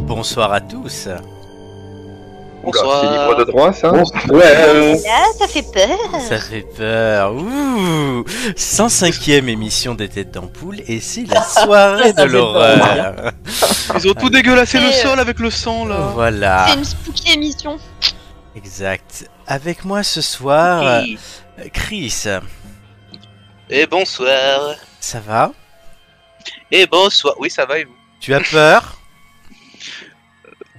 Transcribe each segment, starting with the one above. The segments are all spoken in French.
bonsoir à tous. Bonsoir. C'est libre de droit, ça Ouais, Là, ça fait peur. Ça fait peur. Ouh 105e émission des Têtes d'Ampoule et c'est la soirée de Ça fait peur. l'horreur. Ils ont tout dégueulassé le Et, euh, sol avec le sang, Oh. là. Voilà, C'est une spooky émission. exact. Avec moi ce Ah, soir, euh, Chris, Et bonsoir. ça va Et bonsoir. Oui, ça va et vous Tu as peur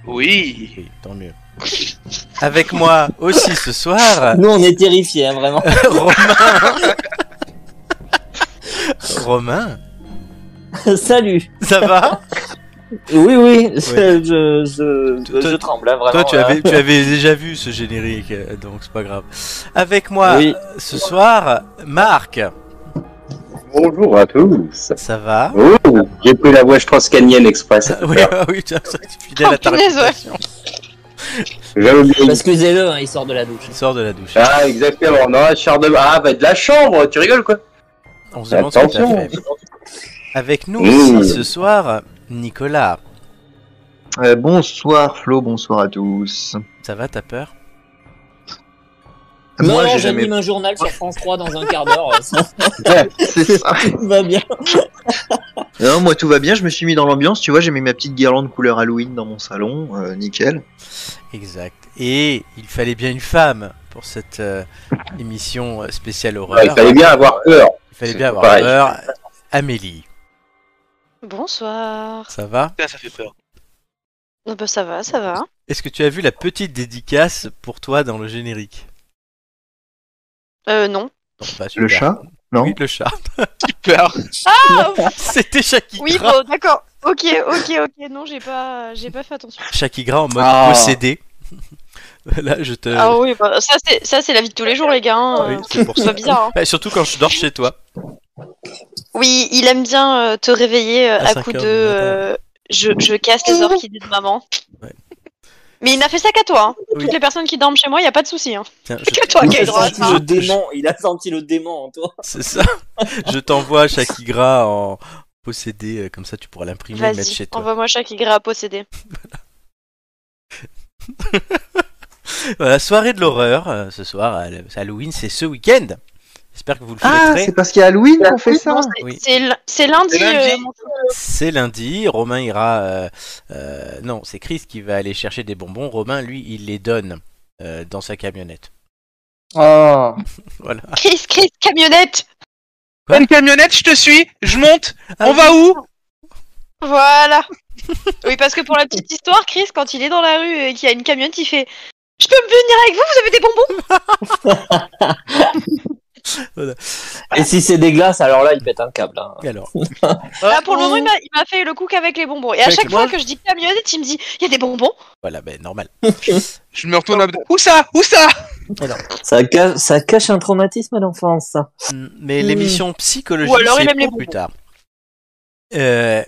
Oui. Oui, tant mieux. Avec moi aussi ce soir, Nous, on est terrifiés, hein, vraiment. Romain. Romain, Salut. ça va Oui, oui, je, je, je- Toi- je tremble, hein, vraiment. Toi, tu là. avais, tu avais déjà vu ce générique, euh, donc c'est pas grave. Avec moi Oui. ce soir, Marc, Bonjour à tous. ça va Oh, j'ai pris la voie strauss-kahnienne exprès. ça fait Oui, ah peur. oui, tu as tu es fidèle à ta Oh, punaise, ouais. réputation. J'avais oublié. Excusez-le, hein, il sort de la douche. Il sort de la douche. Ah, exactement. Non, la char de... Ah, bah de la chambre, tu rigoles quoi On se demande ce que t'as Attention. fait. Avec nous Mmh. aussi ce soir, Nicolas. Euh, bonsoir Flo, bonsoir à tous. Ça va, t'as peur non, Moi non, j'ai j'anime jamais. un journal sur France 3 dans un quart d'heure. euh, ça C'est ça. va bien. Non, moi tout va bien, je me suis mis dans l'ambiance, tu vois, j'ai mis ma petite guirlande couleur Halloween dans mon salon, euh, nickel. Exact. Et il fallait bien une femme pour cette euh, émission spéciale horreur. Ouais, Il fallait bien avoir peur. Il fallait bien avoir Pareil. peur. Amélie, Bonsoir. ça va Putain, ça fait peur. Oh, bah, ça va, ça va. Est-ce que tu as vu la petite dédicace pour toi dans le générique Euh, non. Non, pas super. Le chat Non Oui, le chat. J'ai peur. C'était Shakira. Ah, Oui, bon, d'accord. Ok, ok, ok. Non, j'ai pas, j'ai pas fait attention. Shakira en mode Ah. possédé. Là, je te. Ah oui, bah, ça c'est, ça c'est la vie de tous les jours, les gars. hein. Euh, Oui, c'est pour C'est ça. pas bizarre. hein. Eh, Surtout quand je dors chez toi. Oui, il aime bien euh, te réveiller euh, À à, cinq coup heures de. du euh, je, je casse les orchidées de maman. Ouais. Mais il n'a fait ça qu'à toi. hein. Oui. Toutes les personnes qui dorment chez moi, il y a pas de souci. Hein. Tiens, je- Que toi, Il quel a droit. Ah, senti le démon, il a senti le démon en toi. C'est ça. Je t'envoie Shakira en possédé, euh, comme ça tu pourras l'imprimer et le mettre Vas-y, chez toi. envoie-moi chaque gras à posséder. Voilà, soirée de l'horreur euh, ce soir. à l- Halloween, c'est ce week-end. J'espère que vous le Ah, fêterez. c'est parce qu'il y a Halloween qu'on fait ça Non, c'est- Oui. C'est l- c'est lundi. C'est lundi. euh, mon- C'est lundi. Romain ira. euh, euh, non, c'est Chris qui va aller chercher des bonbons. Romain, lui, il les donne euh, dans sa camionnette. Oh. Voilà. Chris, Chris, camionnette. Quoi Une camionnette, je te suis. Je monte. Ah On va où Voilà. oui, parce que pour la petite histoire, Chris, quand il est dans la rue et qu'il y a une camionnette, il fait Je peux me venir avec vous Vous avez des bonbons Et si c'est des glaces, alors là, il pète un câble. hein. Alors, Là, Ah, pour le moment, il m'a- il m'a fait le coup qu'avec les bonbons. Et à Avec chaque les fois que je dis camionnette, il me dit Il y a des bonbons voilà, ben normal. Je me retourne à... Où ça Où ça Ça, cache, ça cache un traumatisme d'enfance, ça. Mm, Mais Mm. l'émission psychologique, Ou alors il c'est aime les pour plus tard. Euh,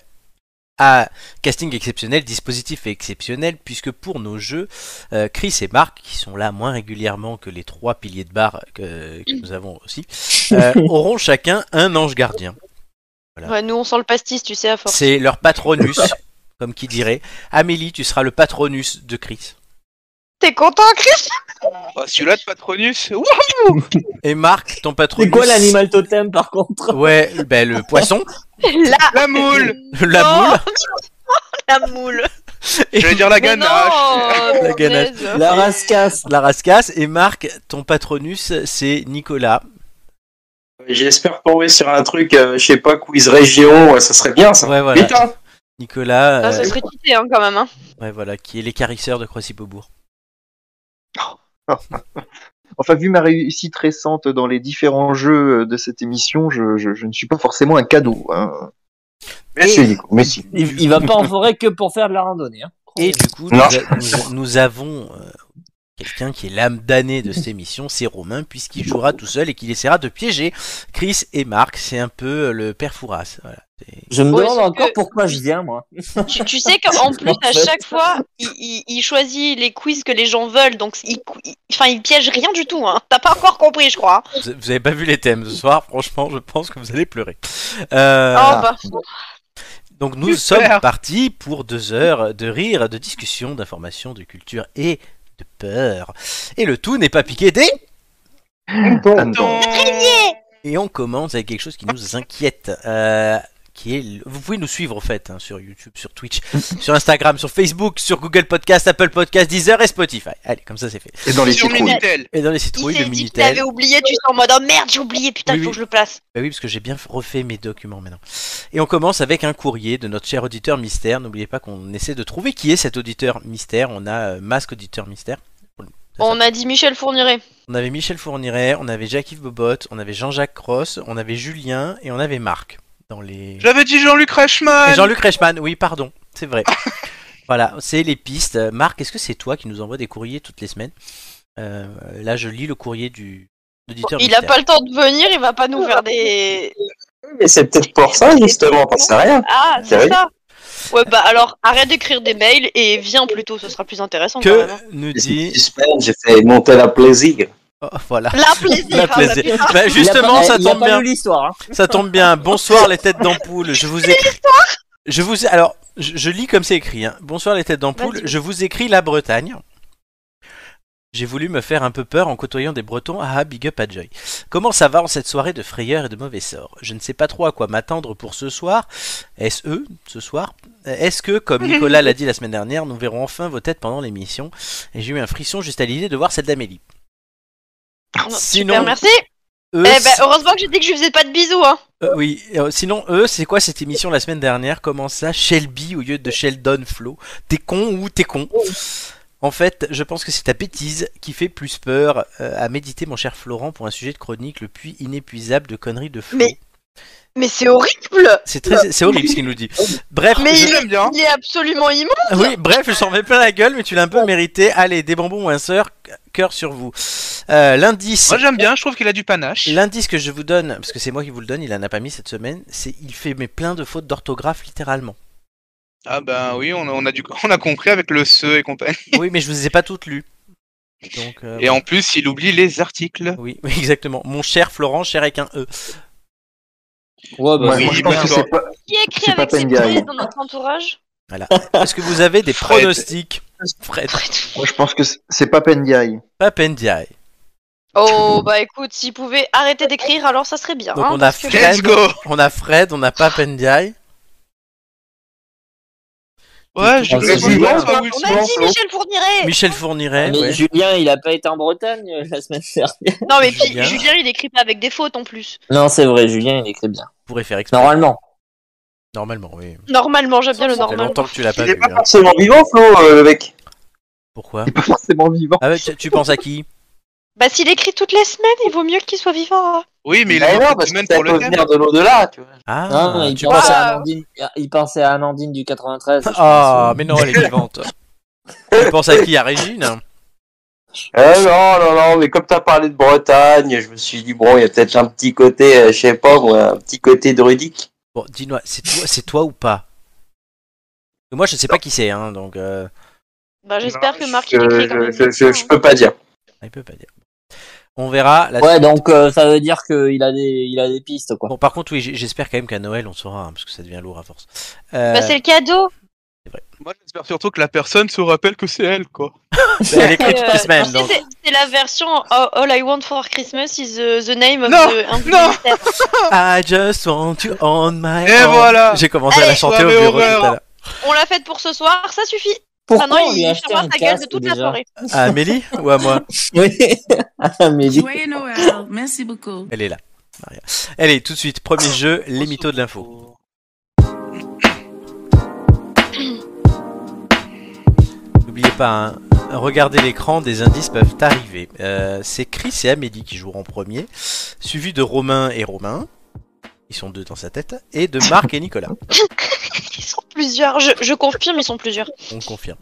à casting exceptionnel, dispositif exceptionnel, puisque pour nos jeux, euh, Chris et Marc, qui sont là moins régulièrement que les trois piliers de barre que, que nous avons aussi, euh, auront chacun un ange gardien. Voilà. Ouais, nous, on sent le pastis, tu sais, à force. C'est leur patronus, comme qui dirait. Amélie, tu seras le patronus de Chris. T'es content, Chris Ah, Celui-là de Patronus. Ouh Et Marc, ton patronus. C'est quoi l'animal totem, par contre Ouais, ben, le poisson, La, La moule. la Non. moule. la moule J'allais dire la Mais ganache. non, La ganache. punaise. La race casse. La rascasse et Marc, ton patronus, c'est Nicolas. J'espère tomber sur un truc, euh, je sais pas, quiz région, euh, ça serait bien ça. Ouais, voilà. Putain Nicolas, Ah, euh, ça serait quitté, hein, quand même. Hein. ouais, voilà, qui est l'écarisseur de Croissy-Beaubourg. Enfin, vu ma réussite récente dans les différents jeux euh, de cette émission, je, je- je ne suis pas forcément un cadeau. hein. Mais Merci, Nico, merci. Il, il va pas en forêt que pour faire de la randonnée. hein. Et du coup, nous, Non. a- nous- nous avons euh, quelqu'un qui est l'âme damnée de cette émission, c'est Romain, puisqu'il jouera tout seul et qu'il essaiera de piéger Chris et Marc. C'est un peu euh, le père Fouras. Voilà. C'est- Je me Ouais, demande c'est encore que- pourquoi je viens, moi. Tu, tu sais qu'en plus, à En fait. chaque fois, il, il- il choisit les quiz que les gens veulent, donc il, il- enfin, il piège rien du tout. Hein. T'as pas encore compris, je crois. Vous, vous avez pas Euh, bah, vu les thèmes ce soir, franchement, je pense que vous allez pleurer. Euh, Oh, bah. Donc nous Super. sommes partis pour deux heures de rire, de discussion, d'information, de culture et de peur. Et le tout n'est pas piqué des... Attends. Et on commence avec quelque chose qui nous inquiète. euh, qui est le- Vous pouvez nous suivre en fait hein, sur YouTube, sur Twitch, sur Instagram, sur Facebook, sur Google Podcast, Apple Podcast, Deezer et Spotify. Allez, comme ça c'est fait. Et dans les Sur citrouilles. Minitel. Et dans les Il citrouilles, le s'est dit qu'il Minitel. avait oublié, tu sens en mode oh merde, j'ai oublié, putain, Oui, faut oui. que je le place. Bah oui, parce que j'ai bien refait mes documents maintenant. Et on commence avec un courrier de notre cher auditeur mystère. N'oubliez pas qu'on essaie de trouver qui est cet auditeur mystère. On a euh, Masque Auditeur Mystère. On a dit Michel Fourniret. On avait Michel Fourniret, on avait Jacques-Yves Bobot, on avait Jean-Jacques Cross, on avait Julien et on avait Marc. Dans les... J'avais dit Jean-Luc Et Reichmann. Jean-Luc Reichmann, oui, pardon, c'est vrai. voilà, c'est les pistes. Euh, Marc, est-ce que c'est toi qui nous envoie des courriers toutes les semaines Euh, Là, je lis le courrier du de l'auditeur Il a mystère. pas le temps de venir, il va pas nous faire des. Mais c'est peut-être pour ça, justement, t'en sais rien. Ah, c'est Sérieux ça Ouais, bah alors arrête d'écrire des mails et viens plutôt, ce sera plus intéressant quand même. hein. Que nous dit. Suspense, j'ai fait monter la plaisir. Oh, voilà. La plaisir, La ah, plaisir. bah, putain. Bah, justement, ça eh, tombe bien. l'histoire. hein. Ça tombe bien. Bonsoir les têtes d'ampoule. Je vous écris. Je vous alors je, je lis comme c'est écrit. hein. Bonsoir les têtes d'ampoule. Vas-y. Je vous écris la Bretagne. J'ai voulu me faire un peu peur en côtoyant des Bretons. Ah ah, big up à Joy. Comment ça va en cette soirée de frayeur et de mauvais sort Je ne sais pas trop à quoi m'attendre pour ce soir. Est-ce eux, ce soir Est-ce que, comme Nicolas l'a dit la semaine dernière, nous verrons enfin vos têtes pendant l'émission Et j'ai eu un frisson juste à l'idée de voir celle d'Amélie. Sinon, bah, Super, merci. eux, Eh ben, heureusement que j'ai dit que je lui faisais pas de bisous, hein. Euh, oui, euh, sinon, eux, c'est quoi cette émission la semaine dernière Comment ça Shelby au lieu de Sheldon Flo T'es con ou t'es con En fait, je pense que c'est ta bêtise qui fait plus peur euh, à méditer, mon cher Florent, pour un sujet de chronique, le puits inépuisable de conneries de Flo. Mais- Mais c'est horrible C'est très, c'est horrible ce qu'il nous dit. Bref, Mais je- il est, J'aime bien. il est absolument immonde oui, bref, je s'en mets plein la gueule, mais tu l'as un peu mérité. Allez, des bonbons ou un sœur, cœur sur vous. Euh, L'indice, Moi j'aime bien, je trouve qu'il a du panache. L'indice que je vous donne, parce que c'est moi qui vous le donne, il en a pas mis cette semaine, c'est il fait mais plein de fautes d'orthographe littéralement. Ah ben oui, on a, on a du, on a compris avec le ce et compagnie. oui, mais je vous les ai pas toutes lues. Donc, euh, Et en plus, il oublie les articles. oui, oui, exactement. Mon cher Florent, cher avec un E. Ouais, bah, Moi, Oui, moi, je bah, pense que c'est pas. Qui a écrit C'est pas avec ses Penguin. pieds dans notre entourage Est-ce que vous avez des Fred. pronostics Fred, Moi, je pense que c'est- c'est pas Pendiaï. Papendiaï. Oh, bah écoute, s'il pouvait arrêter d'écrire, alors ça serait bien. Donc hein, on a parce que- Fred. Let's go On a Fred, on a Papendiaï. Ouais, je Ah, voulais c'est voir bien. François On a Wilson. dit Michel Fourniret Michel Fourniret. Mais ouais. Julien, il a pas été en Bretagne euh, la semaine dernière. Non, mais puis Julien. Julien, il écrit pas avec des fautes en plus. Non, c'est vrai, Julien, il écrit bien. pourrait faire exprès. Normalement. Normalement, oui. Normalement, j'aime bien le Ça fait normal. longtemps que tu l'as pas Il est vu. pas hein. forcément vivant, Flo, euh, le mec. Pourquoi Il est pas forcément vivant. Ah ouais, tu, tu penses à qui Bah, s'il écrit toutes les semaines, il vaut mieux qu'il soit vivant. hein. Oui, mais il Bah a ouais, une parce que semaine ça pour peut le thème. venir de l'au-delà, tu vois. Ah, Hein, il, tu pensait penses à- à Amandine, il pensait à Amandine du 93. je pense. Ah, mais non, elle est vivante. tu penses à qui À Régine Euh, non, non, non, mais comme t'as parlé de Bretagne, je me suis dit, bon, il y a peut-être un petit côté, euh, je sais pas, moi, un petit côté druidique. Bon, dis-moi, c'est toi, c'est toi ou pas Moi, je sais pas qui c'est, hein, donc euh, Bah, j'espère Non, que Marc, je, il hein. écrit quand je, même. je, bien, je- je peux pas dire. Ah, il peut pas dire. On verra. La... Ouais, donc euh, ça veut dire qu'il a des, il a des pistes quoi. Bon, par contre, oui, j- j'espère quand même qu'à Noël, on saura, hein, parce que ça devient lourd à force. Euh, Bah, c'est le cadeau Moi, j'espère surtout que la personne se rappelle que c'est elle, quoi. elle écrit toutes Euh, les semaines, si donc. c'est- C'est la version oh, All I Want for Christmas is euh, the, the name of Non, the. un- non. I just want you on my. Et own. voilà J'ai commencé à la Allez, chanter au soirée bureau tout horreur. à l'heure. On l'a faite pour ce soir, ça suffit. Pourquoi Maintenant, on lui il a va acheté un sa gueule de casque, toute la déjà soirée. À Amélie ou à moi Oui, Amélie. Joyeux Noël, merci beaucoup. Elle est là. Maria. Allez, tout de suite, premier jeu, les mythos de l'info. N'oubliez pas, hein, regardez l'écran, des indices peuvent arriver. Euh, c'est Chris et Amélie qui joueront en premier, suivi de Romain et Romain. Ils sont deux dans sa tête. Et de Marc et Nicolas. Ils sont plusieurs, je, je confirme, ils sont plusieurs. On confirme.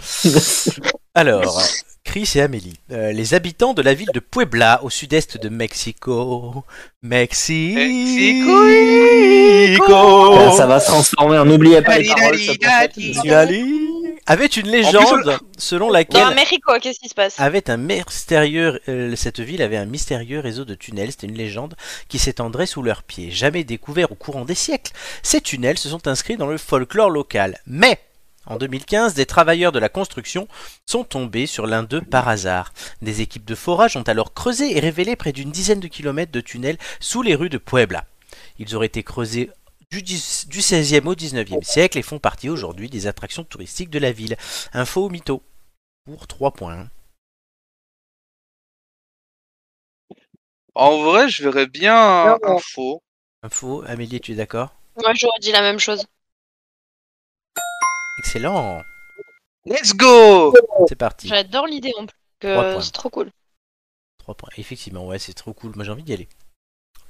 Alors, Chris et Amélie. euh, les habitants de la ville de Puebla, au sud-est de Mexico. Eh, Mexico. Mexico. Bah, Oh. Ah, ça va se transformer en n'oubliez pas les paroles. Dali, ça peut dali, être- dali. Dali. avait une on légende selon laquelle Dans Mexico, qu'est-ce qui se passe avait un mystérieux, euh, cette ville avait un mystérieux réseau de tunnels, c'était une légende, qui s'étendrait sous leurs pieds. Jamais découverts au courant des siècles, ces tunnels se sont inscrits dans le folklore local. Mais, en 2015, des travailleurs de la construction sont tombés sur l'un d'eux par hasard. Des équipes de forage ont alors creusé et révélé près d'une dizaine de kilomètres de tunnels sous les rues de Puebla. Ils auraient été creusés du, 10 du 16e au 19e siècle et font partie aujourd'hui des attractions touristiques de la ville. Info ou mytho Pour 3 points. En vrai, je verrais bien Non. un faux. Info, Amélie, tu es d'accord Moi, j'aurais dit la même chose. Excellent Let's go Eh C'est parti J'adore l'idée en plus. que Trois points. C'est trop cool. 3 points. Effectivement, ouais, c'est trop cool. Moi, j'ai envie d'y aller.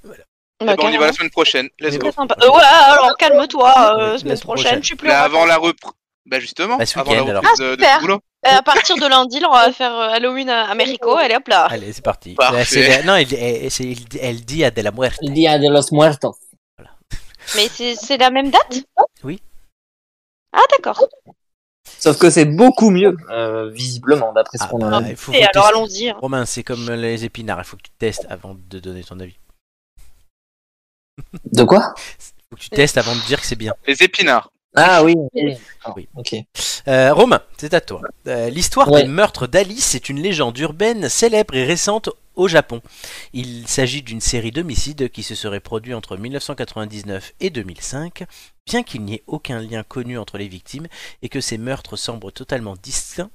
Bah, Eh ben, On y va carrément. la semaine prochaine. Let's Mais go. Très sympa. Euh, ouais, alors calme-toi, La euh, semaine semaine prochaine, je suis plus en Là, avant vacances. la reprise. Bah justement, Bah, ce avant la week-end, alors. reprise de, de ce Ah, super. boulot. Euh, à partir de lundi, là, on va faire euh, Halloween à à Mexico, allez hop là. Allez, c'est parti. Parfait. Là, c'est la- Non, elle, elle- c'est- il- elle dit à de la muerte. El Día de los Muertos. Mais c'est c'est la même date Oui. Ah d'accord. Sauf que c'est beaucoup mieux, euh, visiblement, d'après ce Ah, qu'on bah, a. il faut Et faut alors tester. allons-y. hein. Romain, c'est comme les épinards. Il faut que tu testes avant de donner ton avis. De quoi Il faut que tu testes avant de dire que c'est bien. Les épinards. Ah oui. oui. Ah, Oui. Ok. Euh, Romain, c'est à toi. Euh, L'histoire Ouais. des meurtres d'Alice est une légende urbaine célèbre et récente au Japon. Il s'agit d'une série d'homicides qui se serait produit entre 1999 et 2005, bien qu'il n'y ait aucun lien connu entre les victimes et que ces meurtres semblent totalement distincts.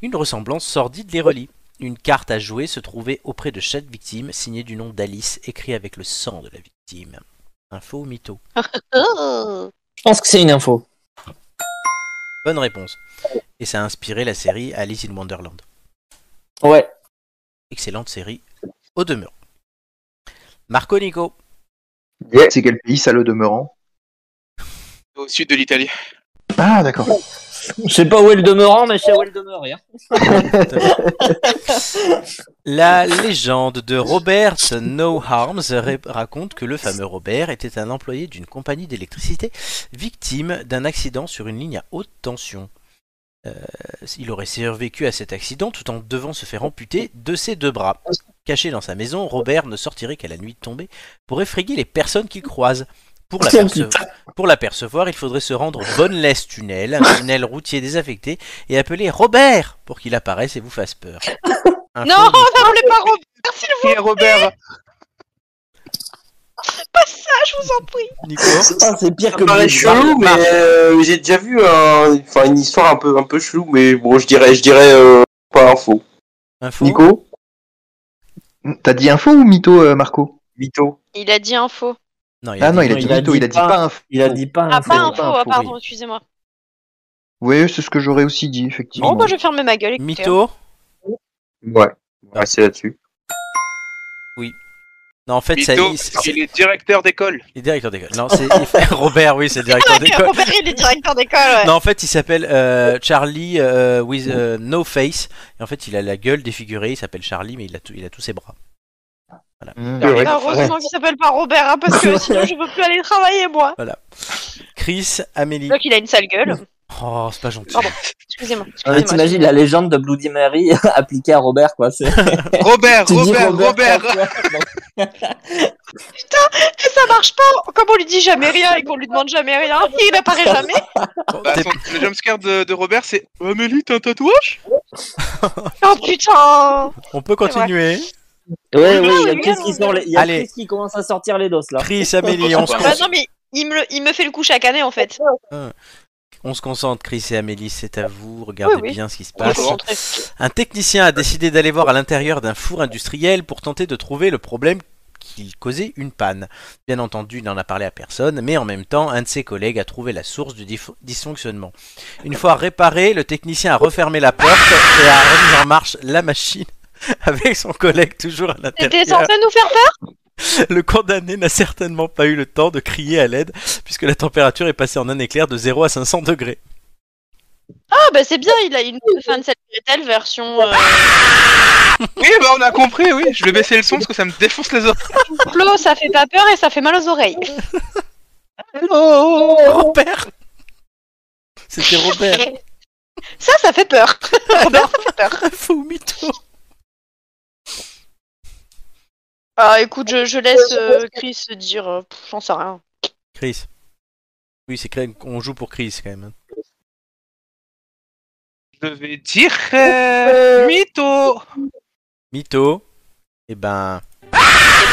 Une ressemblance sordide les relie. Une carte à jouer se trouvait auprès de chaque victime, signée du nom d'Alice, écrit avec le sang de la victime. Info ou mytho Oh. Je pense que c'est une info. Bonne réponse. Et ça a inspiré la série Alice in Wonderland. Ouais. excellente série au demeurant. Marco Nico, C'est quel pays, ça le demeurant Au sud de l'Italie. Ah, d'accord. Je sais pas où est le demeurant, mais je sais où est le demeurant. hein. la légende de Robert No Harms ré- raconte que le fameux Robert était un employé d'une compagnie d'électricité victime d'un accident sur une ligne à haute tension. Euh, il aurait survécu à cet accident tout en devant se faire amputer de ses deux bras. Caché dans sa maison, Robert ne sortirait qu'à la nuit tombée pour effrayer les personnes qu'il croise. Pour l'aperce- pour l'apercevoir, il faudrait se rendre au Boneless Tunnel, un tunnel routier désaffecté, et appeler Robert pour qu'il apparaisse et vous fasse peur. Un Non, faux mytho. non, les parents, merci le Et Robert pas ça, Ah, je vous en prie. Nico Ah, c'est pire que Ça paraît le chelou, mais euh, j'ai déjà vu un- enfin, une histoire un peu, un peu chelou, mais bon, je dirais, je dirais euh, pas info. Info Nico T'as dit info ou mytho, euh, Marco Mito Il a dit info. Non, il Ah dit non, il a dit il a mytho, dit il a dit pas. pas info. Il a dit pas Ah, info. pas info, pas ah, info, pardon, excusez-moi. Oui, c'est ce que j'aurais aussi dit, effectivement. Oh, Bon, bah je vais fermer ma gueule. écoutez, hein. mytho Ouais, Ah, ouais c'est là-dessus. Non, en fait, ça, Mito, il, c'est- il est directeur d'école. il est directeur d'école. Non, c'est il- Robert, oui, c'est le directeur Ouais, d'école. hein. Robert, il est directeur d'école, ouais. Non, en fait, il s'appelle euh, Charlie euh, with euh, no face. Et en fait, il a la gueule défigurée. Il s'appelle Charlie, mais il a, tout- il a tous ses bras. Mm. Ouais. Bah, Heureusement qu'il s'appelle pas Robert, hein, parce que sinon je veux plus aller travailler, moi. Chris, Amélie. Donc il a une sale gueule. Oh, c'est pas gentil. Pardon. Excusez-moi. Ah, mais excusez-moi. T'imagines la légende de Bloody Mary appliquée à Robert, quoi. c'est- Robert, tu dis Robert, Robert, Robert. Et ça marche pas Comme on lui dit jamais rien et qu'on lui demande jamais rien, il apparaît jamais. Bon, Bah, t'es- son- le jumpscare de, de Robert, c'est Oh, Amélie, t'as un tatouage Oh putain On peut continuer. Ouais, ouais, il y a oui, Chris qui oui. sort les- il y a Allez. Chris qui commence à sortir les doses, là. Chris, Amélie, on se, Bah non concentre, mais il me, il me fait le coup chaque année en fait. on se concentre. Chris et Amélie, c'est à vous. Regardez Oui, oui. bien ce qui se Il est passe. concentré. Un technicien a décidé d'aller voir à l'intérieur d'un four industriel pour tenter de trouver le problème qu'il causait une panne. Bien entendu, il n'en a parlé à personne, mais en même temps, un de ses collègues a trouvé la source du dif- dysfonctionnement. Une fois réparé, le technicien a refermé la porte et a remis en marche la machine avec son collègue toujours à C'était l'intérieur. censé nous faire peur Le condamné n'a certainement pas eu le temps de crier à l'aide puisque la température est passée en un éclair de 0 à 500 degrés. Ah bah c'est bien, il a une fin de cette Gretel version euh, Oui, bah on a compris, oui. Je vais baisser le son parce que ça me défonce les oreilles. Flo, ça fait pas peur et ça fait mal aux oreilles. Robert C'était Robert ça fait peur. J'adore, ça fait peur. Faux mytho. Alors Ah, écoute, je, je laisse euh, Chris dire, euh, pff, j'en sais rien. Chris. Oui, c'est quand même- on joue pour Chris quand même. hein. Je vais dire. euh, mytho Mytho. Eh ben, Eh ben,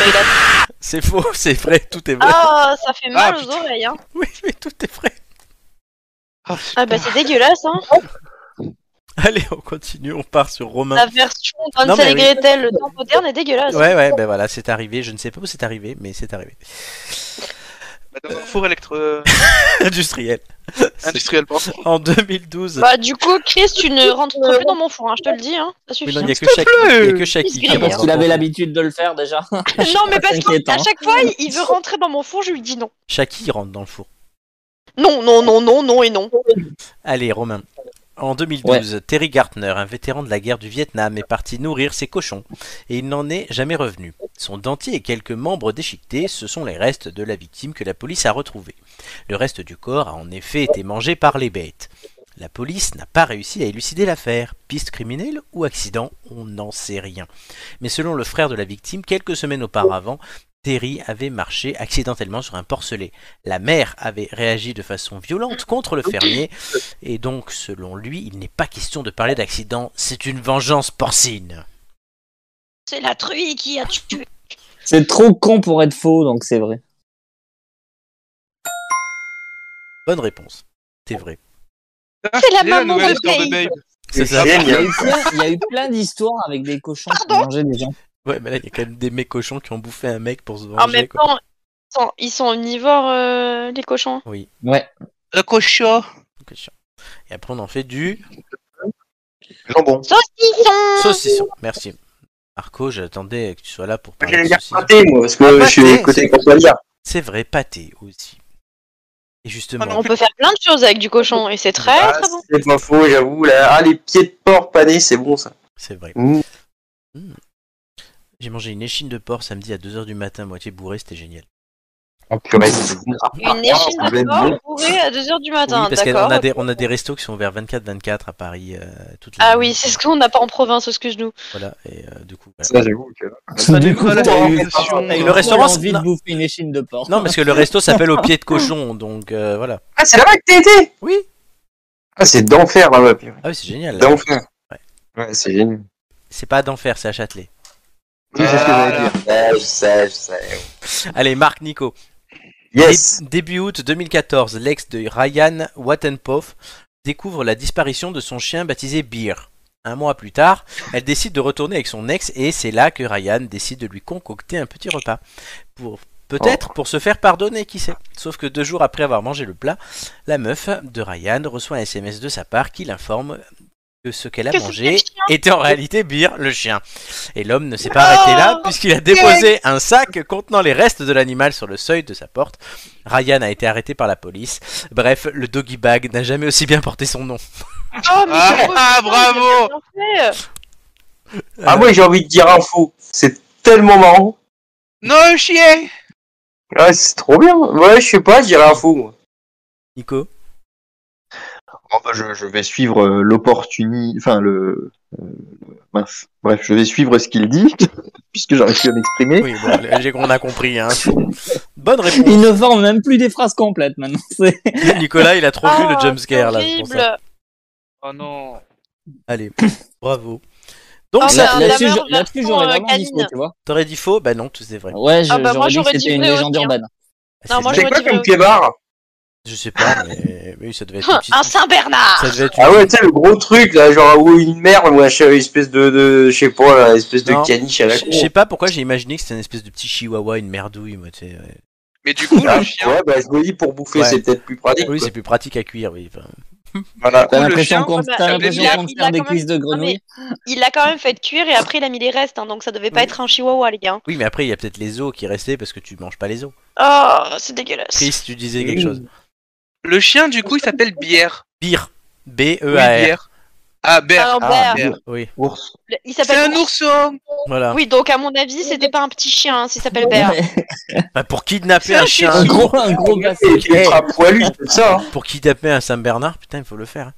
il a- c'est faux, c'est vrai, tout est vrai. Ah, ça fait mal Ah, aux oreilles, hein. Oui, mais tout est vrai. Ah, Ah bah c'est dégueulasse, hein. Allez, on continue, on part sur Romain. La version Non, mais d'Ansel et oui. Gretel, le temps moderne est dégueulasse. Ouais, ouais, ben voilà, c'est arrivé. Je ne sais pas où c'est arrivé, mais c'est arrivé. Madame bah, Four électro. euh, Industriel. industriel, pardon. En 2012. Bah du coup, Chris, tu ne rentres plus dans mon four, hein, je te le dis, hein. Ça Mais suffit. non, il n'y a que Shaki. Il y a que Shaki qui Parce rentre Parce qu'il dans avait ton- l'habitude de le faire déjà. Non, mais parce T'inquiète, qu'à hein. chaque fois, il- il veut rentrer dans mon four, je lui dis non. Shaki rentre dans le four. Non, non, non, non, non et non. Allez, Romain. En 2012, Terry Gartner, un vétéran de la guerre du Vietnam, est parti nourrir ses cochons et il n'en est jamais revenu. Son dentier et quelques membres déchiquetés, ce sont les restes de la victime que la police a retrouvé. Le reste du corps a en effet été mangé par les bêtes. La police n'a pas réussi à élucider l'affaire. Piste criminelle ou accident, on n'en sait rien. Mais selon le frère de la victime, quelques semaines auparavant, Terry avait marché accidentellement sur un porcelet. La mère avait réagi de façon violente contre le fermier et donc, selon lui, il n'est pas question de parler d'accident, c'est une vengeance porcine. C'est la truie qui a tué. C'est trop con pour être faux, donc c'est vrai. Bonne réponse. C'est vrai. C'est la Il y a Ah, maman nouvelle de histoire Babe. Babe. C'est Il y, ça. a eu plein, il y a eu plein d'histoires avec des cochons qui Pardon mangeaient des gens. Ouais, mais là, il y a quand même des mecs cochons qui ont bouffé un mec pour se venger. En même quoi. temps, ils sont, ils sont omnivores, euh, les cochons. Ouais. Le cochon. Donc, chiant. Et après, on en fait du Jambon. Saucisson saucisson. Merci. Marco, j'attendais que tu sois là pour parler J'allais de dire saucisson. pâté, moi, parce que Ah, je suis pâté, côté c'est- contrôleur. C'est vrai, pâté aussi. Et justement, On peut faire plein de choses avec du cochon et c'est très Ah, très bon. c'est pas faux, j'avoue. là. Ah, les pieds de porc panés, c'est bon, ça. c'est vrai. Mmh. Mmh. J'ai mangé une échine de porc samedi à 2h du matin, moitié bourré, c'était génial. Oh, purée, c'est bon. Une échine ah, de porc bourrée à 2h du matin, oui, parce qu'on d'accord a, des- on a des restos qui sont ouverts 24-24 à Paris. euh, toute la Ah nuit. oui, c'est ce qu'on n'a pas en province, excuse-nous. Voilà, et euh, du coup. voilà. Ça, j'avoue que. du coup, hein. Voilà, t'as eu- attention. t'as eu Le restaurant, envie de non. bouffer une échine de porc. Non, parce que le resto s'appelle Au pied de cochon, donc euh, voilà. Ah, c'est là-bas que t'as été Oui. Ah, c'est d'enfer, là-bas, purée. Ah oui, c'est génial. là. D'enfer. Ouais. Ouais, c'est génial. C'est pas d'enfer, c'est à Châtelet. Oui, c'est ce que j'allais Ah, Euh, dire. je sais, je sais. Allez, Marc Nico. Yes Dé- début août 2014, l'ex de Ryan Wattenpoff découvre la disparition de son chien baptisé Beer. Un mois plus tard, elle décide de retourner avec son ex et c'est là que Ryan décide de lui concocter un petit repas. Pour Peut-être pour se faire pardonner, qui sait. Sauf que deux jours après avoir mangé le plat, la meuf de Ryan reçoit un SMS de sa part qui l'informe que ce qu'elle a Que mangé c'était le était en réalité Beer, le chien. Et l'homme ne s'est pas arrêté Oh, là, puisqu'il a déposé un sac contenant les restes de l'animal sur le seuil de sa porte. Ryan a été arrêté par la police. Bref, le doggy bag n'a jamais aussi bien porté son nom. Oh, mais Ah, c'est ah, bravo. bien fait. euh, Ah, moi, j'ai envie de dire un faux. C'est tellement marrant. Non, chien Ouais, c'est trop bien. Ouais, je sais pas, je dirais un faux, moi. Nico Oh, bah, je, je vais suivre euh, l'opportunité. Enfin, le. euh, mince. Bref, je vais suivre ce qu'il dit, puisque j'arrive plus à m'exprimer. Oui, bon, j'ai- on a compris. hein. Bonne Il réponse. ne forme même plus des phrases complètes maintenant. C'est- Nicolas, il a trop vu Ah, le jumpscare là. c'est pour ça. Horrible. Oh non Allez, bravo. Donc, Ah, ça, bah, la Là-dessus, mère je- là-dessus, version, j'aurais euh, vraiment dit canine. faux, tu vois. t'aurais dit faux Bah non, tout c'est vrai. Ah, Ouais, je- Ah bah, j'aurais moi, dit j'aurais que dit c'était une vrai aussi, légende hein. urbaine. Non, moi, C'est- C'est j'aurais quoi dit comme le- kebab Je sais pas, mais, mais oui, ça devait être une petite... Un Saint-Bernard Ça devait être une- Ah ouais, tu sais, le gros truc, là, genre, ou une merde, ou un ch- espèce de, de, je sais pas, là, espèce de Non. caniche à la Je con. je sais pas pourquoi j'ai imaginé que c'était une espèce de petit chihuahua, une merdouille, moi, tu sais, ouais. Mais du coup, Ah, le chien. ouais, bah, je me dis, pour bouffer, Ouais. c'est peut-être plus pratique. Oui, quoi. c'est plus pratique à cuire, oui. enfin. Voilà. T'as Ou le l'impression chien, qu'on bah, t'as il a- l'impression il a- qu'on se il a fait des quand même- cuisses de Non, mais grenouille. Il l'a quand même fait cuire et après il a mis les restes, hein, donc ça devait pas Oui. être un chihuahua, les gars. Oui, mais après, il y a peut-être les os qui restaient parce que tu manges pas les os. Oh, c'est dégueulasse. Chris, tu disais quelque chose. Le chien, du coup, il s'appelle Bière. Beer. E Oui, B-E-A-R. Bière. Ah, Bière. Alors, Ah, Bert, merde. Oui, Ours. le- il C'est s'appelle un ourson voilà. Oui, donc à mon avis, c'était pas un petit chien, hein, s'il s'appelle Bert. Bah, pour kidnapper C'est un un chien, Un Shih Tzu. gros, un gros Ah, bassin. Et qui est ultra poilu, tout ça. hein. pour kidnapper un Saint-Bernard, putain, il faut le faire. hein.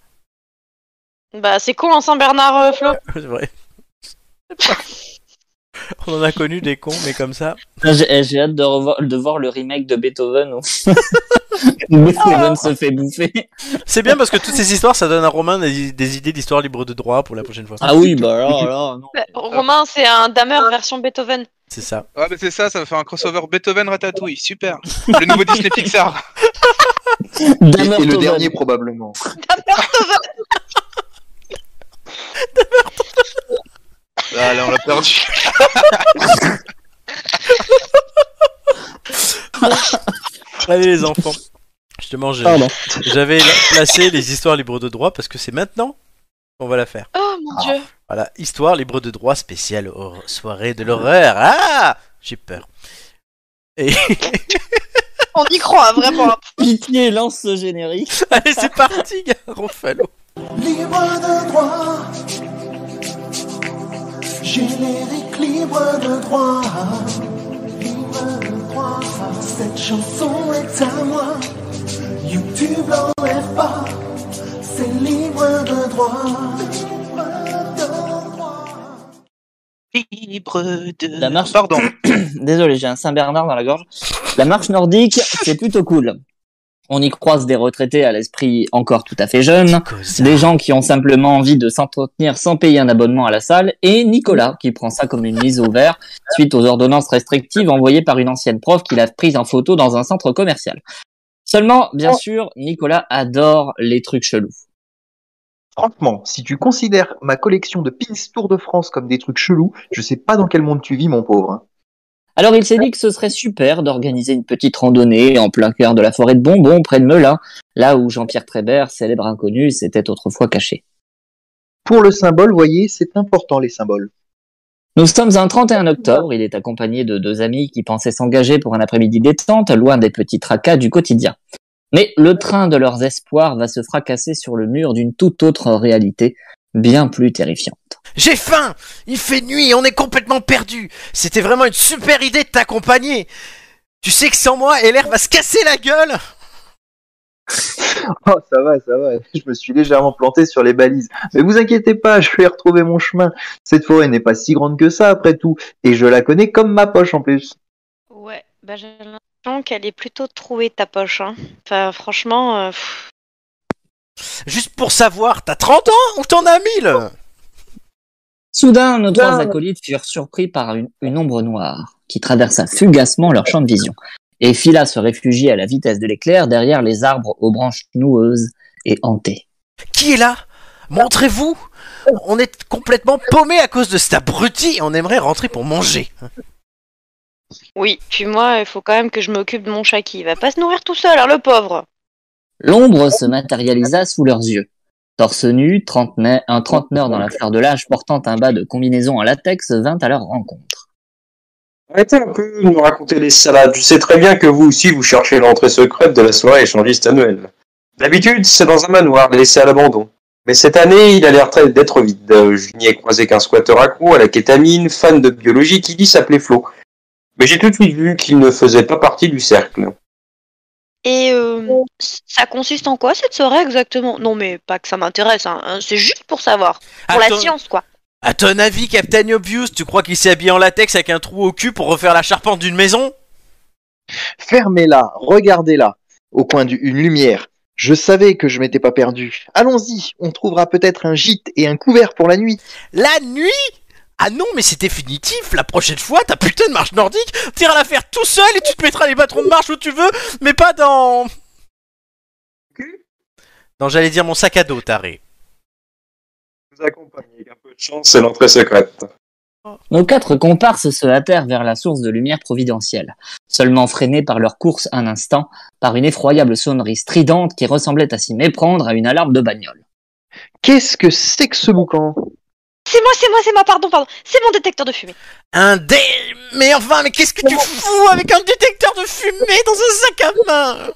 Bah, c'est con, hein, Saint-Bernard, euh, Flo. C'est vrai. On en a connu des cons, mais comme ça. Putain, J'ai eh, j'ai hâte de, revoir- de voir le remake de Beethoven où Beethoven se fait bouffer. C'est bien parce que toutes ces histoires, ça donne à Romain des, des idées d'histoire libre de droit pour la prochaine fois. Ah oui, bah alors, alors, non. Bah, Romain, c'est un damer version Beethoven. C'est ça. Ouais, mais Ah, bah, c'est ça, ça va faire un crossover Beethoven-Ratatouille, super. Le nouveau Disney Pixar. Et, Dahmer et le Thomas. dernier probablement. Ah, là, on l'a perdu. Allez les enfants. Justement, je- Pardon. j'avais la- placé les histoires libres de droit parce que c'est maintenant qu'on va la faire. Oh mon dieu. Voilà, histoire libre de droit spéciale hor- soirée de l'horreur. Ah J'ai peur. Et On y croit, vraiment. Ah, Pitié, lance ce générique. allez, c'est parti, gars, Ruffalo. Libre de droit. Générique libre de droit. Libre de droit. Cette chanson est à moi. YouTube l'enlève pas. C'est libre de droit. Libre de droit. Libre de... La marche. Pardon. Désolé, j'ai un Saint-Bernard dans la gorge. La marche nordique, c'est plutôt cool. On y croise des retraités à l'esprit encore tout à fait jeune, des gens qui ont simplement envie de s'entretenir sans payer un abonnement à la salle, et Nicolas qui prend ça comme une mise au vert suite aux ordonnances restrictives envoyées par une ancienne prof qu'il a prise en photo dans un centre commercial. Seulement, bien sûr, Nicolas adore les trucs chelous. Franchement, si tu considères ma collection de pins Tour de France comme des trucs chelous, je sais pas dans quel monde tu vis, mon pauvre. hein. Alors il s'est dit que ce serait super d'organiser une petite randonnée en plein cœur de la forêt de Bonbon près de Melun, là où Jean-Pierre Trébert, célèbre inconnu, s'était autrefois caché. Pour le symbole, voyez, c'est important les symboles. Nous sommes un 31 octobre, il est accompagné de deux amis qui pensaient s'engager pour un après-midi détente, loin des petits tracas du quotidien. Mais le train de leurs espoirs va se fracasser sur le mur d'une toute autre réalité, bien plus terrifiante. J'ai faim Il fait nuit, on est complètement perdu C'était vraiment une super idée de t'accompagner Tu sais que sans moi, LR va se casser la gueule Oh, ça va, ça va. Je me suis légèrement planté sur les balises. Mais vous inquiétez pas, je vais retrouver mon chemin. Cette forêt n'est pas si grande que ça, après tout. Et je la connais comme ma poche, en plus. Ouais, bah j'ai l'impression qu'elle est plutôt trouée ta poche. Hein. Enfin, franchement, euh, pff, Juste pour savoir, t'as 30 ans ou t'en as 1000 Soudain, nos trois acolytes furent surpris par une, une ombre noire qui traversa fugacement leur champ de vision et fila se réfugier à la vitesse de l'éclair derrière les arbres aux branches noueuses et hantées. Qui est là Montrez-vous On est complètement paumé à cause de cet abruti et on aimerait rentrer pour manger. oui. Puis moi, il faut quand même que je m'occupe de mon chat qui va pas se nourrir tout seul, hein, le pauvre. L'ombre se matérialisa sous leurs yeux. Torse nu, trentenaire- un trentenaire dans la fleur de l'âge portant un bas de combinaison en latex vint à leur rencontre. Arrêtez un peu de nous raconter des salades. Je sais très bien que vous aussi, vous cherchez l'entrée secrète de la soirée échangiste annuelle. D'habitude, c'est dans un manoir laissé à l'abandon. Mais cette année, il a l'air très- d'être vide. Euh, Je n'y ai croisé qu'un squatter accro à la kétamine, fan de biologie qui dit s'appeler Flo. Mais j'ai tout de suite vu qu'il ne faisait pas partie du cercle. Et euh, ça consiste en quoi cette soirée exactement Non, mais pas que ça m'intéresse. Hein. hein, C'est juste pour savoir, pour Attends- la science, quoi. À ton avis, Captain Obvious, tu crois qu'il s'est habillé en latex avec un trou au cul pour refaire la charpente d'une maison Fermez-la, regardez-la. Au coin d'une lumière. Je savais que je m'étais pas perdu. Allons-y, on trouvera peut-être un gîte et un couvert pour la nuit. La nuit Ah non, mais c'est définitif. La prochaine fois, ta putain de marche nordique, t'iras la faire tout seul et tu te mettras les bâtons de marche où tu veux, mais pas dans. Non, j'allais dire mon sac à dos, taré. Vous accompagnez avec un peu de chance, c'est l'entrée secrète. Nos quatre comparses se hâtèrent vers la source de lumière providentielle, seulement freinés par leur course un instant par une effroyable sonnerie stridente qui ressemblait à s'y méprendre à une alarme de bagnole. Qu'est-ce que c'est que ce boucan C'est moi, c'est moi, c'est moi. Pardon, pardon. C'est mon détecteur de fumée. Un dé. Mais enfin, mais qu'est-ce que tu fous avec un détecteur de fumée dans un sac à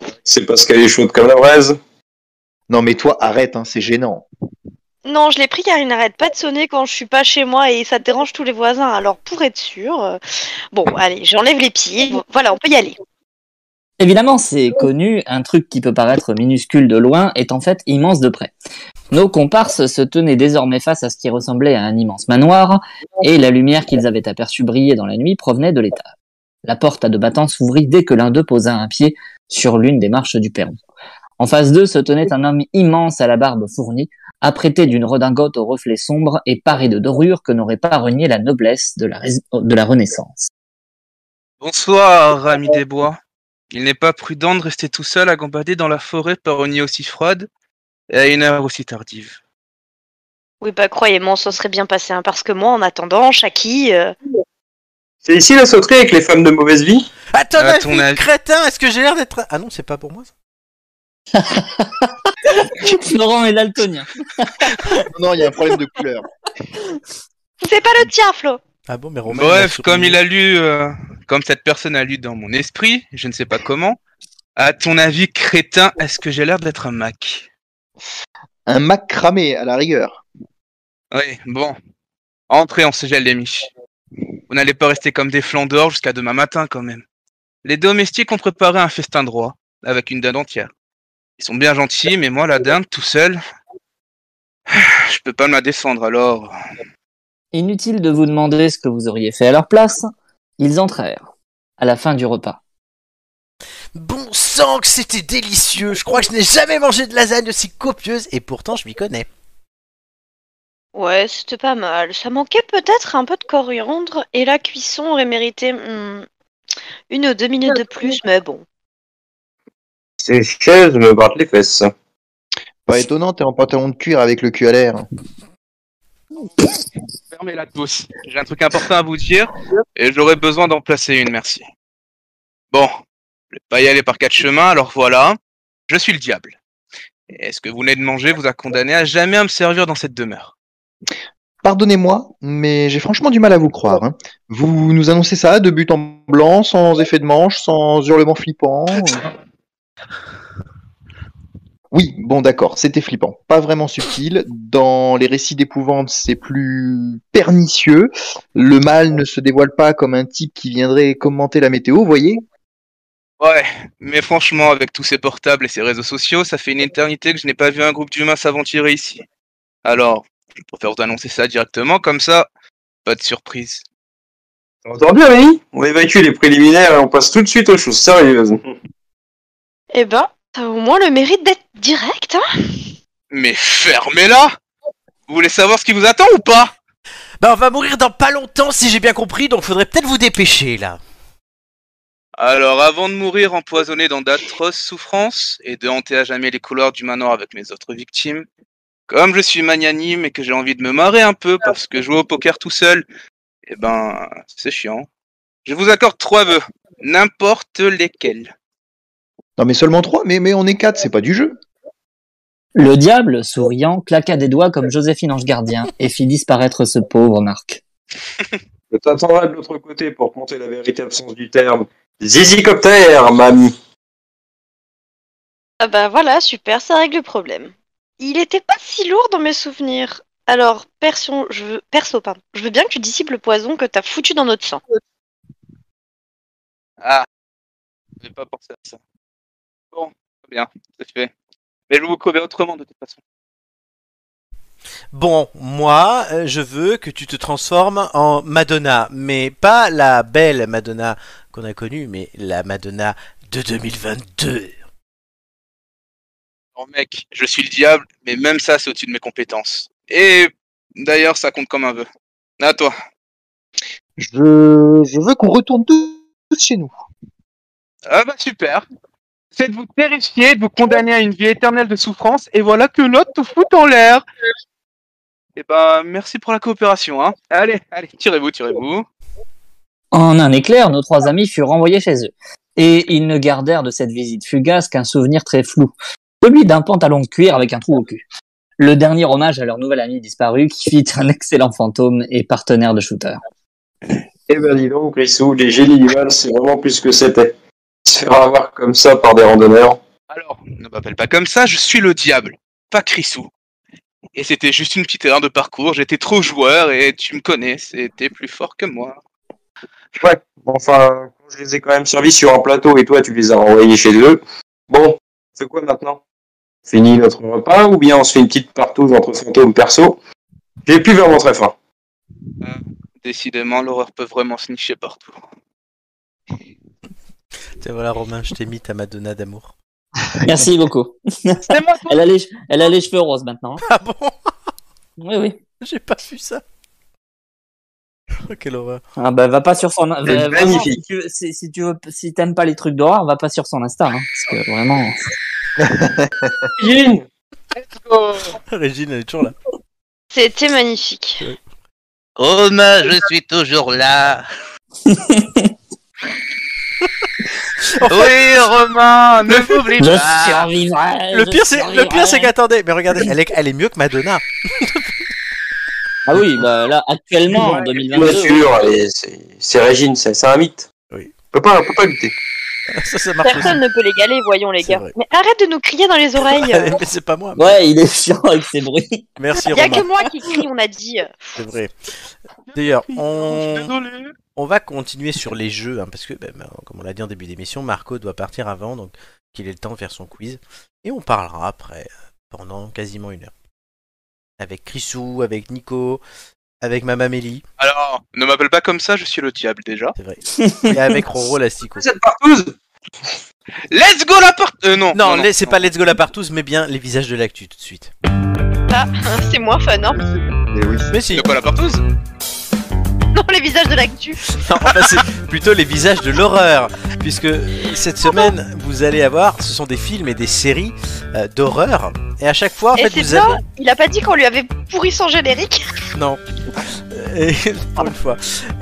main C'est parce qu'elle est chaude comme la braise. Non mais toi, arrête, hein, c'est gênant. Non, je l'ai pris car il n'arrête pas de sonner quand je suis pas chez moi et ça dérange tous les voisins. Alors pour être sûr, euh, bon, allez, j'enlève les pieds. Voilà, on peut y aller. Évidemment, c'est connu, un truc qui peut paraître minuscule de loin est en fait immense de près. Nos comparses se tenaient désormais face à ce qui ressemblait à un immense manoir, et la lumière qu'ils avaient aperçue briller dans la nuit provenait de l'étage. La porte à deux battants s'ouvrit dès que l'un d'eux posa un pied sur l'une des marches du perron. En face d'eux se tenait un homme immense à la barbe fournie, apprêté d'une redingote aux reflets sombres et paré de dorures que n'aurait pas renié la noblesse de la, rais- de la Renaissance. Bonsoir, ami des bois. Il n'est pas prudent de rester tout seul à gambader dans la forêt par une nuit aussi froide et à une heure aussi tardive. Oui, bah croyez-moi, ça serait bien passé, hein, parce que moi, en attendant, Shaki... euh, C'est ici la sauterie avec les femmes de mauvaise vie Attends, À ton avis. crétin, est-ce que j'ai l'air d'être. un- Ah non, c'est pas pour moi ça Florent est daltonien. non, il y a un problème de couleur. C'est pas le tien, Flo Ah bon, mais Romain. il a Bref, sur- comme il a lu, euh, comme cette personne a lu dans mon esprit, je ne sais pas comment. À ton avis, crétin, est-ce que j'ai l'air d'être un Mac Un Mac cramé, à la rigueur. Oui, bon. Entrez, on se gèle les miches. Vous n'allez pas rester comme des flancs dehors jusqu'à demain matin, quand même. Les domestiques ont préparé un festin droit, avec une dinde entière. Ils sont bien gentils, mais moi, la dinde, tout seul, je peux pas me la descendre, alors... Inutile de vous demander ce que vous auriez fait à leur place, ils entrèrent, à la fin du repas. Bon sang que c'était délicieux Je crois que je n'ai jamais mangé de lasagne aussi copieuse et pourtant je m'y connais. Ouais, c'était pas mal. Ça manquait peut-être un peu de coriandre, et la cuisson aurait mérité hmm, une ou deux minutes de plus, mais bon. Ces chaises me battent les fesses. Pas étonnant, t'es en pantalon de cuir avec le cul à l'air. Fermez-la tous. J'ai un truc important à vous dire, et j'aurais besoin d'en placer une, merci. Bon, je vais pas y aller par quatre chemins, alors voilà. Je suis le diable. Et ce que vous venez de manger vous a condamné à jamais à me servir dans cette demeure. Pardonnez-moi, mais j'ai franchement du mal à vous croire. hein. Vous nous annoncez ça de but en blanc, sans effet de manche, sans hurlement flippant. euh. Oui, bon d'accord, c'était flippant. Pas vraiment subtil. Dans les récits d'épouvante, c'est plus pernicieux. Le mal ne se dévoile pas comme un type qui viendrait commenter la météo, voyez Ouais, mais franchement, avec tous ces portables et ces réseaux sociaux, ça fait une éternité que je n'ai pas vu un groupe d'humains s'aventurer ici. Alors, je préfère vous annoncer ça directement, comme ça, pas de surprise. T'entends bien, Rémi On évacue les préliminaires et on passe tout de suite aux choses sérieuses. Eh ben, ça a au moins le mérite d'être direct, hein Mais fermez-la Vous voulez savoir ce qui vous attend ou pas Bah on va mourir dans pas longtemps si j'ai bien compris, donc faudrait peut-être vous dépêcher là. Alors, avant de mourir empoisonné dans d'atroces souffrances et de hanter à jamais les couloirs du manoir avec mes autres victimes, comme je suis magnanime et que j'ai envie de me marrer un peu parce que jouer au poker tout seul, eh ben, c'est chiant. Je vous accorde trois vœux, n'importe lesquels. Non mais seulement trois, mais, mais on est quatre, c'est pas du jeu. Le diable, souriant, claqua des doigts comme Joséphine Ange Gardien et fit disparaître ce pauvre Marc. Je t'attendrai de l'autre côté pour compter la véritable absence du terme. Zizicoptère, mamie Ah bah voilà, super, ça règle le problème. Il était pas si lourd dans mes souvenirs. Alors, perso, je veux, perso, pardon, je veux bien que tu dissipes le poison que t'as foutu dans notre sang. Ah, je n'ai pas pensé à ça. Bon, très bien, c'est fait. Mais je vais vous crever autrement de toute façon. Bon, moi, euh, je veux que tu te transformes en Madonna, mais pas la belle Madonna qu'on a connue, mais la Madonna de 2022. Bon Oh, mec, je suis le diable, mais même ça, c'est au-dessus de mes compétences. Et d'ailleurs, ça compte comme un vœu. À toi. Je, je veux qu'on retourne tous tous chez nous. Ah bah super. C'est de vous terrifier, de vous condamner à une vie éternelle de souffrance, et voilà que l'autre te fout en l'air. Eh ben, merci pour la coopération, hein. Allez, allez, tirez-vous, tirez-vous. En un éclair, nos trois amis furent renvoyés chez eux, et ils ne gardèrent de cette visite fugace qu'un souvenir très flou, celui d'un pantalon de cuir avec un trou au cul. Le dernier hommage à leur nouvel ami disparu qui fit un excellent fantôme et partenaire de shooter. Eh ben dis donc, Grissou, les génies du mal, c'est vraiment plus ce que c'était. Se faire avoir comme ça par des randonneurs. Ne m'appelle pas comme ça, je suis le diable, pas Crissou. Et c'était juste une petite erreur de parcours, j'étais trop joueur et tu me connais, c'était plus fort que moi. Ouais, enfin, je les ai quand même servis sur un plateau et toi, tu les as renvoyés chez eux. Bon, c'est quoi maintenant Fini notre repas ou bien on se fait une petite partouze entre fantômes perso J'ai plus vraiment très faim. Décidément, l'horreur peut vraiment se nicher partout. Tiens, voilà, Romain, je t'ai mis ta Madonna d'amour. Merci beaucoup. elle, a les, che- elle a les cheveux roses maintenant. Ah bon Oui, oui. J'ai pas vu ça. Oh, quelle horreur. Ah bah va pas sur son va- Elle est vraiment, magnifique. si tu veux- si, si tu veux si t'aimes pas les trucs d'horreur, va pas sur son Insta hein, parce que vraiment Régine Régine, elle est toujours là. C'était magnifique. Romain, je suis toujours là. oui, Romain, ne m'oublie Je pas. Eh bah, survivrai. Le pire, c'est, le pire, c'est qu'attendez, mais regardez, elle est, elle est mieux que Madonna. Ah oui, bah là actuellement en Bien 2022. sûr, allez, c'est c'est Régine, c'est c'est un mythe. Oui. On peut pas, on peut pas lutter. Ça, ça marche aussi. Personne ne peut les galer, voyons les gars. Mais arrête de nous crier dans les oreilles. mais c'est pas moi. Ouais, il est chiant avec ses bruits. Merci Il y a que Romain. moi qui crie, on a dit. C'est vrai. D'ailleurs, on... on va continuer sur les jeux, hein, parce que, ben, ben, comme on l'a dit en début d'émission, Marco doit partir avant, donc qu'il ait le temps de faire son quiz. Et on parlera après, euh, pendant quasiment une heure. Avec Chrisou, avec Nico, avec Mamamélie, Alors, ne m'appelle pas comme ça, je suis le diable déjà. C'est vrai. et avec Roro Lastico. Let's go la part. Euh, non. Non, laissez c'est pas Let's Go la partouze, mais bien les visages de l'actu tout de suite. Ah, c'est moins fun, hein Mais oui. Mais si. De quoi la partouze Non, les visages de l'actu. Non, enfin, c'est plutôt les visages de l'horreur, puisque cette semaine, vous allez avoir, ce sont des films et des séries euh, d'horreur, et à chaque fois, en Et fait, c'est vous bien, avez... il a pas dit qu'on lui avait pourri son générique. Non. Et, pour une fois.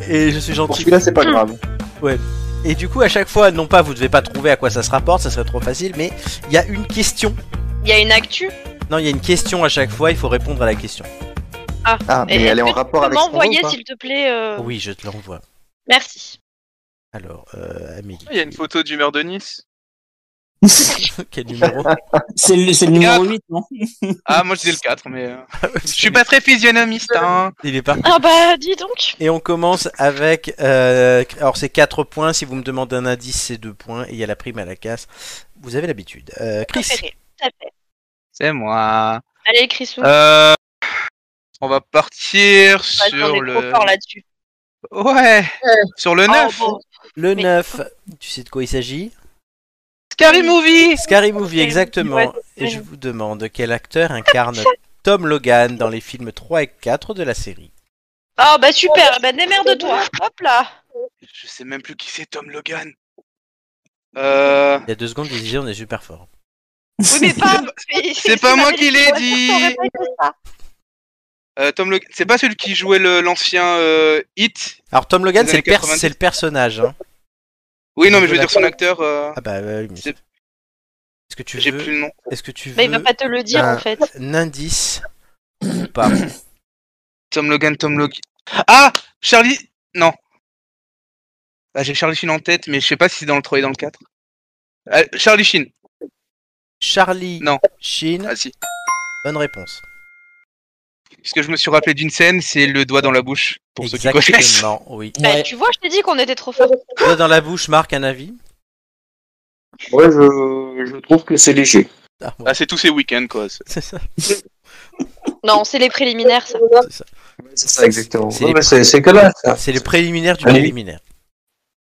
Et je suis gentil. Pour celui-là, c'est pas grave. Ouais. Et du coup, à chaque fois, non pas vous devez pas trouver à quoi ça se rapporte, ça serait trop facile, mais il y a une question. Il y a une actu. Non, il y a une question à chaque fois, il faut répondre à la question. Ah, Ah, mais Et elle est en est-ce que tu rapport peux avec ce qu'on veut m'envoyer, ou pas s'il te plaît. euh, Oui, je te l'envoie. Merci. Alors, euh, Amélie, Il y a une photo du maire de Nice. quel numéro C'est le, c'est le numéro 8, non Ah, moi je dis le 4, mais. euh, Je suis pas très physionomiste, hein. Il est parti. Ah bah, dis donc. Et on commence avec. euh, alors, c'est 4 points. Si vous me demandez un indice, c'est 2 points. Et il y a la prime à la casse. Vous avez l'habitude. Euh, Chris, Préféré. tout à fait. C'est moi. Allez, Chrisou. Euh, On va partir Vas-y, on sur est le. trop fort là-dessus. Ouais. Sur le 9. Oh, bon. le Mais- 9, tu sais de quoi il s'agit Scary Movie. Scary Movie, Ouais, ouais, exactement. c'est Et je vous demande quel acteur incarne Tom Logan dans les films 3 et 4 de la série. Ah bah super, bah démerde-toi. Hop là. Je sais même plus qui c'est Tom Logan. Euh. Il y a deux secondes, vous disiez on est super fort. Oui, mais pas. C'est pas moi qui l'ai Ouais, dit. pourtant, répète ça. euh, Tom Logan. C'est pas celui qui jouait le- l'ancien euh, Hit. Alors, Tom Logan, Des c'est le, années pers- 90. c'est le personnage. hein. Oui, non, mais je veux dire son acteur. euh, Ah bah, ouais, mais- C'est- Est-ce que tu J'ai plus veux, le nom. est-ce que tu veux Bah, il va pas te le dire un, Euh, en fait. Bah, un indice ou pas Tom Logan, Tom Logan. Ah Charlie. Non. Ah, J'ai Charlie Sheen en tête, mais je sais pas si c'est dans le 3 et dans le 4. Ah, Charlie Sheen. Charlie Non. Sheen, Ah si. bonne réponse. Parce que je me suis rappelé d'une scène, c'est le doigt dans la bouche. Pour ceux qui connaissent. Exactement, oui. Bah, tu vois, je t'ai dit qu'on était trop fort. Doigt dans la bouche, Marc, un avis Ouais, je, je trouve que c'est léger. Ah, bon, Ah, c'est tous ces week-ends, quoi. c'est ça. Non, c'est les préliminaires, ça. C'est ça, exactement. C'est- Ouais, bah, C'est c'est que là. ça. C'est le préliminaire du Allez. préliminaire.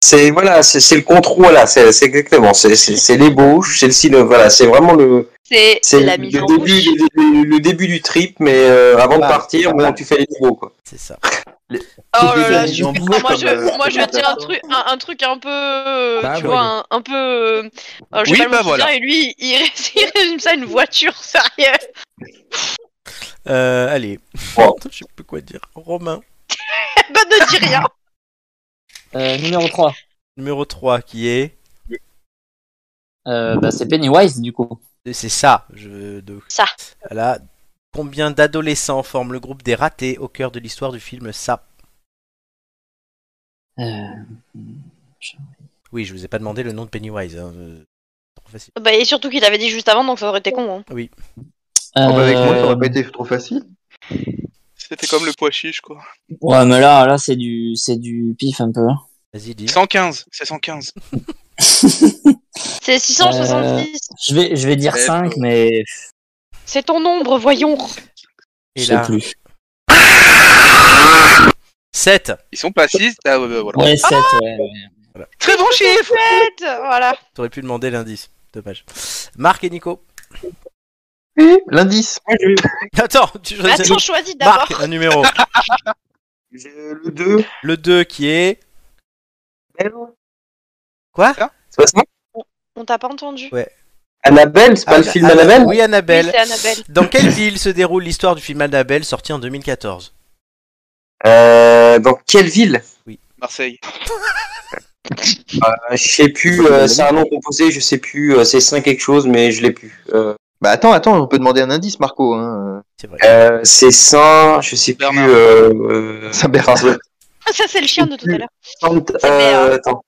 C'est voilà, c'est c'est le contrôle là, c'est c'est exactement, c'est c'est- c'est l'ébauche, c'est le signe, voilà, c'est vraiment le, C'est c'est la le mise en début, bouche. le, le début du trip, mais euh, avant de Ah, partir, voilà. bon, tu fais les niveaux quoi. C'est ça. Oh là là, Des super. animaux moi comme, euh, je, moi, je comme dis un truc, un, un truc un peu, euh, Bah, tu voyons. vois, un, un peu, euh, euh, je Oui, sais pas bah, le mot voilà. bien, et lui, il, ré- il résume ça à une voiture, sérieux. Euh, allez. Bon. Je sais plus quoi dire. Romain, bah ne dis rien. Euh, numéro 3. numéro 3, qui est. Euh, bah, c'est Pennywise du coup. C'est ça. Je... de- Ça. Voilà. Combien d'adolescents forment le groupe des ratés au cœur de l'histoire du film Ça Euh, Oui, je vous ai pas demandé le nom de Pennywise. hein, euh, Trop facile. Bah, et surtout qu'il avait dit juste avant, donc ça aurait été con. Hein. Ah, Oh, bah, avec moi, ça euh, aurait pas été trop facile. C'était comme le pois chiche, quoi. Ouais, mais là, là c'est du, c'est du pif un peu. hein. Vas-y, dis. 115, c'est 115. C'est 666. Je vais, je vais dire Ouais, 5, mais C'est ton nombre, voyons. je Et sais là, plus. 7. Ils sont pas 6. Ah, ouais, ouais, voilà. Ouais, 7, ouais. Très bon chiffre Faites, Voilà. T'aurais pu demander l'indice. Dommage. Marc et Nico. Et L'indice. Attends, tu choisis Attends, choisis d'abord. Marc, euh, un numéro. J'ai le 2. Le 2 qui est. C'est pas ça On t'a pas entendu. Ouais, Annabelle, c'est pas le film Ah, Anna- Annabelle Oui, Oui, Annabelle. c'est Annabelle. Dans quelle ville se déroule l'histoire du film Annabelle sorti en 2014 Euh, dans quelle ville Marseille. Euh, Je sais plus, euh, c'est un nom composé, je sais plus, euh, c'est 5 quelque chose, mais je l'ai plus. Euh, Bah attends, attends, on peut demander un indice, Marco. Hein. C'est vrai. euh, c'est Saint, je sais plus. Bernard. Euh, euh, Saint-Bernard. Saint- Ah, ça, c'est le chien de tout à l'heure. Santa- C'est Bernard. euh, attends.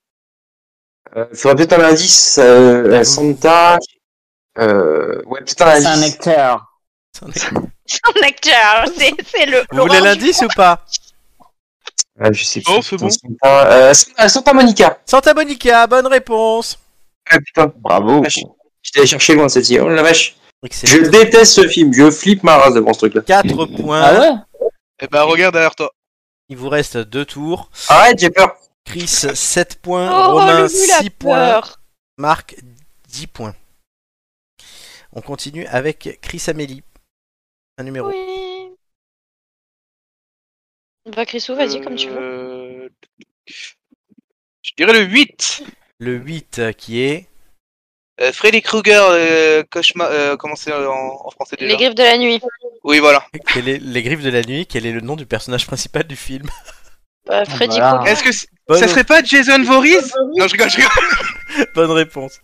Euh, faudrait peut-être un indice. Euh, euh, Santa. Euh, ouais, peut-être un C'est un indice. nectar. Son acteur, c'est c'est le. Vous voulez l'indice ou pas Euh, je sais plus. Non, Oh, c'est putain, bon. Santa, euh, Santa- Santa Monica. Santa Monica, bonne réponse. Ah putain, Bravo. vache. J'étais allé chercher loin cette fille. Oh la vache. Je Excellent. déteste ce film. Je flippe ma race devant ce truc-là. 4 points. Ah ouais Eh ben, regarde derrière toi. Il vous reste 2 tours. Arrête, j'ai peur. Chris, 7 points. Oh, Romain, le nul a 6 points. peur. Marc, 10 points. On continue avec Chris Amélie. Un numéro. Oui. Bah, Chrisou, vas-y, comme tu veux. Euh, Je dirais le 8. Le 8 qui est. Euh, Freddy Krueger, euh, cauchemar. euh, comment c'est en, en français déjà Les griffes de la nuit. Euh, Oui, voilà. Quel est- Les griffes de la nuit. Quel est le nom du personnage principal du film Bah, Freddy Ah, Voilà. Krueger. Est-ce que c'est- bonne, ça serait pas Jason Voorhees Non, je rigole, je rigole. bonne réponse.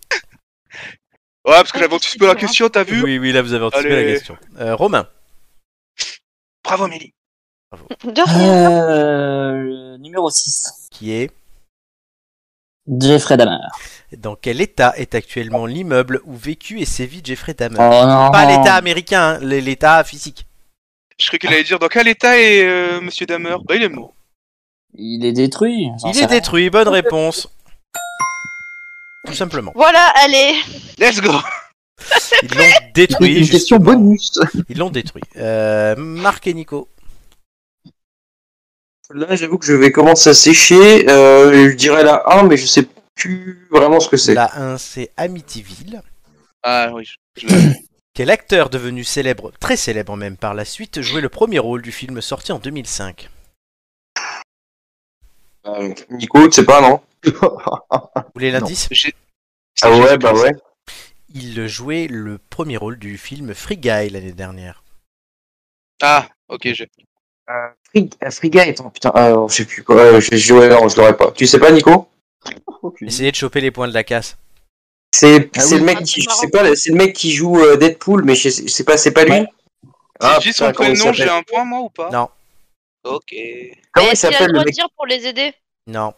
Ouais, parce que j'avais anticipé la question, t'as vu Oui, oui, là vous avez anticipé Allez. la question. Euh, Romain. Bravo, Amélie. De Ah. rien. Euh, numéro 6. qui est Jeffrey Dahmer. dans quel état est actuellement l'immeuble où vécut et sévit Jeffrey Dahmer Oh non. Pas l'état américain, hein, l'é- l'état physique. Je croyais qu'il allait dire dans quel état est euh, Monsieur Dahmer Bah, il est mort. Il est détruit. j'en Il sais est rien. détruit, bonne réponse. Tout simplement. Voilà, allez. Let's go Ils l'ont détruit. une question justement. bonus. Ils l'ont détruit. Euh, Marc et Nico. Là, j'avoue que je vais commencer à sécher. Euh, je dirais la 1, mais je sais plus vraiment ce que c'est. La 1, c'est Amityville. Ah oui, je- je l'avais. Quel acteur devenu célèbre, très célèbre même par la suite, jouait le premier rôle du film sorti en 2005 Euh, Nico, tu sais pas, non Vous voulez l'indice J'ai- Ah ouais, bah ouais. Il jouait le premier rôle du film Free Guy l'année dernière. Ah, ok, j'ai. Free, euh, Free Guy, attends, putain, euh, je sais plus quoi. Euh, je, je, ouais, non, je l'aurais pas. Tu sais pas, Nico Essayez de choper les points de la casse. C'est Ah c'est oui. le mec Ah, qui, c'est je sais pas, c'est le mec qui joue euh, Deadpool, mais je sais, je sais pas, c'est pas lui. Ouais. Ah, si je dis putain, son comment il prénom, j'ai s'appelle un point, moi, ou pas Non. Ok. Comment il Et Est-ce qu'il a le s'appelle droit le de mec dire pour les aider Non.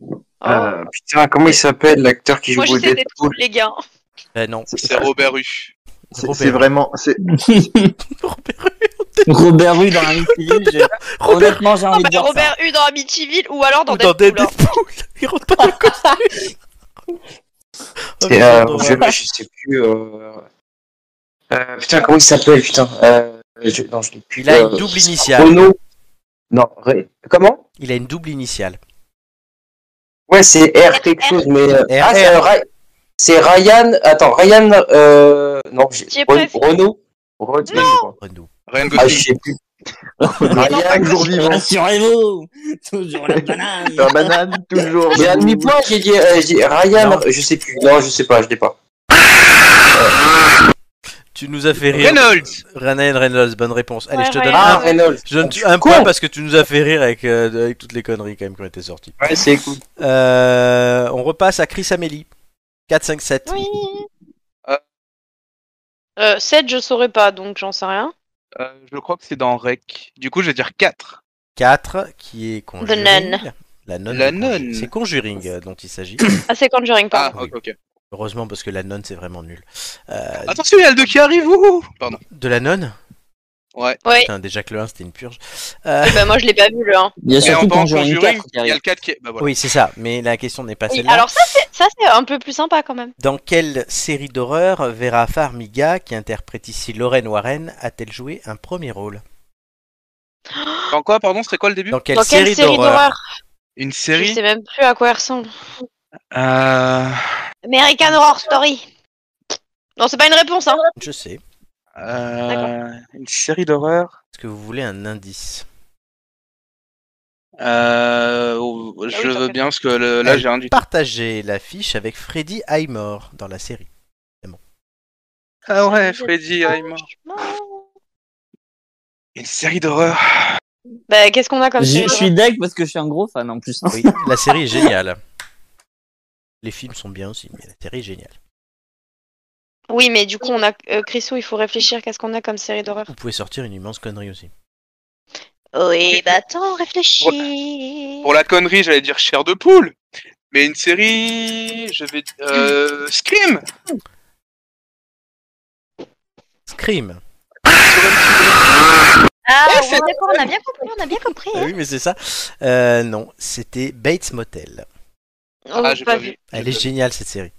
Oh. Ah, Putain, comment il s'appelle l'acteur qui joue Moi, je sais des Deadpool les gars. Euh, non. C'est Robert Hu. C'est Robert. c'est vraiment. c'est- Robert, Robert Rue dans la vie civile, j'ai- Robert honnêtement j'ai Non, envie de mais dire Ah, bah, Robert U dans Amityville ou alors dans dans, dans Deadpool. hein. Deadpool. Il rentre pas dans le costume. C'est, euh, Oh, je, putain, je sais plus. Euh... euh, putain, comment il s'appelle, putain euh, je, non, je l'ai plus. Il a euh, une double initiale. Renaud. Non, Ré- comment Il a une double initiale. Ouais, c'est R quelque chose, mais. euh, R. ah, c'est, euh, Ry- c'est Ryan. Attends, Ryan. Euh... Non, j'ai... J'y ai Ren- presque. Renaud. Re- Renaud. Ryan Ah, je Gosling. sais plus. Non, Ryan, pas toujours Gosling. vivant. Rassurez-vous Toujours la banane La banane, toujours. J'ai un demi-point, j'ai dit, euh, j'ai dit Ryan. Non. Je sais plus. Non, je sais pas, je l'ai pas. Tu nous as fait rire. Reynolds Ryan Reynolds, bonne réponse. Allez, Ouais, je te donne Ryan. Ah, un. ouais. Reynolds. Je donne un Quoi point parce que tu nous as fait rire avec, euh, avec toutes les conneries quand même qui ont été sorties. Ouais, c'est cool. Euh, on repasse à Chris Amélie. 4, 5, 7. hein. Oui. Euh. Euh, 7, je saurais pas, donc j'en sais rien. Euh, Je crois que c'est dans Rec. Du coup, je vais dire 4. 4 qui est Conjuring. nonne. La nonne. La de Conjuring. nonne. C'est Conjuring euh, dont il s'agit. Ah, c'est Conjuring, Ah, pardon. oui. ok, ok. Heureusement parce que la nonne c'est vraiment nul. Euh, Attention, il y a le 2 qui arrive, ouh Pardon. de la nonne Ouais. Ouais. Putain, déjà que le 1 c'était une purge. Euh, Eh ben, moi, je l'ai pas vu le 1. Il y a Et en surtout tant quand que je une Conjuring, 4 qui il y a arrive. le 4 qui est. Bah voilà. Oui, c'est ça, mais la question n'est pas Oui, celle-là. alors ça, c'est ça, c'est un peu plus sympa quand même. Dans quelle série d'horreur Vera Farmiga, qui interprète ici Lorraine Warren, a-t-elle joué un premier rôle Dans quoi, pardon, c'était quoi le début Dans quelle Dans quelle série d'horreur Une Je série sais même plus à quoi elle ressemble. Euh, American Horror Story. Non, c'est pas une réponse, hein. Je sais. Est-ce euh, D'accord. Une série d'horreur que vous voulez un indice euh, Je oui, t'en veux fais. bien, parce que le- là, Elle j'ai rien du tout. Partagez l'affiche avec Freddy Highmore dans la série. Ah ouais, Freddy, Raymond. Franchement. Une série d'horreur. Bah, qu'est-ce qu'on a comme Je série je suis deck parce que je suis un gros fan en plus. Oui, la série est géniale. Les films sont bien aussi, mais la série est géniale. Oui, mais du coup, on a euh, Chrisou, il faut réfléchir qu'est-ce qu'on a comme série d'horreur. Vous pouvez sortir une immense connerie aussi. Oui, bah attends, réfléchis. Pour la connerie, j'allais dire chair de poule. Mais une série. Je vais. Euh, Scream Scream Ah, Eh, ouais, c'est- d'accord, on a bien compris, on a bien compris. Ah hein. Oui, mais c'est ça. Euh, non, c'était Bates Motel. On Ah, l'a j'ai pas pas vu. vu. Elle est géniale cette série.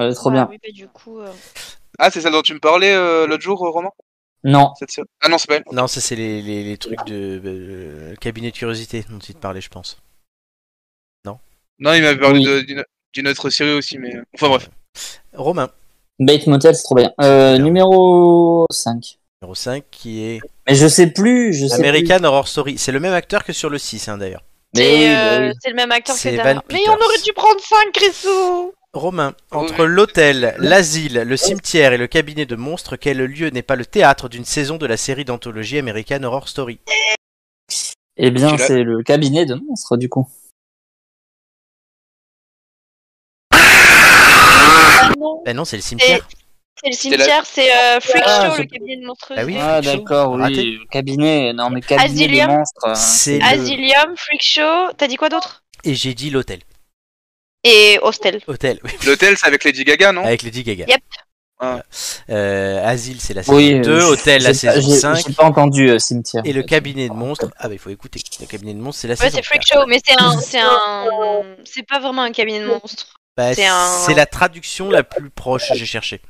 Euh, trop Ah bien. oui, bah, du coup, euh, Ah, c'est celle dont tu me parlais euh, l'autre jour, euh, Roman Non. Cette série Ah non, c'est pas elle. Non, ça c'est les, les- les trucs de euh, cabinet de curiosité dont il te parlait, je pense. Non, il m'avait parlé Oui. de- d'une- d'une autre série aussi, mais. euh, Enfin bref. Romain, Bait Motel, c'est trop bien. Euh, Bien. numéro 5. numéro 5, qui est Mais je sais plus, je sais plus. American Horror Story. C'est le même acteur que sur le 6, hein, d'ailleurs. Mais et, oui, bah euh, oui. c'est le même acteur C'est que Van derrière. Mais on Peters. aurait dû prendre 5, Chrisou. Romain, Oh, entre oui. l'hôtel, l'asile, le cimetière et le cabinet de monstres, quel lieu n'est pas le théâtre d'une saison de la série d'anthologie American Horror Story Eh bien, Tu l'as- c'est le cabinet de monstres, du coup. Ah, non. Ben non, c'est le C'est cimetière. c'est le la- cimetière, c'est euh, Freak Ah, Show, c'est- le cabinet de monstrueux. Ah oui, Ah, Freak Show. d'accord, oui. Raté. Le cabinet, non, mais cabinet Asylum. de monstres. hein. C'est le... Asylum, Freak Show, t'as dit quoi d'autre Et j'ai dit l'hôtel. Et Hostel. Hôtel, oui. L'hôtel, c'est avec Lady Gaga, non Avec Lady Gaga. Yep. Ah. Euh, Asile, c'est la saison Oui, 2, euh, Hôtel, la j'ai pas- saison j'ai- 5, J'ai pas entendu euh, cimetière. et le cabinet de monstres. Ah, bah il faut écouter. Le cabinet de monstres, c'est la Ouais, saison c'est Freak 4. Show, mais c'est un, c'est un, c'est pas vraiment un cabinet de monstres. Bah, C'est un- C'est la traduction la plus proche, j'ai cherché.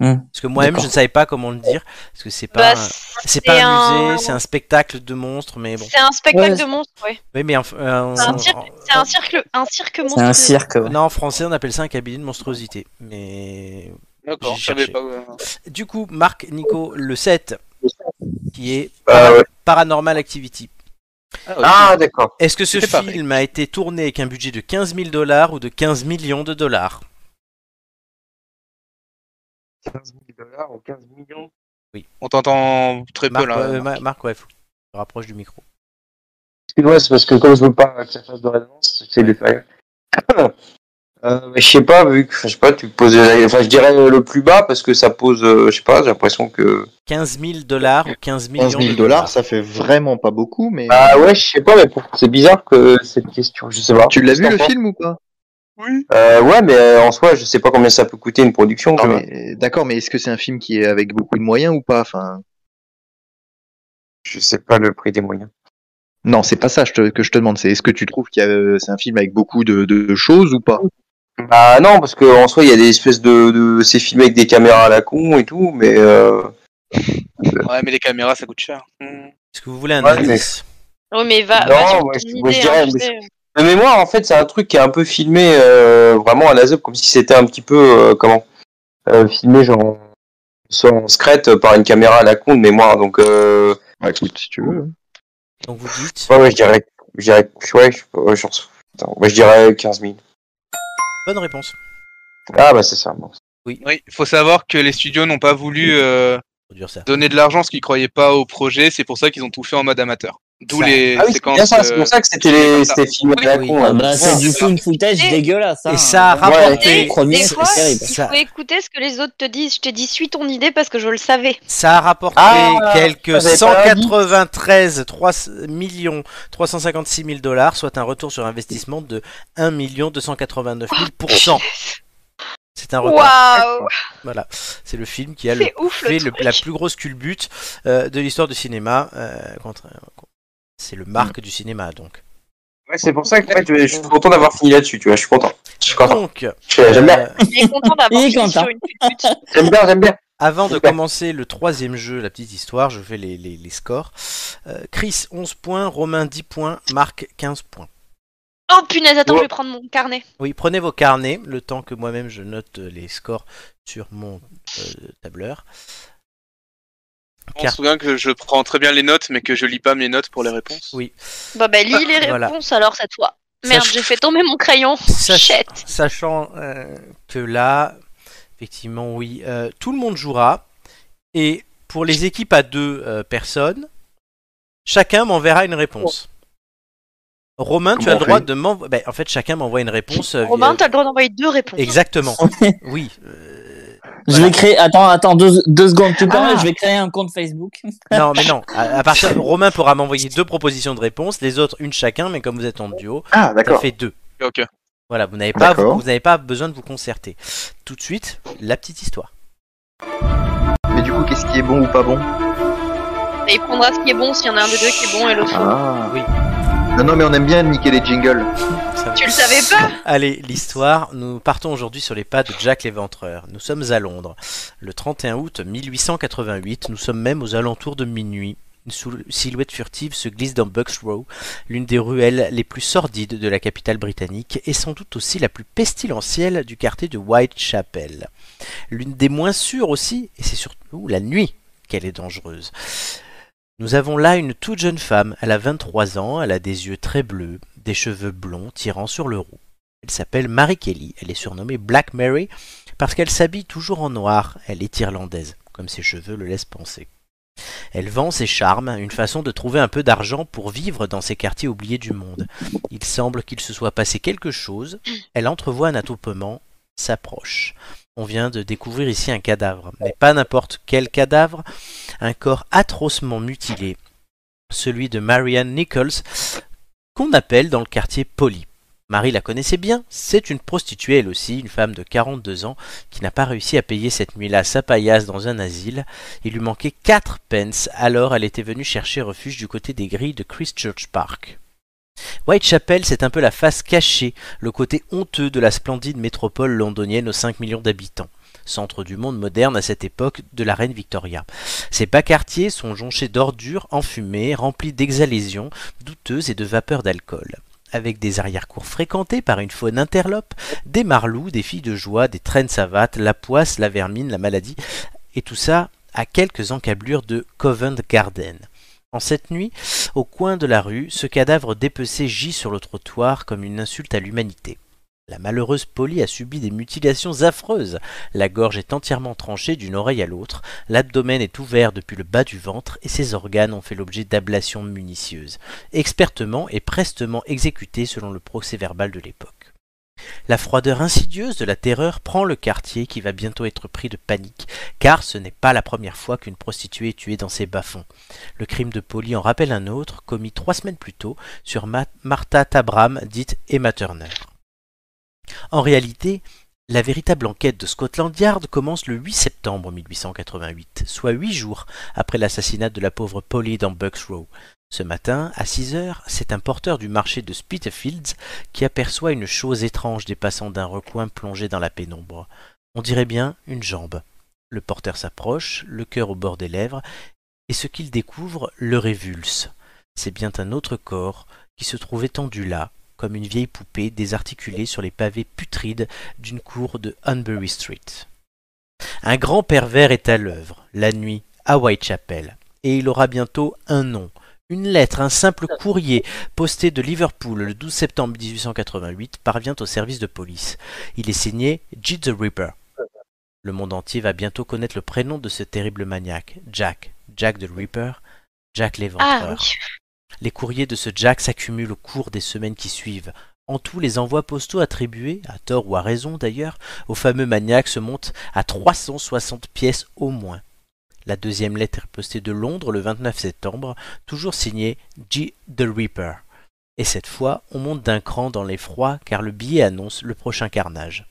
Hmm. Parce que moi-même, je D'accord. ne savais pas comment le dire. Parce que c'est Bah, pas. un- C'est pas un musée, c'est un spectacle de monstres, mais bon. C'est un spectacle Ouais. de monstres, ouais. Oui, mais en, euh, en- C'est un en- cirque, c'est un cirque, un cirque C'est monstrueux. un cirque. ouais. non, en français, on appelle ça un cabinet de monstruosité. Mais D'accord, j'ai je savais cherché. pas. euh, du coup, Marc, Nico, le 7, qui est Ah ouais. Paranormal Activity. Ah, d'accord. Est-ce que ce C'était pareil. film a été tourné avec un budget de 15 000 dollars ou de 15 millions de dollars 15 000 dollars ou 15 millions On t'entend très peu Marc, là. euh, Ma- Marc, ouais, faut que tu te rapproches du micro. Excuse-moi, c'est parce que comme je veux pas que ça fasse de résonance, c'est de faire. Euh, mais je sais pas, vu que je sais pas, tu poses, enfin, je dirais euh, le plus bas parce que ça pose, euh, je sais pas, j'ai l'impression que. 15 000 dollars ou 15 millions 15 000 de dollars, ça fait vraiment pas beaucoup, mais. Ah ouais, je sais pas, mais pour- c'est bizarre que cette question, je sais pas. tu l'as Qu'est-ce vu le que t'en film ou pas Oui. penses Euh, Ouais, mais euh, en soi, je sais pas combien ça peut coûter une production. tu Non, vois. mais- euh, D'accord, mais est-ce que c'est un film qui est avec beaucoup de moyens ou pas enfin... Je sais pas le prix des moyens. Non, c'est pas ça je te- que je te demande. C'est est-ce que tu trouves que euh, c'est un film avec beaucoup de, de choses ou pas Bah non, parce que en soi, il y a des espèces de, de c'est filmé avec des caméras à la con et tout, mais euh, Ouais, mais les caméras, ça coûte cher. Hmm. Est-ce que vous voulez un Ouais, indice Oui, Oh, mais va, Non, va sur moi, ton je- idée, moi, je hein, dirais, tu mais sais. de mémoire, en fait, c'est un truc qui est un peu filmé euh, vraiment à la zob, comme si c'était un petit peu euh, comment euh, filmé genre sans secrète euh, par une caméra à la con de mémoire. Donc euh, Bah, Écoute, si tu veux. Donc vous dites ouais, ouais, je dirais, je dirais, ouais, je, ouais, je, putain, ouais, je dirais 15 000. bonne réponse. Ah bah c'est ça. bon. Oui, faut savoir que les studios n'ont pas voulu euh, Faut dire ça. donner de l'argent parce qu'ils croyaient pas au projet, c'est pour ça qu'ils ont tout fait en mode amateur. D'où Ça- les Ah oui, c'est séquences. bien ça. C'est euh, pour ça que c'était filmées les, comme ça. c'était filmé à la Oui, con. ah hein. bah, c'est du film footage Et- dégueulasse. hein. Et ça a Ouais, rapporté, le premier, Des c'est fois, terrible. Il faut écouter ce que les autres te disent. Je t'ai dit, suis ton idée parce que je le savais. ça a rapporté Ah, quelques j'avais pas 193 3, millions 356 000 dollars, soit un retour sur investissement de 1 289 000 pour cent. C'est un retour. Waouh Voilà. C'est C'est le film qui a le, C'est ouf, le fait le- truc. la plus grosse culbute euh, de l'histoire du cinéma. euh, contre- c'est le marque du cinéma, donc. Ouais, c'est pour ça que ouais, tu- je suis content d'avoir fini là-dessus, tu vois, je suis content. Je suis content. Donc, Je- J'aime bien, euh, Il est content d'avoir Il est fini content. sur une pute. j'aime bien, j'aime bien. Avant de Super. commencer le troisième jeu, la petite histoire, je fais les, les- les scores. Euh, Chris 11 points, Romain 10 points, Marc 15 points. Oh punaise, attends, Ouais. je vais prendre mon carnet. Oui, prenez vos carnets, le temps que moi-même je note euh, les scores sur mon euh, tableur. On Car- se souvient que je prends très bien les notes, mais que je lis pas mes notes pour les réponses. Oui. Bah bah lis les Voilà. réponses alors cette fois. Merde, Sach- j'ai fait tomber mon crayon. Sach- Shit. Sachant euh, que là, effectivement, oui, euh, tout le monde jouera. Et pour les équipes à deux euh, personnes, chacun m'enverra une réponse. Romain, tu as le droit de m'envoyer. en fait, chacun m'envoie une réponse. euh, Romain, via- t'as le droit d'envoyer deux réponses. Exactement. Oui. euh, Je vais créer. Attends, attends, deux, deux secondes, tu parles. Ah. Je vais créer un compte Facebook. Non, mais non. À, à partir, Romain pourra m'envoyer deux propositions de réponse, les autres une chacun, mais comme vous êtes en duo, Ah, ça d'accord. fait deux. Ok. Voilà, vous n'avez pas, D'accord. vous, n'avez pas besoin de vous concerter. Tout de suite, la petite histoire. Mais du coup, qu'est-ce qui est bon ou pas bon Et il prendra ce qui est bon s'il y en a un des deux qui est bon et l'autre. Ah, Oui. Non, non, mais on aime bien niquer les jingles. Ça va. Tu le savais pas Allez, l'histoire. Nous partons aujourd'hui sur les pas de Jack l'Éventreur. Nous sommes à Londres, le 31 août 1888. Nous sommes même aux alentours de minuit. Une sou- silhouette furtive se glisse dans Bucks Row, l'une des ruelles les plus sordides de la capitale britannique et sans doute aussi la plus pestilentielle du quartier de Whitechapel. L'une des moins sûres aussi, et c'est surtout la nuit qu'elle est dangereuse. Nous avons là une toute jeune femme. Elle a 23 ans, elle a des yeux très bleus, des cheveux blonds tirant sur le roux. Elle s'appelle Mary Kelly. Elle est surnommée Black Mary parce qu'elle s'habille toujours en noir. Elle est irlandaise, comme ses cheveux le laissent penser. Elle vend ses charmes, une façon de trouver un peu d'argent pour vivre dans ces quartiers oubliés du monde. Il semble qu'il se soit passé quelque chose. Elle entrevoit un attroupement, s'approche. On vient de découvrir ici un cadavre, mais pas n'importe quel cadavre, un corps atrocement mutilé, celui de Marianne Nichols, qu'on appelle dans le quartier poli. Marie la connaissait bien, c'est une prostituée elle aussi, une femme de 42 ans, qui n'a pas réussi à payer cette nuit-là sa paillasse dans un asile. Il lui manquait 4 pence, alors elle était venue chercher refuge du côté des grilles de Christchurch Park. Whitechapel, c'est un peu la face cachée, le côté honteux de la splendide métropole londonienne aux 5 millions d'habitants. Centre du monde moderne à cette époque de la reine Victoria. Ces bas quartiers sont jonchés d'ordures enfumées, remplis d'exhalésions douteuses et de vapeurs d'alcool avec des arrière-cours fréquentés par une faune interlope, des marlous, des filles de joie, des traînes savates, la poisse, la vermine, la maladie, et tout ça à quelques encablures de Covent Garden. En cette nuit, au coin de la rue, ce cadavre dépecé gît sur le trottoir comme une insulte à l'humanité. La malheureuse Polly a subi des mutilations affreuses. La gorge est entièrement tranchée d'une oreille à l'autre, l'abdomen est ouvert depuis le bas du ventre et ses organes ont fait l'objet d'ablations munitieuses expertement et prestement exécuté selon le procès verbal de l'époque. La froideur insidieuse de la terreur prend le quartier qui va bientôt être pris de panique, car ce n'est pas la première fois qu'une prostituée est tuée dans ces bas-fonds. Le crime de Polly en rappelle un autre, commis trois semaines plus tôt sur Ma- Martha Tabram, dite Emma Turner. En réalité, la véritable enquête de Scotland Yard commence le 8 septembre 1888, soit huit jours après l'assassinat de la pauvre Polly dans Bucks Row. Ce matin, à 6 heures, c'est un porteur du marché de Spitalfields qui aperçoit une chose étrange dépassant d'un recoin plongé dans la pénombre. On dirait bien une jambe. Le porteur s'approche, le cœur au bord des lèvres, et ce qu'il découvre le révulse. C'est bien un autre corps qui se trouvait tendu là, comme une vieille poupée désarticulée sur les pavés putrides d'une cour de Hanbury Street. Un grand pervers est à l'œuvre, la nuit, à Whitechapel, et il aura bientôt un nom une lettre, un simple courrier posté de Liverpool le 12 septembre 1888 parvient au service de police. Il est signé Jid the Ripper. Le monde entier va bientôt connaître le prénom de ce terrible maniaque, Jack, Jack the Ripper, Jack Ah l'éventreur. oui. Les courriers de ce Jack s'accumulent au cours des semaines qui suivent. En tout, les envois postaux attribués, à tort ou à raison d'ailleurs, au fameux maniaque se montent à 360 pièces au moins. La deuxième lettre est postée de Londres le 29 septembre, toujours signée G. The Reaper. Et cette fois, on monte d'un cran dans l'effroi car le billet annonce le prochain carnage.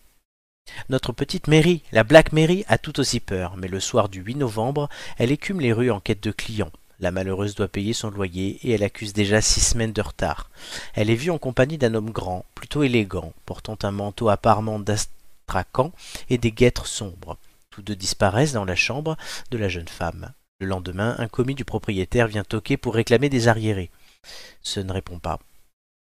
Notre petite mairie, la Black Mairie, a tout aussi peur, mais le soir du 8 novembre, elle écume les rues en quête de clients. La malheureuse doit payer son loyer et elle accuse déjà six semaines de retard. Elle est vue en compagnie d'un homme grand, plutôt élégant, portant un manteau apparemment d'astracan et des guêtres sombres. Tous deux disparaissent dans la chambre de la jeune femme. Le lendemain, un commis du propriétaire vient toquer pour réclamer des arriérés. Ce ne répond pas.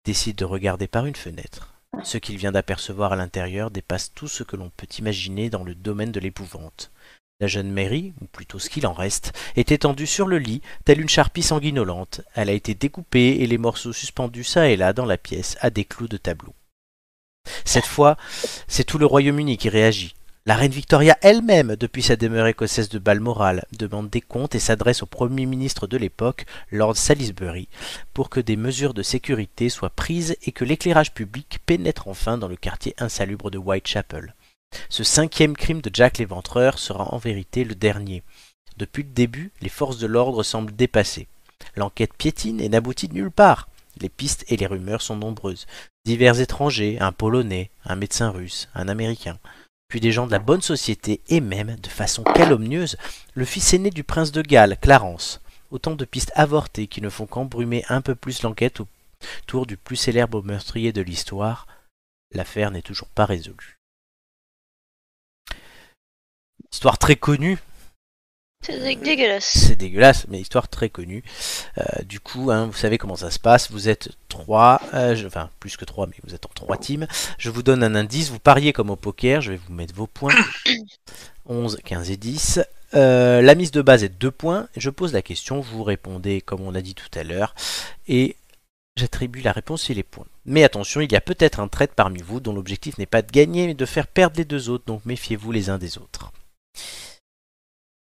Décide de regarder par une fenêtre. Ce qu'il vient d'apercevoir à l'intérieur dépasse tout ce que l'on peut imaginer dans le domaine de l'épouvante. La jeune Mary, ou plutôt ce qu'il en reste, est étendue sur le lit, telle une charpie sanguinolente. Elle a été découpée et les morceaux suspendus çà et là dans la pièce à des clous de tableau. Cette fois, c'est tout le Royaume-Uni qui réagit. La reine Victoria elle-même, depuis sa demeure écossaise de Balmoral, demande des comptes et s'adresse au Premier ministre de l'époque, Lord Salisbury, pour que des mesures de sécurité soient prises et que l'éclairage public pénètre enfin dans le quartier insalubre de Whitechapel. Ce cinquième crime de Jack l'Éventreur sera en vérité le dernier. Depuis le début, les forces de l'ordre semblent dépassées. L'enquête piétine et n'aboutit nulle part. Les pistes et les rumeurs sont nombreuses. Divers étrangers, un Polonais, un médecin russe, un Américain puis des gens de la bonne société et même, de façon calomnieuse, le fils aîné du prince de Galles, Clarence. Autant de pistes avortées qui ne font qu'embrumer un peu plus l'enquête autour du plus célèbre meurtrier de l'histoire. L'affaire n'est toujours pas résolue. Histoire très connue. C'est dégueulasse. C'est dégueulasse, mais histoire très connue. Euh, du coup, hein, vous savez comment ça se passe. Vous êtes trois, euh, je- enfin plus que trois, mais vous êtes en trois teams. Je vous donne un indice. Vous pariez comme au poker. Je vais vous mettre vos points. 11, 15 et 10. Euh, la mise de base est 2 points. Je pose la question, vous répondez comme on a dit tout à l'heure, et j'attribue la réponse et les points. Mais attention, il y a peut-être un traître parmi vous dont l'objectif n'est pas de gagner, mais de faire perdre les deux autres, donc méfiez-vous les uns des autres.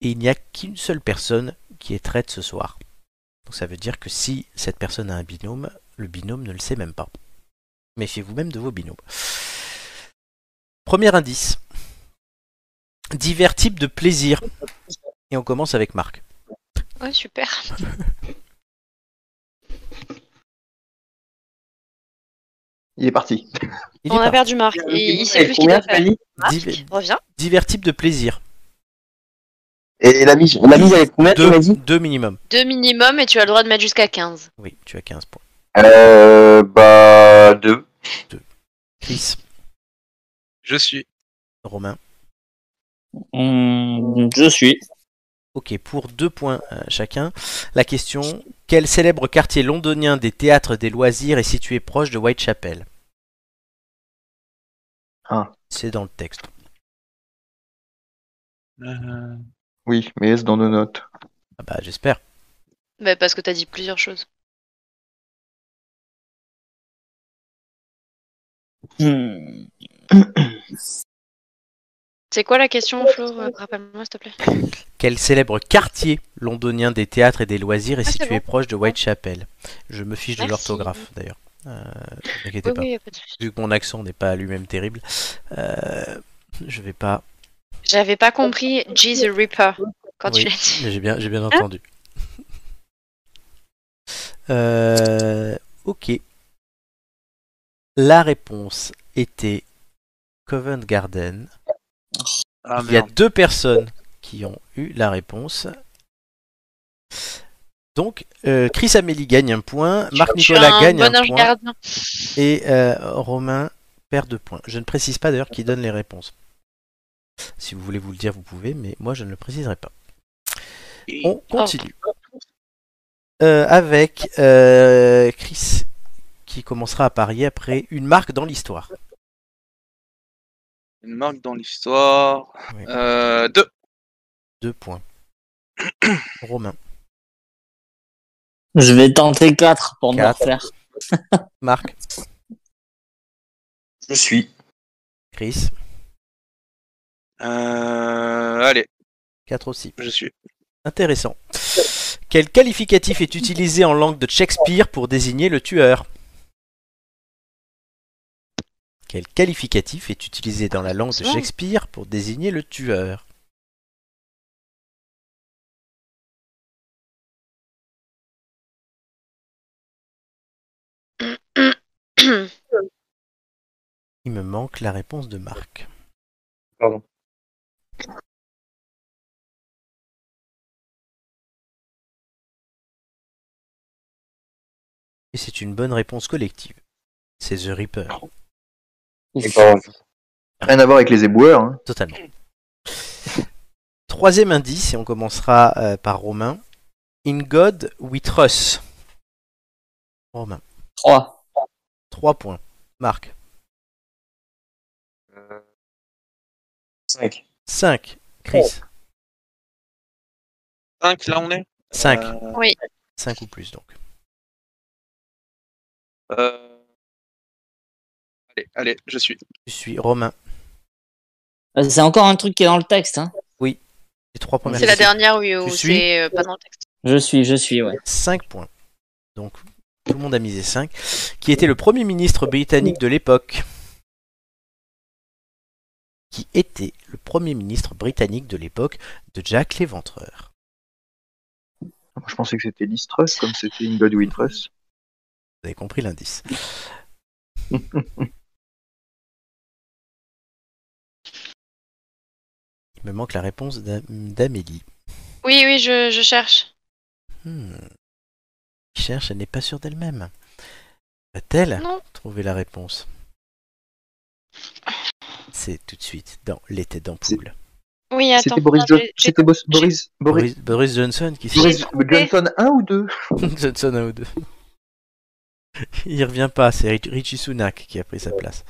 Et il n'y a qu'une seule personne qui est traite ce soir. Donc ça veut dire que si cette personne a un binôme, le binôme ne le sait même pas. Méfiez-vous même de vos binômes. Premier indice divers types de plaisirs. Et on commence avec Marc. Ouais, super. Il est parti. Il On est a parti. perdu Marc. Il, il sait plus ce qu'il combien, doit faire. Fanny Marc, Div- reviens. divers types de plaisirs. Et la mise, la mise avec combien tu Deux, m'as dit deux minimum. Deux minimum et tu as le droit de mettre jusqu'à 15. Oui, tu as 15 points. Euh, bah, deux. Chris, Je suis. Romain. Hum, je suis. Ok, pour deux points euh, chacun. La question quel célèbre quartier londonien des théâtres des loisirs est situé proche de Whitechapel Ah. C'est dans le texte. Oui, mais est-ce dans nos notes Ah bah, j'espère. Bah, parce que t'as dit plusieurs choses. Hum, C'est quoi la question, Flo Euh, Rappelle-moi, s'il te plaît. Quel célèbre quartier londonien des théâtres et des loisirs est Ah, c'est situé bon. proche de Whitechapel Je me fiche de Merci. l'orthographe d'ailleurs. Euh, ne vous inquiétez Oui, pas. oui, y a pas de souci. vu que mon accent n'est pas lui-même terrible, euh, je vais pas. J'avais pas compris G the Reaper quand Oui, tu l'as dit. mais j'ai bien, j'ai bien Hein entendu. Euh, ok. La réponse était Covent Garden. Ah, Il y a deux personnes qui ont eu la réponse. Donc, euh, Chris Amélie gagne un point, Marc Je suis Nicolas un gagne hein, bon un ange point. gardien. Et euh, Romain perd deux points. Je ne précise pas d'ailleurs qui donne les réponses. Si vous voulez vous le dire, vous pouvez, mais moi je ne le préciserai pas. On continue. Euh, avec euh, Chris, qui commencera à parier après une marque dans l'histoire. Une marque dans l'histoire. Oui. Euh, deux. Deux points. Romain. Je vais tenter 4 pour me Quatre. refaire. Marc. Je suis. Chris. Euh, allez, 4 aussi. je suis. Intéressant. Quel qualificatif est utilisé en langue de Shakespeare pour désigner le tueur Quel qualificatif est utilisé dans la langue de Bon. Shakespeare pour désigner le tueur Il me manque la réponse de Marc. Pardon. Et c'est une bonne réponse collective. C'est The Reaper. Et pardon. Rien à voir avec les éboueurs. hein. Totalement. Troisième indice, et on commencera euh, par Romain. In God we trust. Romain, 3. trois points. Marc, 5. 5. Chris, 5, là on est 5. Euh, Oui. 5 ou plus donc. Euh, Allez, allez, je suis. Je suis Romain. Bah, C'est encore un truc qui est dans le texte. Hein. Les trois premières C'est la questions. dernière oui, où Tu suis c'est euh, pas dans le texte. Je suis, je suis, ouais. 5 points. Donc tout le monde a misé 5. Qui était le premier ministre britannique de l'époque. Qui était le premier ministre britannique de l'époque de Jack l'Éventreur. Moi, je pensais que c'était Listrus, comme c'était une God We Trust. Vous avez compris l'indice. Il me manque la réponse d'Am- d'Amélie. Oui, oui, je, je cherche. Hmm. Qui cherche, elle n'est pas sûre d'elle-même. Bah, Va-t-elle Non. trouver la réponse C'est tout de suite dans l'été d'ampoule. Oui, attends. C'était Boris, Jo- j'ai- j'ai- c'était Boris, Boris, Boris, Boris, Boris Johnson qui s'est... Boris trouvé. Johnson 1 ou 2 Johnson un ou deux. Il revient pas, c'est Rich- Richie Sunak qui a pris sa place.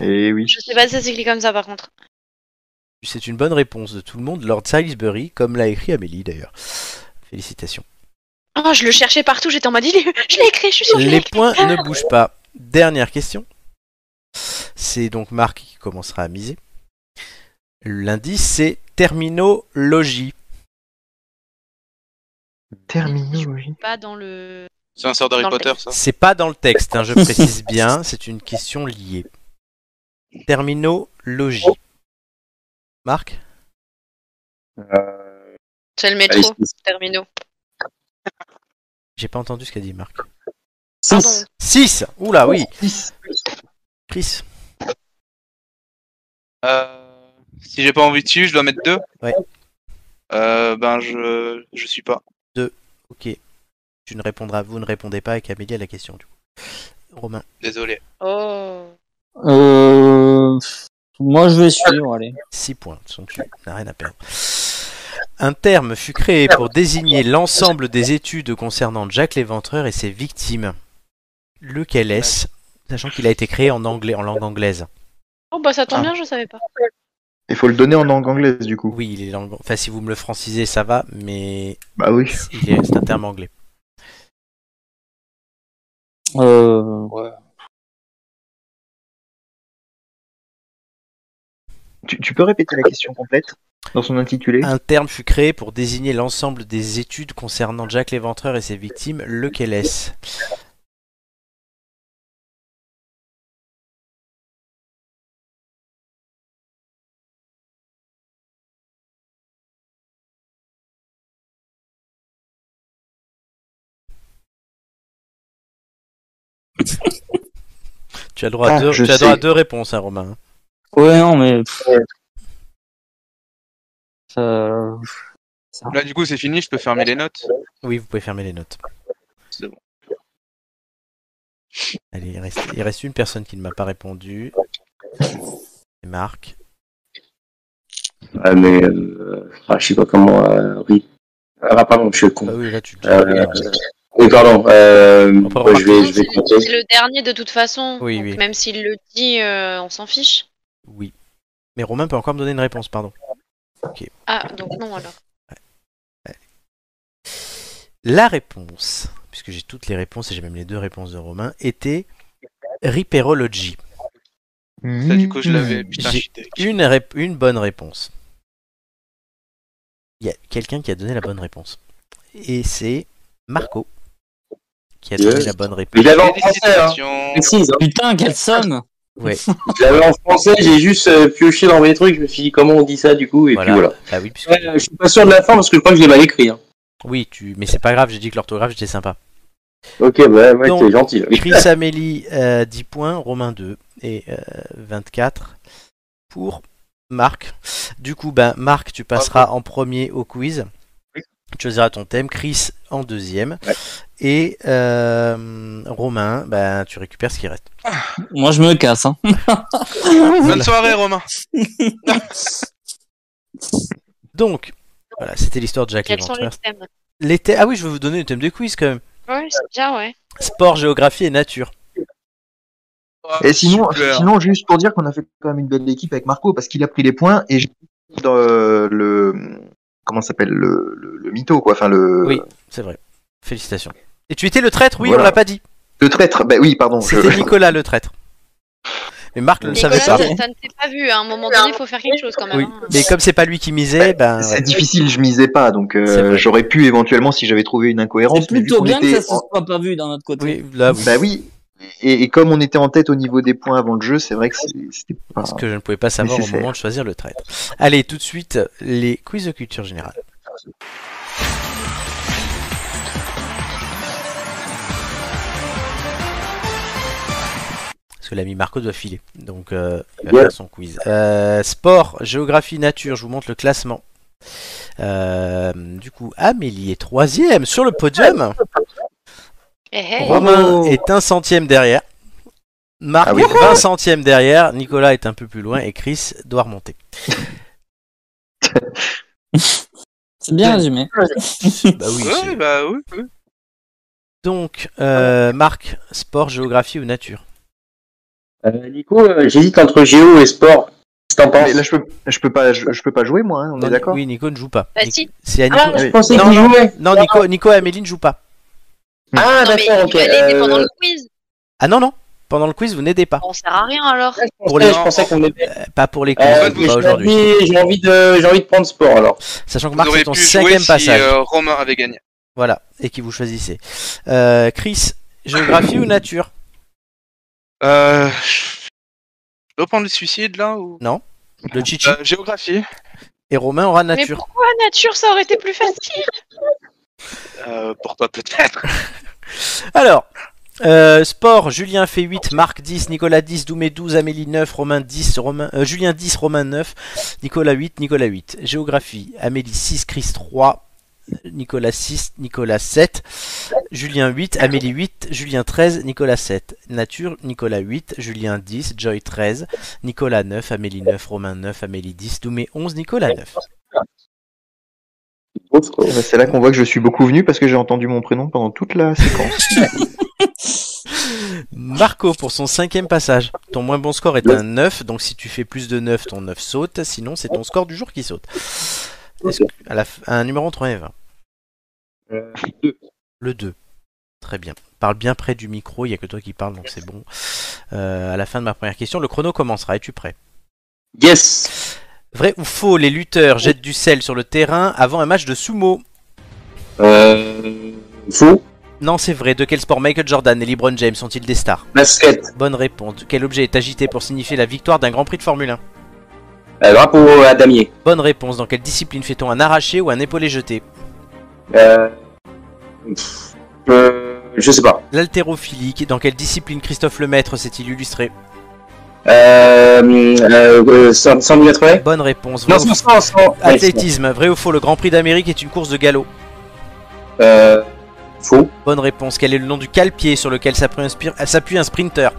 Eh oui. Je sais pas si ça s'écrit comme ça par contre. C'est une bonne réponse de tout le monde, Lord Salisbury, comme l'a écrit Amélie d'ailleurs. Félicitations. Ah, je le cherchais partout, j'étais en mode, il est- je l'ai écrit, je suis sûre que je l'ai Les écrit. Ah, points ne bougent pas. Dernière question. C'est donc Marc qui commencera à miser. L'indice, c'est terminologie. Terminologie. Pas dans le. C'est un sort d'Harry Dans le Potter, ça C'est pas dans le texte, hein, je précise bien. C'est une question liée. Terminologie. Marc Euh, C'est le allez, métro, terminaux. J'ai pas entendu ce qu'a dit Marc. Pardon. 6. 6 Oula, oui Chris Euh, Si j'ai pas envie de suivre, je dois mettre deux. Ouais. Euh, ben je je suis pas. Ok. Tu ne répondras, vous ne répondez pas avec Amélie à la question du coup. Romain. Désolé. Oh. Euh... Moi, je vais suivre, allez. 6 points, donc tu n'as rien à perdre. Un terme fut créé pour désigner l'ensemble des études concernant Jack l'Éventreur et ses victimes. Lequel est-ce Sachant qu'il a été créé en anglais, en langue anglaise. Oh bah ça tombe Ah. bien, je savais pas. Il faut le donner en langue anglaise, du coup. Oui, il est langue... Enfin, si vous me le francisez, ça va, mais Bah oui. il est... c'est un terme anglais. Euh... Ouais. Tu, tu peux répéter la question complète dans son intitulé Ah, Un terme fut créé pour désigner l'ensemble des études concernant Jack l'Éventreur et ses victimes. Lequel est-ce Tu as le droit à Ah, deux, je tu as le droit à sais. deux réponses, hein, Romain. hein. Ouais, non, mais. pff. Euh, Là du coup c'est fini, je peux fermer les notes. Oui, vous pouvez fermer les notes. C'est bon. Allez, il reste, il reste une personne qui ne m'a pas répondu. C'est Marc. Ah, mais. Euh... Ah, je sais pas comment. Euh... Oui. Ah, pardon, je suis Ah con. oui, là tu. tu- Euh, Oui, pardon. Euh... On peut ouais, je vais, Non, je C'est vais compter. c'est le dernier de toute façon. Oui, donc oui. Même s'il le dit, euh, on s'en fiche. Oui. Mais Romain peut encore me donner une réponse, pardon. Ah, donc non alors. La réponse, puisque j'ai toutes les réponses et j'ai même les deux réponses de Romain, était Ripérology. Ça du coup je l'avais. Mmh. Putain, J'ai- je suis deg. Une, rép- une bonne réponse. Il y a quelqu'un qui a donné la bonne réponse. Et c'est Marco qui a donné Yes. la bonne réponse. Mais je l'avais en français, hein. Félicitations. Putain, quelle somme Ouais. Je l'avais en français, j'ai juste euh, pioché dans mes trucs. Je me suis dit comment on dit ça, du coup, et puis voilà. Bah oui, puisque- Ouais, je suis pas sûr de la fin parce que je crois que je l'ai mal écrit. Hein. Oui, tu... mais c'est pas grave, j'ai dit que l'orthographe, j'étais sympa. Ok, bah ouais, Donc, t'es gentil. là. Chris Amélie, euh, 10 points, Romain 2 et euh, 24 pour Marc. Du coup, ben, Marc, tu passeras en premier au quiz. Tu choisiras ton thème, Chris en deuxième. Et euh, Romain, ben, tu récupères ce qui reste. Moi, je me casse. Hein. Bonne soirée, Romain. Donc, voilà, c'était l'histoire de Jack Quels sont les l'Éventreur. thèmes Les thèmes- Ah oui, je vais vous donner le thème de quiz quand même. Ouais, c'est bien, ouais. Sport, géographie et nature. Et sinon, super. sinon, juste pour dire qu'on a fait quand même une belle équipe avec Marco parce qu'il a pris les points et j'ai mis dans euh, le comment ça s'appelle le, le, le mytho quoi, enfin le Oui, c'est vrai. Félicitations. Et tu étais le traître, oui, Voilà. on l'a pas dit. le traître. Bah oui, pardon. je- C'était Nicolas le traître. Mais Marc ne le savait Nicolas, pas. ça, ça ne s'est pas vu. À un moment donné, il faut faire quelque chose quand même. Oui. hein. Mais comme c'est pas lui qui misait, ben ouais. C'est difficile, je misais pas, donc euh, C'est vrai. j'aurais pu éventuellement si j'avais trouvé une incohérence. C'est mais vu plutôt qu'on bien que était ça se en- soit pas vu d'un autre côté. Oui, là, Ah oui. Bah oui. Et, et comme on était en tête au niveau des points avant le jeu, c'est vrai que c'est- c'était pas. Ah. Ce que je ne pouvais pas savoir au Nécessaire. moment de choisir le traître. Allez, tout de suite, les quiz de culture générale. Parce que l'ami Marco doit filer, donc euh, il va Ouais. faire son quiz. Euh, sport, géographie, nature, je vous montre le classement. Euh, du coup, Amélie est troisième sur le podium. Eh, eh. Romain est un centième derrière. Marc Ah oui. est 20 centièmes derrière. Nicolas est un peu plus loin et Chris doit remonter. C'est bien résumé. bah oui. Ouais, c'est- bah oui. oui. Donc, euh, Marc, sport, géographie ou nature Euh, Nico, euh, j'hésite entre géo et sport. Qu'est-ce que t'en penses Ah, Mais là, je peux, je peux pas, je, je peux pas jouer moi. hein, on est d'accord. Oui, Nico ne joue pas. Bah Nic- si. C'est à Nico. Ah, Je pensais Non, qu'il non. jouait. Non, Nico, Nico et Amélie ne jouent pas. Ah, Non, mais d'accord, il ok. peut aller, mais pendant euh, le quiz. Ah non, non. Pendant le quiz, vous n'aidez pas. On sert à rien alors. je pensais- Pour les- Je pensais qu'on était. Euh, Pas pour les quiz, pas Euh, mais j'ai aujourd'hui. envie- J'ai envie de, j'ai envie de prendre sport alors. Sachant que Vous Marc, auriez c'est ton pu jouer cinquième si passage. euh, Romain avait gagné. Voilà, et qui vous choisissez. Euh, Chris, géographie ou nature Euh... Je peux prendre le suicide là ou Le Chichi. Euh, Géographie. Et Romain aura Mais nature. pourquoi nature, ça aurait été plus facile Euh, pour toi peut-être. Alors, euh, sport, Julien fait 8, Marc 10, Nicolas 10, Doumé 12, Amélie 9, Romain 10, Romain, euh, Julien 10, Romain 9, Nicolas 8, Nicolas 8. Géographie, Amélie 6, Chris 3, Nicolas 6, Nicolas 7, Julien 8, Amélie 8, Julien 13, Nicolas 7. Nature, Nicolas 8, Julien 10, Joy 13, Nicolas 9, Amélie 9, Romain 9, Amélie 10, Doumé 11, Nicolas 9. Bah, C'est là qu'on voit que je suis beaucoup venu parce que j'ai entendu mon prénom pendant toute la séquence. Marco pour son cinquième passage. Ton moins bon score est un 9, donc si tu fais plus de 9, ton 9 saute, sinon c'est ton score du jour qui saute. Est-ce que- à la f- à un numéro entre 1 et 20 Le 2. Très bien. Parle bien près du micro, il n'y a que toi qui parles, donc c'est bon. Euh, à la fin de ma première question, le chrono commencera. Es-tu prêt Yes. Vrai ou faux, les lutteurs jettent du sel sur le terrain avant un match de sumo Euh, faux. Non, c'est vrai. De quel sport Michael Jordan et LeBron James sont-ils des stars Basket. Bonne réponse. Quel objet est agité pour signifier la victoire d'un Grand Prix de Formule 1 Euh, drapeau à damier. Bonne réponse. Dans quelle discipline fait-on un arraché ou un épaulé jeté Euh, pff, euh, je sais pas. L'haltérophilie. Dans quelle discipline Christophe Lemaître s'est-il illustré Euh, euh, euh, 100 100 mètres ouais. Bonne réponse. Vrai Non, ou faux 100, 100. ouais, Athlétisme. Vrai ou faux Le Grand Prix d'Amérique est une course de galop. c'est bon. Euh, faux. Bonne réponse. Quel est le nom du calpier sur lequel s'appuie un, spir- euh, s'appuie un sprinter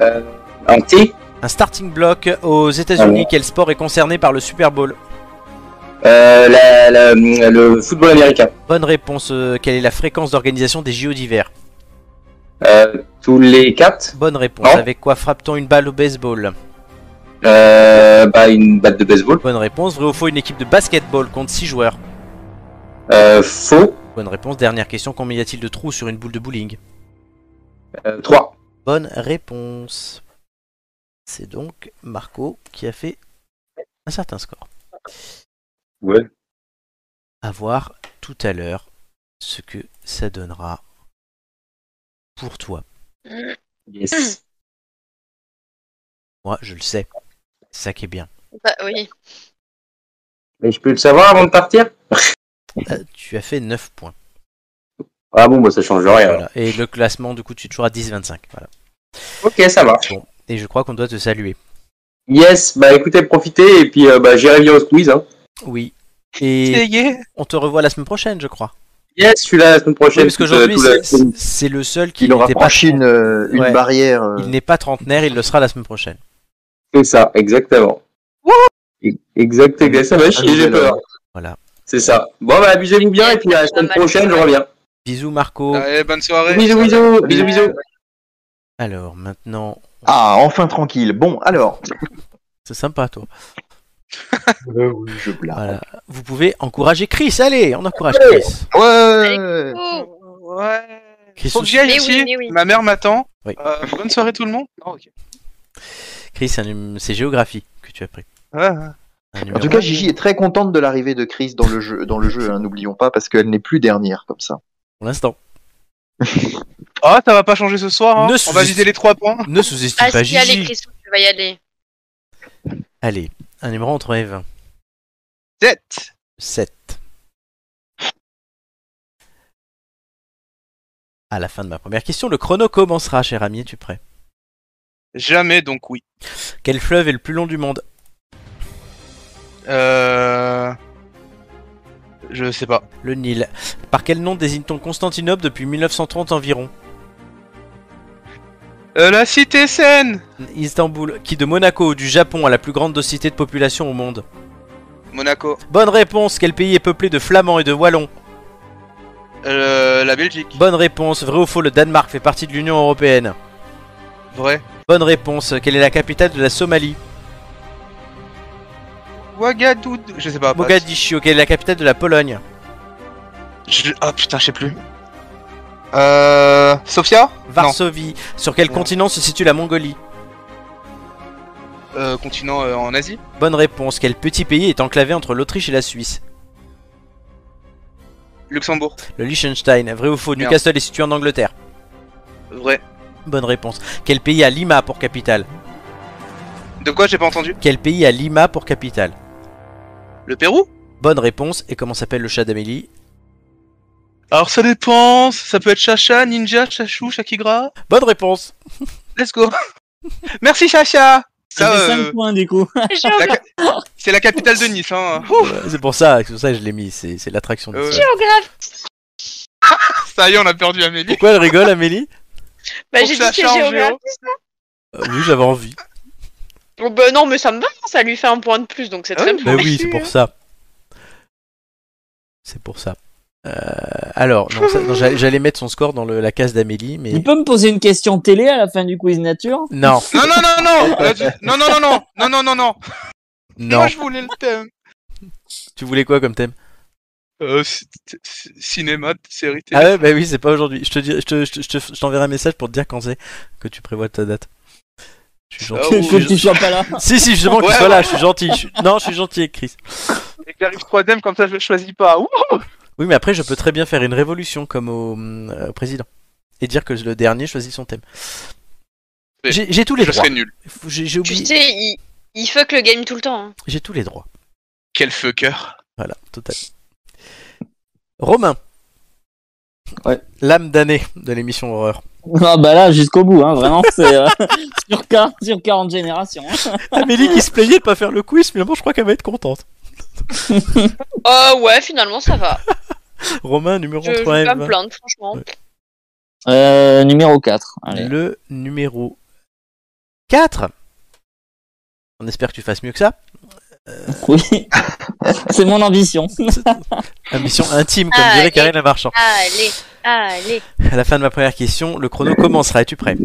Euh, un T. Un starting block aux Ah États-Unis. ouais. Quel sport est concerné par le Super Bowl Euh, la, la- le football américain. Bonne réponse. Euh, Quelle est la fréquence d'organisation des JO d'hiver Euh, tous les quatre. Bonne réponse. Non. Avec quoi frappe-t-on une balle au baseball Euh, bah, une batte de baseball. Bonne réponse. Vrai ou faux Une équipe de basketball compte 6 joueurs. Euh, faux. Bonne réponse. Dernière question. Combien y a-t-il de trous sur une boule de bowling Euh, trois. Bonne réponse. C'est donc Marco qui a fait un certain score. Ouais. À voir tout à l'heure ce que ça donnera pour toi. Mmh, Yes. Moi, je le sais. C'est ça qui est bien. Bah oui. Mais je peux le savoir avant de partir Euh, tu as fait 9 points. Ah bon, bah, ça change rien. Voilà. Et le classement, du coup, tu es toujours à 10-25. Voilà. Ah. Ok, ça marche. Et je crois qu'on doit te saluer. Yes, bah écoutez, profitez et puis euh, bah, j'irai bien au squeeze. Hein. Oui. Et on te revoit la semaine prochaine, je crois. Yes, je suis là la semaine prochaine. Oui, parce toute, qu'aujourd'hui, euh, tout la- c'est- c'est le seul qui Il aura n'était pas franchi une, euh, une Ouais. barrière. euh, Il n'est pas trentenaire, il le sera la semaine prochaine. C'est ça, exactement. E- Exact, exact. Ça va chier, j'ai nouvel peur. Voilà. C'est ça. Bon, bah amusez-vous bien et puis à la semaine prochaine, je reviens. Bisous Marco. Allez, bonne soirée. Bisous, bisous, bisous, bisous. Alors maintenant, Ah, enfin tranquille. Bon, alors. c'est sympa toi. Euh, je blague. Voilà. Vous pouvez encourager Chris. Allez, on encourage Chris. Ouais. Oh. Ouais. Chris, Faut que j'y aille Mais oui, aussi. mais oui. Ma mère m'attend. Oui. Oh, Euh, bonne soirée tout le monde. Non, ok. Chris, c'est un num- c'est géographie que tu as pris. Ouais, ouais. Un En numéro. tout cas, Gigi est très contente de l'arrivée de Chris dans le jeu. Dans le jeu, hein, n'oublions pas, parce qu'elle n'est plus dernière comme ça. pour l'instant. Ah, ça va pas changer ce soir. hein. Ne On va sous- viser les trois points. Ne sous-estime pas Ah, si, allez, Gigi. Chrisou, tu vas y aller. Allez, un numéro entre 1 et 20. 7. 7. À la fin de ma première question, le chrono commencera, cher ami. Es-tu prêt Jamais, donc oui. Quel fleuve est le plus long du monde Euh... Je sais pas. Le Nil. Par quel nom désigne-t-on Constantinople depuis 1930 environ Euh, la cité saine Istanbul, qui de Monaco ou du Japon a la plus grande densité de population au monde Monaco. Bonne réponse, quel pays est peuplé de Flamands et de Wallons Euh, la Belgique. Bonne réponse, vrai ou faux, le Danemark fait partie de l'Union Européenne Vrai. Bonne réponse, quelle est la capitale de la Somalie Ouagadougou. Je sais pas. passe. Mogadiscio, quelle est la capitale de la Pologne Je- Ah putain, je sais plus. Euh... Sofia Varsovie, sur quel Non. continent se situe la Mongolie Euh, continent euh, en Asie. Bonne réponse, quel petit pays est enclavé entre l'Autriche et la Suisse Luxembourg. Le Liechtenstein, vrai ou faux, Merde. Newcastle est situé en Angleterre Vrai. Bonne réponse, quel pays a Lima pour capitale De quoi j'ai pas entendu Quel pays a Lima pour capitale Le Pérou Bonne réponse, et comment s'appelle le chat d'Amélie Alors ça dépend, ça peut être Chacha, Ninja, Chachou, Shakigra. Bonne réponse Let's go Merci Chacha Ça, Ça fait euh, 5 points du coup. la ca- C'est la capitale de Nice, hein. Ouais, C'est pour ça, c'est pour ça que je l'ai mis, c'est c'est l'attraction de Euh, ça. Géographe. Ça y est, on a perdu Amélie. Pourquoi elle rigole, Amélie Bah, Pour j'ai dit ça que change, géographe. Euh, Oui, j'avais envie. Bon, bah, non, mais ça me va, ça lui fait un point de plus, donc c'est Ah très oui, bien. Mais Ben bah oui, c'est pour ça. C'est pour ça. Euh, alors, non, ça- non, j'allais j'allais mettre son score dans le- la case d'Amélie, mais... Il peut me poser une question télé à la fin du quiz nature Non, Non, non, non, non Euh, tu- Non, non, non, non Non, non, non, non non. Moi, je voulais le thème Tu voulais quoi comme thème Euh, c- c- c- cinéma, série, télé. Ah ouais, bah oui, c'est pas aujourd'hui. Je te dis- je te- je te- je te- je t'enverrai un message pour te dire quand c'est que tu prévois ta date. Je suis gentil. Ah, oui. Que tu sois pas là. Si, si, justement, que tu Ouais, sois là, je suis gentil. je suis- Non, je suis gentil avec Chris. Et qu'il arrive trois thèmes, comme ça, je le choisis pas. Ouh Oui, mais après, je peux très bien faire une révolution comme au euh, au président et dire que le dernier choisit son thème. Mais J'ai j'ai tous les je droits. serais nul. Faut- J'ai j'ai Tu oublié. sais, il, il fuck le game tout le temps. hein. J'ai tous les droits. Quel fucker Voilà, total. Romain. Ouais. L'âme d'année de l'émission Horreur. Ah bah là, jusqu'au bout, hein, vraiment, c'est euh, sur, 40, sur 40 générations. hein. Amélie qui se plaignait de pas faire le quiz, finalement, je crois qu'elle va être contente. Oh, ouais, finalement, ça va. Romain, numéro Je, je vais 3 pas me plaindre, franchement. Ouais. Euh, numéro 4. Allez. Le numéro 4. On espère que tu fasses mieux que ça. Oui. c'est mon ambition. Une mission intime, comme Ah, dirait et- Karine Lamarchand. Allez, allez. À la fin de ma première question, le chrono commencera. Es-tu prêt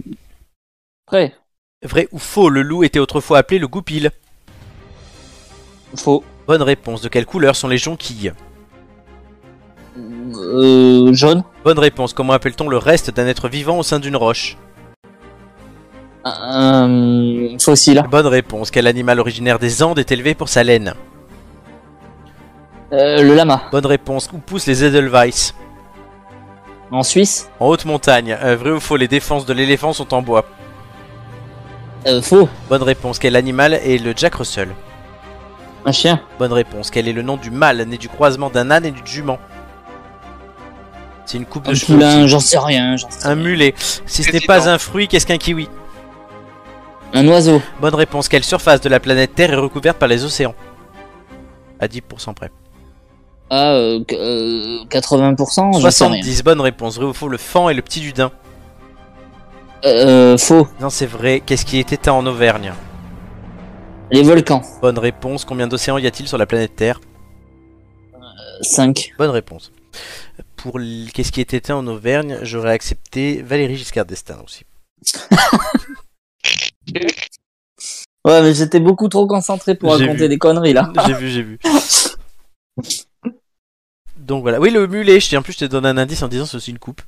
Prêt Vrai ou faux, le loup était autrefois appelé le goupil Faux. Bonne réponse. De quelle couleur sont les jonquilles Euh, jaune. Bonne réponse. Comment appelle-t-on le reste d'un être vivant au sein d'une roche Euh, fossile. Bonne réponse. Quel animal originaire des Andes est élevé pour sa laine Euh, le lama. Bonne réponse. Où poussent les Edelweiss En Suisse En haute montagne. Euh, vrai ou faux, les défenses de l'éléphant sont en bois euh, Faux. Bonne réponse. Quel animal est le Jack Russell Un chien. Bonne réponse. Quel est le nom du mâle né du croisement d'un âne et d'une jument C'est une coupe de Un cheveux. poulain, j'en sais rien. j'en sais Un rien. mulet. Si ce n'est Président. pas un fruit, qu'est-ce qu'un kiwi Un Un oiseau. Bonne réponse. Quelle surface de la planète Terre est recouverte par les océans À 10% près. Ah, euh, qu- euh, 80%, j'en sais rien. 70, bonne réponse. Vrai ou faux, le fan et le petit dudin Euh, faux. Non, c'est vrai. Qu'est-ce qui est éteint en Auvergne Les volcans. Bonne réponse. Combien d'océans y a-t-il sur la planète Terre Euh, 5. Bonne réponse. Pour l- qu'est-ce qui est éteint en Auvergne, j'aurais accepté Valérie Giscard d'Estaing aussi. Ouais, mais j'étais beaucoup trop concentré pour J'ai raconter vu. des conneries là. J'ai vu, j'ai vu. Donc voilà. Oui, le mulet. Je tiens en plus, je te donne un indice en disant c'est aussi une coupe.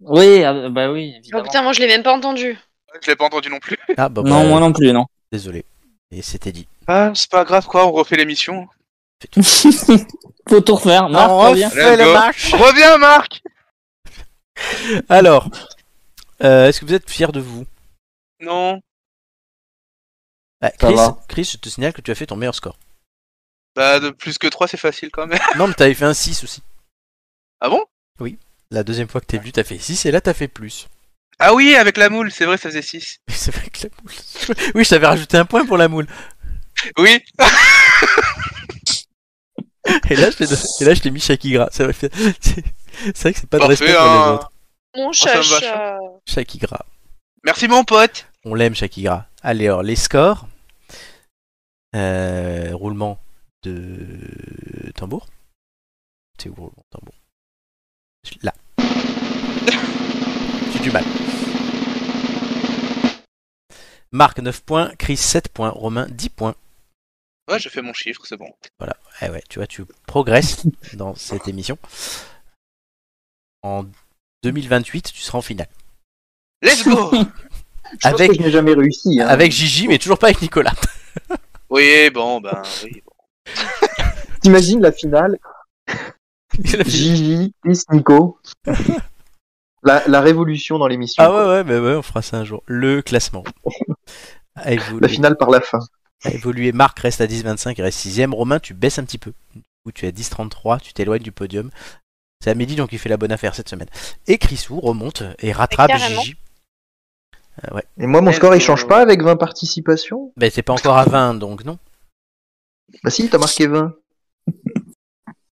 Oui, ah, bah oui. Oh putain, moi je l'ai même pas entendu. Je l'ai pas entendu non plus. Ah, bah, Non, bah, moi non plus, non. Désolé. Et c'était dit. Ah, c'est pas grave quoi, on refait l'émission. Faut tout refaire. Marc, Ah, on reviens. refait Let's le go. match. Reviens Marc Alors, euh, est-ce que vous êtes fier de vous Non. Ah, Ça Chris, va. Chris, je te signale que tu as fait ton meilleur score. Bah de plus que 3 c'est facile quand même. Non, mais t'avais fait un 6 aussi. Ah bon La deuxième fois que t'es venu, t'as fait 6 et là t'as fait plus. Ah oui, avec la moule, c'est vrai, ça faisait 6. Mais c'est vrai que la moule. Oui, je t'avais rajouté un point pour la moule. Oui, Et là, je t'ai, don- et là, je t'ai mis Shakigra. C'est vrai, que- c'est... c'est vrai que c'est pas de Parfait, respect pour les hein. autres. Mon ça me chach. va, euh, Shakigra. merci mon pote. On l'aime, Shakigra. Allez, alors, les scores. Euh, roulement de tambour. C'est où roulement de tambour Je- Là. J'ai du mal. Marc 9 points, Chris 7 points, Romain 10 points. Ouais, je fais mon chiffre, c'est bon. Eh ouais, tu vois, tu progresses dans cette émission. En 2028, tu seras en finale. Let's go Je pense Avec- que je n'ai jamais réussi. hein. Avec Gigi, mais toujours pas avec Nicolas. Oui, bon, ben oui. bon. T'imagines la finale Gigi, Chris, Nico. la, la révolution dans l'émission. ah quoi. ouais, ouais, mais ouais, on fera ça un jour. Le classement. A La évolué, finale par la fin. a évolué. Marc reste à 10,25, il reste 6ème. Romain, tu baisses un petit peu. Ou tu es à 10,33, tu t'éloignes du podium. C'est à midi, donc il fait la bonne affaire cette semaine. Et Chrisou remonte et rattrape Et carrément. Gigi. Et moi, mon score, il change pas avec 20 participations Ben, t'es pas encore à 20, donc non. Bah si, t'as marqué 20.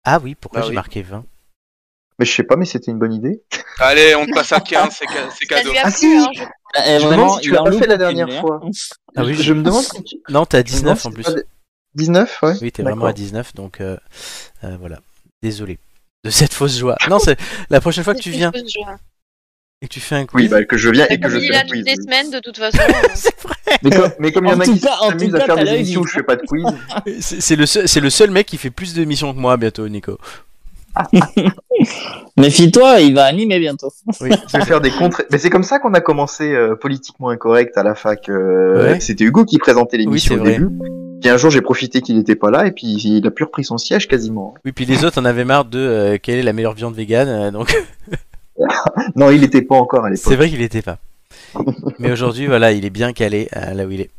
Ah oui, pourquoi Bah j'ai oui. marqué 20 Mais je sais pas, mais c'était une bonne idée. Allez, on passe à 15, c'est ca- c'est Ça cadeau. lui a Ah, plu, si. hein, je- Eh, je me vraiment, demande si tu il l'as en pas loupe, fait la il dernière est- fois. Ah oui, je... je- me demande si tu... Non, t'es à je me demande 19 si en c'est plus. pas des- 19, ouais. Oui, t'es vraiment D'accord. à 19, donc euh, euh, voilà. Désolé de cette fausse joie. Non, c'est la prochaine fois que tu viens C'est une chose, genre. et que tu fais un quiz. Oui, bah, que je viens et Comme que je il est fais là un toutes quiz. les semaines, de toute façon. C'est vrai. Mais comme, mais comme il y en En a tout qui cas- en tout s'amusent cas, à faire t'as des l'œil émissions où je fais pas de quiz, C'est c'est le, seul- c'est le seul mec qui fait plus de missions que moi bientôt, Nico. Méfie-toi, il va animer bientôt. Oui. je vais faire des contre. Mais c'est comme ça qu'on a commencé euh, politiquement incorrect à la fac. euh, Ouais. C'était Hugo qui présentait l'émission Oui, au c'est vrai. début. Puis un jour, j'ai profité qu'il n'était pas là et puis il a plus repris son siège quasiment. oui, puis les autres en avaient marre de euh, quelle est la meilleure viande végane, euh, donc Non, il n'était pas encore à c'est l'époque. vrai qu'il était pas. Mais aujourd'hui, voilà, il est bien calé euh, là où il est.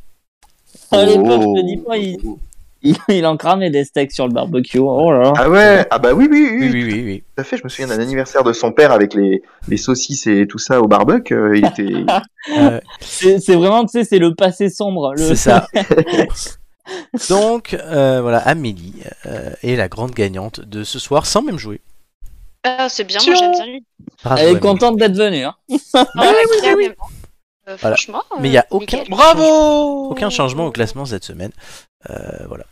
À l'époque, Oh. je te dis pas, il, il, il en cramait des steaks sur le barbecue. Oh là là. Ah ouais, ah bah oui, oui, oui, Oui, oui, oui, oui. tout à fait. Je me souviens d'un anniversaire de son père avec les, les saucisses et tout ça au barbecue. euh, il était. Euh, C'est c'est vraiment, tu sais, c'est le passé sombre. Le... c'est ça. Donc, euh, voilà, Amélie euh, est la grande gagnante de ce soir sans même jouer. Ah, c'est bien, moi j'aime bien lui. Bravo, Ah, Elle est Amélie. contente d'être venue. Hein. Ah, carrément. Euh, Voilà. Franchement. Mais il euh, n'y a aucun, nickel. Bravo aucun changement au classement cette semaine. Euh, voilà.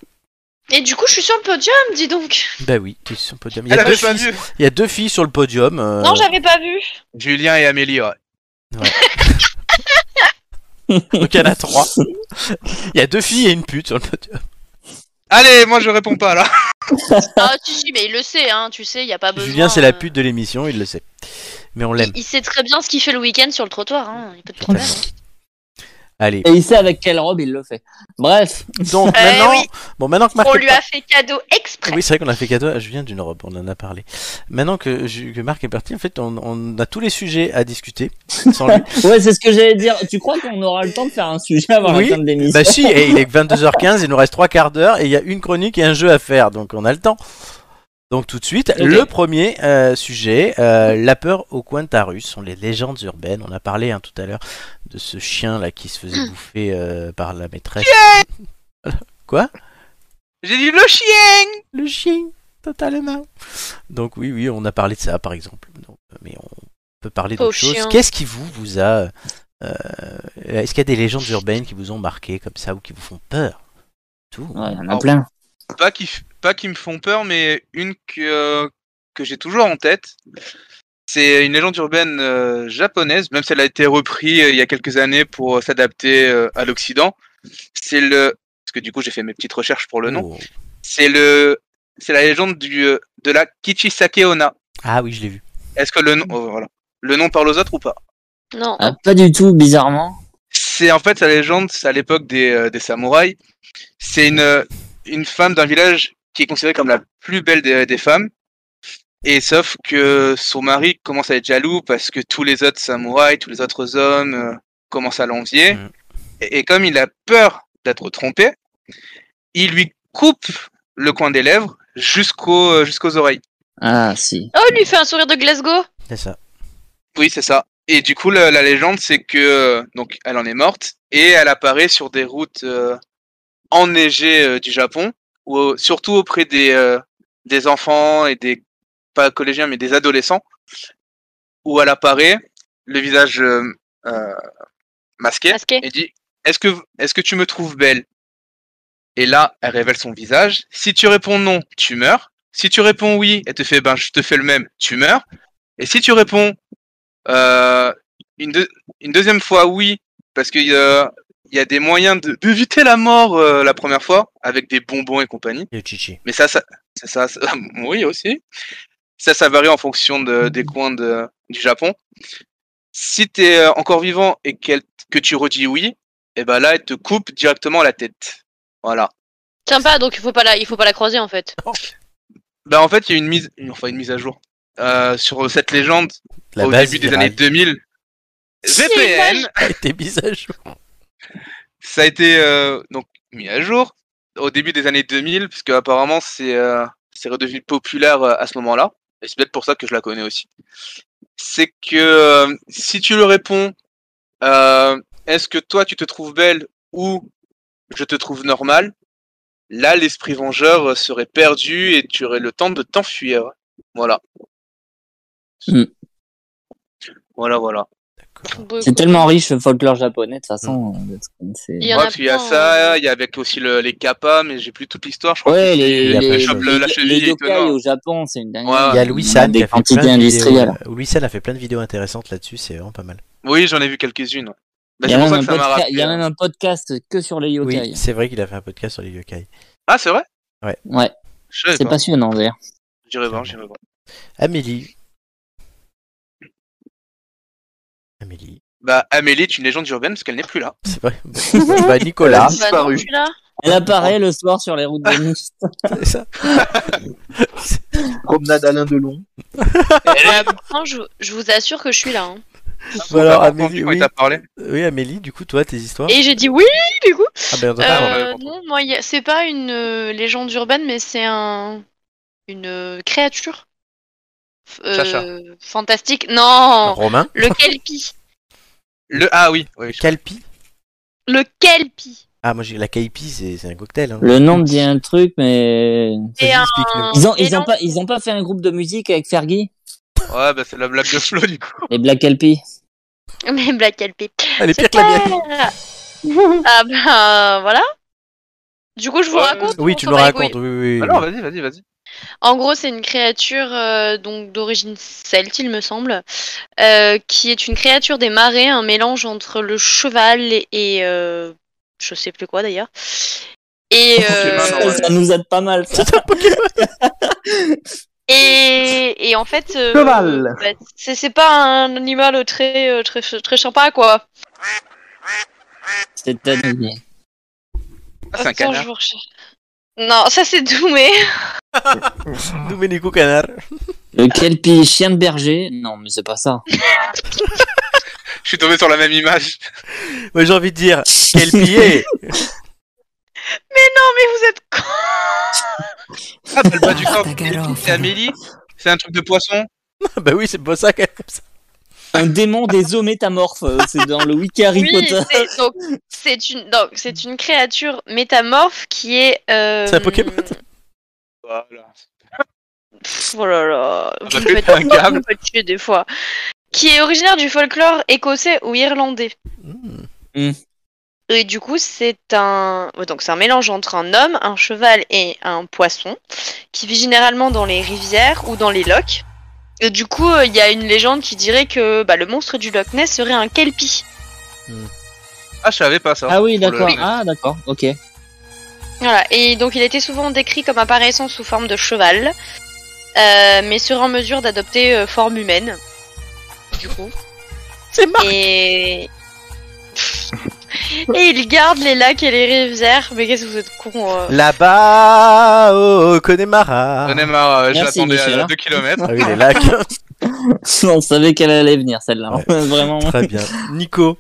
Et du coup, je suis sur le podium, dis donc. Bah oui, ils sont podium. Il y, Elle a deux avait pas filles, vu il y a deux filles sur le podium. euh, Non, j'avais pas vu. Julien et Amélie, ouais. donc il y en a trois. Il y a deux filles et une pute sur le podium. Allez, moi je réponds pas là. Ah, si, si, mais il le sait, hein, tu sais, il y a pas besoin. Julien, c'est la euh, pute de l'émission, il le sait. Mais on Il, l'aime. il sait très bien ce qu'il fait le week-end sur le trottoir, hein. Il peut te totalement. problème. Allez, Et il sait avec quelle robe il le fait. Bref, donc Eh maintenant, oui. bon, maintenant que Marc On est lui par- a fait cadeau exprès. Bah, Oui, c'est vrai qu'on a fait cadeau à Julien d'une robe, on en a parlé. Maintenant que, Ju- que Marc est parti, en fait, on, on a tous les sujets à discuter sans lui. ouais, c'est ce que j'allais dire. Tu crois qu'on aura le temps de faire un sujet avant Oui. la fin de l'émission bah si, et il est 22h15, il nous reste trois quarts d'heure et il y a une chronique et un jeu à faire, donc on a le temps. Donc tout de suite, le premier euh, sujet, euh, la peur au coin de Tarus, sont les légendes urbaines. On a parlé hein, tout à l'heure de ce chien là qui se faisait Mmh. bouffer euh, par la maîtresse. Quoi J'ai dit le chien Le chien, totalement. Donc oui, oui, on a parlé de ça par exemple. Donc, euh, mais on peut parler Pauvre d'autres choses. chien. Qu'est-ce qui vous vous a euh, Est-ce qu'il y a des légendes urbaines qui vous ont marqué comme ça ou qui vous font peur Tout. Euh, Ouais, il y en Oh. a plein. Pas qui, f- pas qui me font peur, mais une que, euh, que j'ai toujours en tête. C'est une légende urbaine euh, japonaise, même si elle a été reprise euh, il y a quelques années pour euh, s'adapter euh, à l'Occident. C'est le. Parce que du coup, j'ai fait mes petites recherches pour le nom. Oh. C'est le. C'est la légende du, euh, de la Kichisake Onna. Ah oui, je l'ai vu. Est-ce que le nom. oh, voilà. Le nom parle aux autres ou pas Non. Ah, pas du tout, bizarrement. C'est en fait sa légende, c'est à l'époque des, euh, des samouraïs. C'est une, euh, une femme d'un village qui est considérée comme la plus belle des, des femmes. Et sauf que son mari commence à être jaloux parce que tous les autres samouraïs, tous les autres hommes euh, commencent à l'envier. Mhm. Et, et comme il a peur d'être trompé, il lui coupe le coin des lèvres jusqu'au, euh, jusqu'aux oreilles. Ah, si. Oh, il lui fait un sourire de Glasgow C'est ça. Oui, c'est ça. Et du coup, la, la légende, c'est que euh, donc elle en est morte et elle apparaît sur des routes euh, enneigées euh, du Japon, ou au- surtout auprès des euh, des enfants et des pas collégiens mais des adolescents, où elle apparaît, le visage euh, euh, masqué, Masqué. et dit Est-ce que est-ce que tu me trouves belle Et là, elle révèle son visage. Si tu réponds non, tu meurs. Si tu réponds oui, elle te fait ben je te fais le même, tu meurs. Et si tu réponds euh, une, deux- une deuxième fois, oui, parce qu'il y a des moyens de- d'éviter la mort euh, la première fois avec des bonbons et compagnie. Le chichi. Mais ça, ça, ça, ça, ça- oui aussi. Ça, ça varie en fonction Mm. de- des coins de- du Japon. Si tu es encore vivant et qu'elle- que tu redis oui, et ben là, elle te coupe directement la tête. Voilà. Sympa, donc il faut pas la, il faut pas la croiser en fait. Bah en fait, il y a une mise, enfin une mise à jour euh, sur cette légende La au base début des virale années 2000. C'est VPN a été mise à jour. Ça a été euh, donc mis à jour au début des années 2000, puisque apparemment c'est euh, c'est redevenu populaire euh, à ce moment-là. Et c'est peut-être pour ça que je la connais aussi. C'est que euh, si tu le réponds, euh, est-ce que toi tu te trouves belle ou je te trouve normal Là, l'esprit vengeur euh, serait perdu et tu aurais le temps de t'enfuir. Voilà. Mm. Voilà, voilà. C'est tellement riche le folklore japonais, de toute Mm. façon. euh, c'est- Il y en Ouais, a puis il y a plein, hein. ça, il y a avec aussi le- les kappas, mais j'ai plus toute l'histoire, je crois. Ouais, que les, la les, les, chope la- la cheville les et tout, yokai non. au Japon, c'est une dinguerie. Ouais, bah, ouais. Il y a Louis San qui des a fait plein quantités de vidéos. euh, industrielles. Louis San a fait plein de vidéos intéressantes là-dessus, c'est vraiment pas mal. Oui, j'en ai vu quelques-unes. ouais. Bah, Il y, c'est a pour même ça que un ça m'a podca- il y rappelé. hein. a même un podcast que sur les yokai. Oui, c'est vrai qu'il a fait un podcast sur les yokai. Ah, c'est vrai Ouais, Je sais c'est pas. passionnant d'ailleurs. J'irai voir, j'irai voir. Amélie. Amélie. Bah, Amélie est une légende urbaine parce qu'elle n'est plus là. C'est vrai. bah, Nicolas. Bah, disparu. non, je suis là. Elle apparaît Oh. le soir sur les routes de Nice. C'est ça. Promenade Alain Delon. Non, je, je vous assure que je suis là. hein. Ou alors, bah, T'as pas Amélie, entendu quand oui. il t'a parlé. Oui, Amélie, du coup, toi, tes histoires. Et j'ai dit oui, du coup. Hein Ah, ben, on Ah, entend. on Euh, l'avait pas non, moi, y a- c'est pas une euh, légende urbaine, mais c'est un une euh, créature F- euh, Sacha. fantastique. Non, Romain. le kelpie, Le... Ah oui, oui. je- Calpi. le kelpie. Ah, moi, j'ai la Calpi, c'est c'est un cocktail. Hein. Le nom me dit un truc, mais Vas-y, Et un- explique-nous. ils ont ils mélange- ont pas ils ont pas fait un groupe de musique avec Fergie, Ouais, bah, c'est la blague de Flo, du coup. les Black Alpi. Mais Black kelpie. Elle est pire que la mienne. Ah ben voilà. Du coup, je vous Ouais. raconte. Euh, Oui, on tu s'en nous bat les couilles. racontes. Oui, oui, oui. Alors, vas-y, vas-y, vas-y. En gros, c'est une créature euh, donc d'origine celte, il me semble, euh, qui est une créature des marais, un mélange entre le cheval et, et, euh, je sais plus quoi d'ailleurs. Et, euh, Pokémon, ouais. Ça nous aide pas mal. ça. et, et en fait, euh, Cheval. bah, c'est c'est pas un animal très euh, très très sympa quoi. C'est terminé. Ah, c'est un Attends, canard. je vous recherche. Non, ça c'est Doumé. Domenico Canard. Le Kelpie chien de berger. Non, mais c'est pas ça. Je suis tombé sur la même image. Moi, j'ai envie de dire Calpi est. oh, Mais non, mais vous êtes con. Ah, bah, le bas du corps, c'est Amélie C'est un truc de poisson Bah oui, c'est pour ça qu'elle est comme ça. Un démon des eaux métamorphes, euh, c'est dans le wiki Harry Oui, Potter. c'est- donc, c'est une, donc, c'est une créature métamorphe qui est. euh, C'est un Pokémon Voilà. Pff, Oh là là, va je péter me fais- un câble. je me fais tuer des fois. Qui est originaire du folklore écossais ou irlandais. Hmm. Et du coup, c'est un ouais, donc c'est un mélange entre un homme, un cheval et un poisson qui vit généralement dans les rivières ou dans les lochs. Et du coup, euh, il y a une légende qui dirait que bah, le monstre du Loch Ness serait un kelpie. Ah, je savais pas ça. Ah oui, Pour le- d'accord. Ah d'accord, ok. Voilà, et donc il était souvent décrit comme apparaissant sous forme de cheval, euh, mais serait en mesure d'adopter euh, forme humaine. Du coup. C'est marrant. Et... et il garde les lacs et les rivières, mais qu'est-ce que vous êtes con euh. Là-bas, au Connemara. J'en ai marre, euh, je Merci, l'attendais à Michel. hein. 2 km. Ah oui, les lacs. On savait qu'elle allait venir celle-là. Vraiment. Très bien. Nico.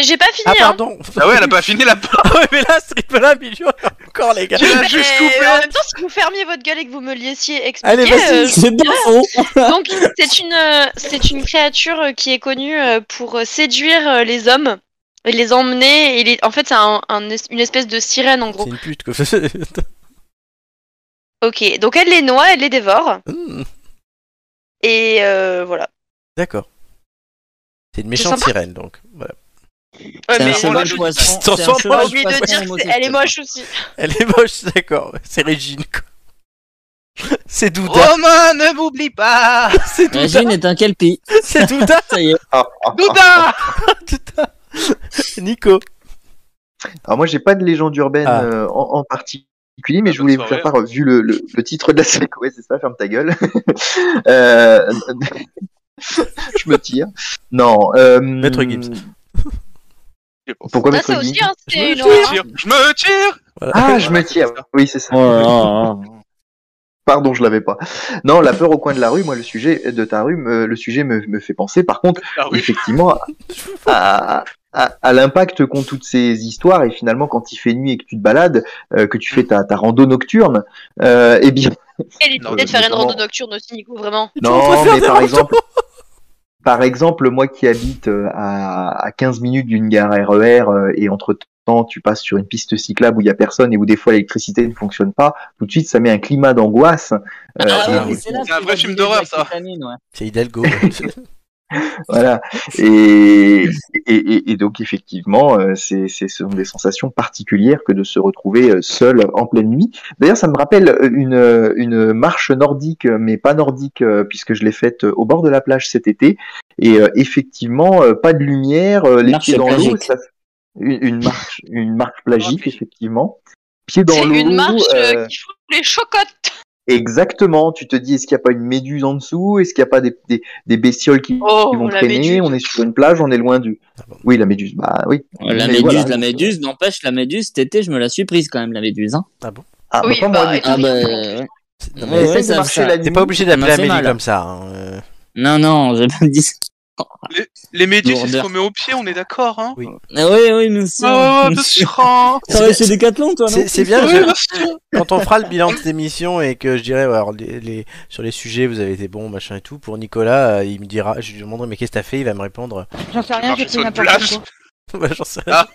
J'ai pas fini, Ah, hein pardon. Ah ouais, elle a pas fini la part. Ah ouais, mais là, triple A, million, encore, les gars. Tu l'as juste hein. Mais, euh, coupé. en même temps, si vous fermiez votre gueule et que vous me laissiez expliquer, Allez, vas-y. euh, C'est Oh. pas faux. Donc, c'est une, euh, c'est une créature euh, qui est connue euh, pour euh, séduire euh, les hommes et les emmener. Et les- En fait, c'est un- un es- une espèce de sirène C'est en gros. une pute, quoi. Ok, donc elle les noie, elle les dévore. Hmm. Et euh, voilà. D'accord. C'est une méchante sympa. sirène, donc. Voilà. Ouais, C'est un Euh, mais on l'a cheval dit. poisson. T'en c'est un sens pas j'ai pas cheval oublié de poisson dire que c'est- homosexuel. elle est moche aussi. Elle est moche, d'accord. C'est Régine, quoi. C'est Douda. Romain, ne m'oublie pas c'est Douda. Régine est un kelpie. C'est Douda. Ça y est. Ah, Douda Douda. Nico. Alors moi, j'ai pas de légende urbaine Ah. euh, en, en particulier, mais Ah, je bonne voulais vous soirée. faire part, euh, vu le, le- le titre de la série. Ouais, c'est ça, ferme ta gueule. Euh, je me tire. Non. Euh, Maître Gibbs. Pourquoi Ça, Maître ça aussi, Gibbs hein, c'est une Je horreur. me tire Je me tire Voilà. Ah, je me tire. Oui, c'est ça. Oh Ah Pardon, je l'avais pas. Non, la peur au coin de la rue, moi, le sujet de ta rue, me- le sujet me- me fait penser, par contre, Ah oui. effectivement à, à- à l'impact qu'ont toutes ces histoires et finalement quand il fait nuit et que tu te balades, euh, que tu fais ta, ta rando nocturne, euh, eh bien Elle est Non, obligée de mais faire une vraiment. rando nocturne aussi, Nico, vraiment. Tu non vas te faire mais des par retours. exemple par exemple moi qui habite euh, à, à 15 minutes d'une gare RER euh, et entre temps tu passes sur une piste cyclable où il y a personne et où des fois l'électricité ne fonctionne pas, tout de suite ça met un climat d'angoisse. euh, oui, et- Ah, mais c'est là Ah C'est un que vrai tu film vas d'horreur, viser la hein. kétamine, ouais. C'est Hidalgo. Voilà. Et, et, et- et donc effectivement, euh, c'est, c'est, ce sont des sensations particulières que de se retrouver euh, seul en pleine nuit. D'ailleurs, ça me rappelle euh, une, euh, une marche nordique, euh, mais pas nordique, euh, puisque je l'ai faite euh, au bord de la plage cet été. Et euh, effectivement, euh, pas de lumière, euh, les Marche pieds dans l'eau. plagique. ça- une, une marche, une marche plagique, plagique. effectivement. Pieds dans C'est l'eau. une marche euh, euh, qui fout les chocottes. Exactement. Tu te dis, est-ce qu'il n'y a pas une méduse en dessous Est-ce qu'il n'y a pas des, des, des bestioles qui, Oh, qui vont la traîner méduse. On est sur une plage, on est loin du. bon. Oui, la méduse. Bah oui. La Mais méduse, voilà. la méduse, n'empêche, la méduse, cet été, je me la suis prise quand même, la méduse. Hein. Ah, bah, Oui, pas moi, bah, du tout. Ah bah, ouais. Non, mais Mais Ouais, essaye de ça- marcher ça- la T'es nuit. pas obligé m'a d'appeler fait Amélie mal. comme ça. hein, euh. Non, non, j'ai pas dit ça. Les méduses, c'est ce Lourdeur. qu'on met au pied, on est d'accord, hein Ah oui, oui, monsieur. Ah ouais, ouais, bien sûr hein. T'as C'est- resté Decathlon, toi, non C'est c'est bien, Oui, je- bien sûr. quand on fera le bilan de cette émission et que je dirai, ouais, alors, les- les- sur les sujets, vous avez été bon, machin et tout. Pour Nicolas, euh, il me dira, je lui demanderai, mais qu'est-ce que t'as fait Il va me répondre, J'en sais rien, marché j'ai pris sur une n'importe plage. quoi. bah, j'en sais rien. Ah.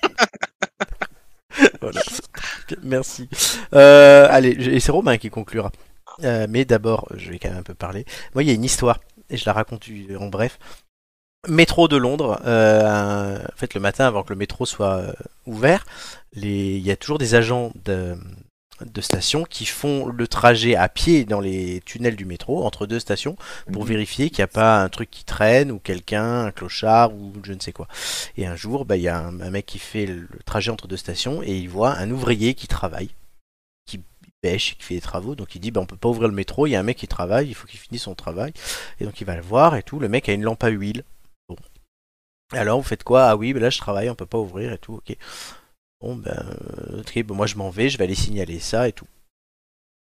voilà. Merci. Euh, allez, je- et c'est Romain qui conclura. Euh, mais d'abord, je vais quand même un peu parler. Moi, il y a une histoire, et je la raconte euh, en bref. Métro de Londres, euh, un- en fait, le matin, avant que le métro soit euh, ouvert, les- il y a toujours des agents de, de stations qui font le trajet à pied dans les tunnels du métro, entre deux stations, pour vérifier qu'il n'y a pas un truc qui traîne, ou quelqu'un, un clochard, ou je ne sais quoi. Et un jour, bah, il y a un, un mec qui fait le trajet entre deux stations et il voit un ouvrier qui travaille, qui pêche, qui fait des travaux. Donc il dit, bah, on peut pas ouvrir le métro, il y a un mec qui travaille, il faut qu'il finisse son travail. Et donc il va le voir et tout. Le mec a une lampe à huile. Bon. Et Alors vous faites quoi Ah oui, bah, là je travaille, on peut pas ouvrir et tout. Ok. Bon ben, euh, ok, bon, moi je m'en vais, je vais aller signaler ça et tout.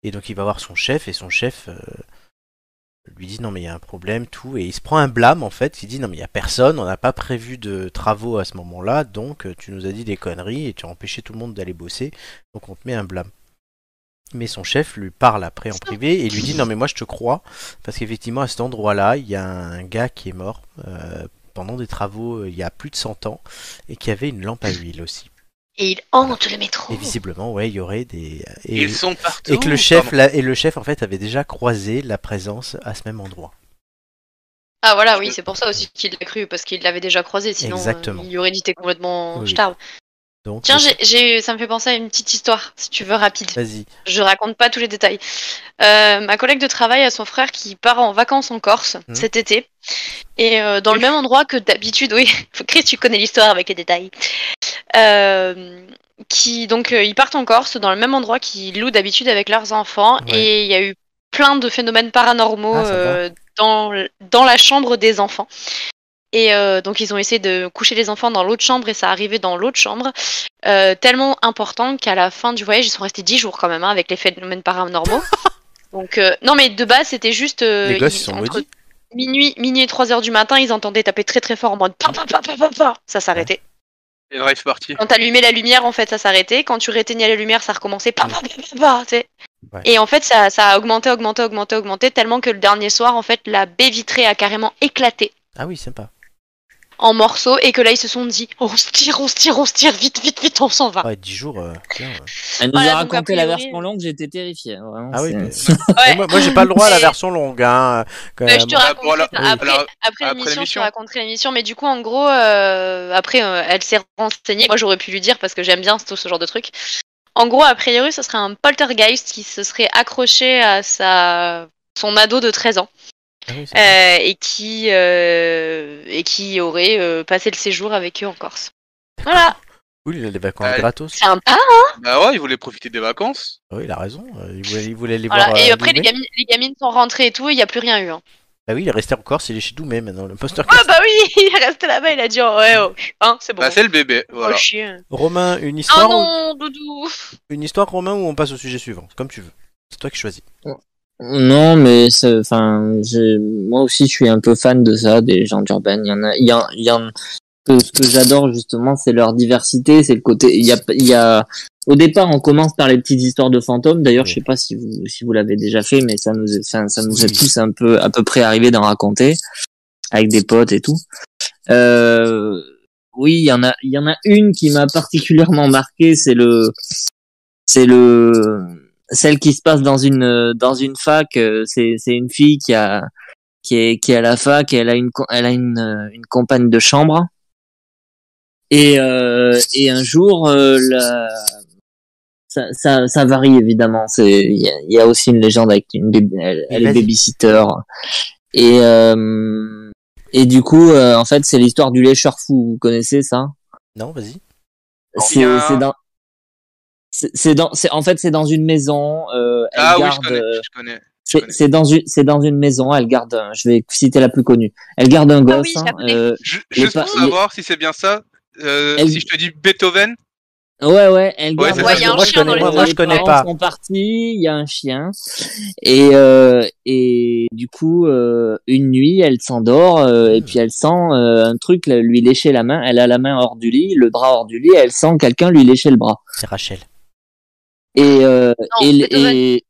Et donc il va voir son chef et son chef euh, lui dit non mais il y a un problème tout et il se prend un blâme en fait. Il dit non mais il y a personne, on n'a pas prévu de travaux à ce moment-là, donc euh, tu nous as dit des conneries et tu as empêché tout le monde d'aller bosser, donc on te met un blâme. Mais son chef lui parle après en privé et lui dit non mais moi je te crois parce qu'effectivement à cet endroit-là il y a un gars qui est mort euh, pendant des travaux euh, il y a plus de 100 ans et qui avait une lampe à huile aussi. Et il hante le métro. Et visiblement ouais il y aurait des euh, et, Oh. Ils sont partout. et que le chef pardon. là, et le chef en fait avait déjà croisé la présence à ce même endroit. Ah voilà, oui, c'est pour ça aussi qu'il l'a cru, parce qu'il l'avait déjà croisé, sinon euh, Exactement. il aurait dit t'es complètement Oui. starve. Donc Tiens, le- j'ai- j'ai, ça me fait penser à une petite histoire, si tu veux, rapide. vas-y. Je raconte pas tous les détails. Euh, ma collègue de travail a son frère qui part en vacances en Corse Mhm. cet été. Et euh, dans le même endroit que d'habitude, oui. Chris, tu connais l'histoire avec les détails. Euh, qui, donc, euh, ils partent en Corse dans le même endroit qu'ils louent d'habitude avec leurs enfants. Ouais. Et il y a eu plein de phénomènes paranormaux Ah, ça va. euh, dans, l- dans la chambre des enfants. Et euh, donc ils ont essayé de coucher les enfants dans l'autre chambre et ça arrivait dans l'autre chambre. Euh, tellement important qu'à la fin du voyage, ils sont restés 10 jours quand même hein, avec les phénomènes paranormaux. donc euh, non mais de base c'était juste... euh, Les gosses, ils sont entre maudits. Minuit, minuit et 3 heures du matin, ils entendaient taper très très fort en mode... Pa, pa, pa, pa, pa, pa. Ça s'arrêtait. Et drive party. Quand t'allumais la lumière, en fait, ça s'arrêtait. Quand tu réteignais la lumière, ça recommençait. Pa, pa, pa, pa, pa, tu sais. Ouais. Et en fait, ça, ça a augmenté, augmenté, augmenté, augmenté, tellement que le dernier soir, en fait, la baie vitrée a carrément éclaté Ah oui sympa. en morceaux et que là, ils se sont dit on se tire, on se tire, on se tire, vite, vite, vite, on s'en va. Ouais 10 jours. euh, tiens, euh. Oh, Elle nous Voilà, a donc, raconté a la priori- version longue, j'étais terrifié. vraiment, Ah oui. c'est- mais- Ouais. Mais Moi, moi, j'ai pas le droit à la Mais- version longue hein. quand Mais je même. te Bah, raconterai voilà. ça Oui. après, Alors, après après l'émission, je te l'émission. raconterai l'émission. Mais du coup, en gros, euh, après, euh, elle s'est renseignée. Moi, j'aurais pu lui dire parce que j'aime bien tout ce genre de truc. En gros, a priori, ce serait un poltergeist qui se serait accroché à sa son ado de 13 ans Ah oui, c'est- euh, et qui euh, et qui aurait euh, passé le séjour avec eux en Corse. Voilà, Cool, il a des vacances Allez. gratos. c'est un pas. Bah ouais, ils voulaient profiter des vacances. Ah Oui, il a raison. euh, Il voulait, il voulait aller Voilà. voir. Et euh, après, les Doumé. gamines, les gamines sont rentrées et tout. Il n'y a plus rien eu. hein. Bah oui, il est resté en Corse, il est chez Doumé maintenant. Le poster Ah bah oui, il est resté là-bas. Il a dit oh, ouais, oh, hein, c'est bon. Bah c'est le bébé, Oh, voilà. chien. Romain, une Oh histoire, ou- non, Doudou une histoire Romain ou on passe au sujet suivant, comme tu veux. C'est toi qui choisis. Non, mais c'est- enfin, j'ai- moi aussi, je suis un peu fan de ça, des gens d'urbaine. Il y en a, il y en, il y en- que- ce que j'adore justement, c'est leur diversité, c'est le côté. Il y a, il y a. Au départ, on commence par les petites histoires de fantômes. D'ailleurs, je sais pas si vous, si vous l'avez déjà fait, mais ça nous, est- enfin, ça nous est Oui. tous un peu, à peu près arrivé d'en raconter avec des potes et tout. Euh, oui, il y en a, il y en a une qui m'a particulièrement marqué, c'est le, c'est le celle qui se passe dans une euh, dans une fac euh, c'est c'est une fille qui a qui est qui est à la fac et elle a une co- elle a une euh, une compagne de chambre et euh, et un jour euh, la- ça, ça ça varie évidemment c'est il y a, il y a aussi une légende avec une baby- elle, elle est Vas-y. babysitter et euh, et du coup euh, en fait c'est l'histoire du lécheur fou vous connaissez ça Non, vas-y. c'est Bien. c'est dans c'est c'est dans c'est en fait c'est dans une maison euh, elle Ah oui, je garde connais, euh, je connais. c'est- connais. c'est dans une c'est dans une maison elle garde un- je vais citer la plus connue elle garde un Ah gosse oui, je la hein, connais. euh, Ju- les Juste pa- pour savoir si c'est bien ça, euh, Elle- si je te dis Beethoven, ouais ouais elle Ouais, garde c'est un ça, Ouais, il y a un gosse, chien dans euh, les les moi, je connais parents pas. sont partis il y a un chien et euh, et du coup euh, une nuit elle s'endort euh, et puis elle sent euh, un truc là, lui lécher la main elle a la main hors du lit le bras hors du lit elle sent quelqu'un lui lécher le bras C'est Rachel. Et, euh, Non, et, Beethoven. et,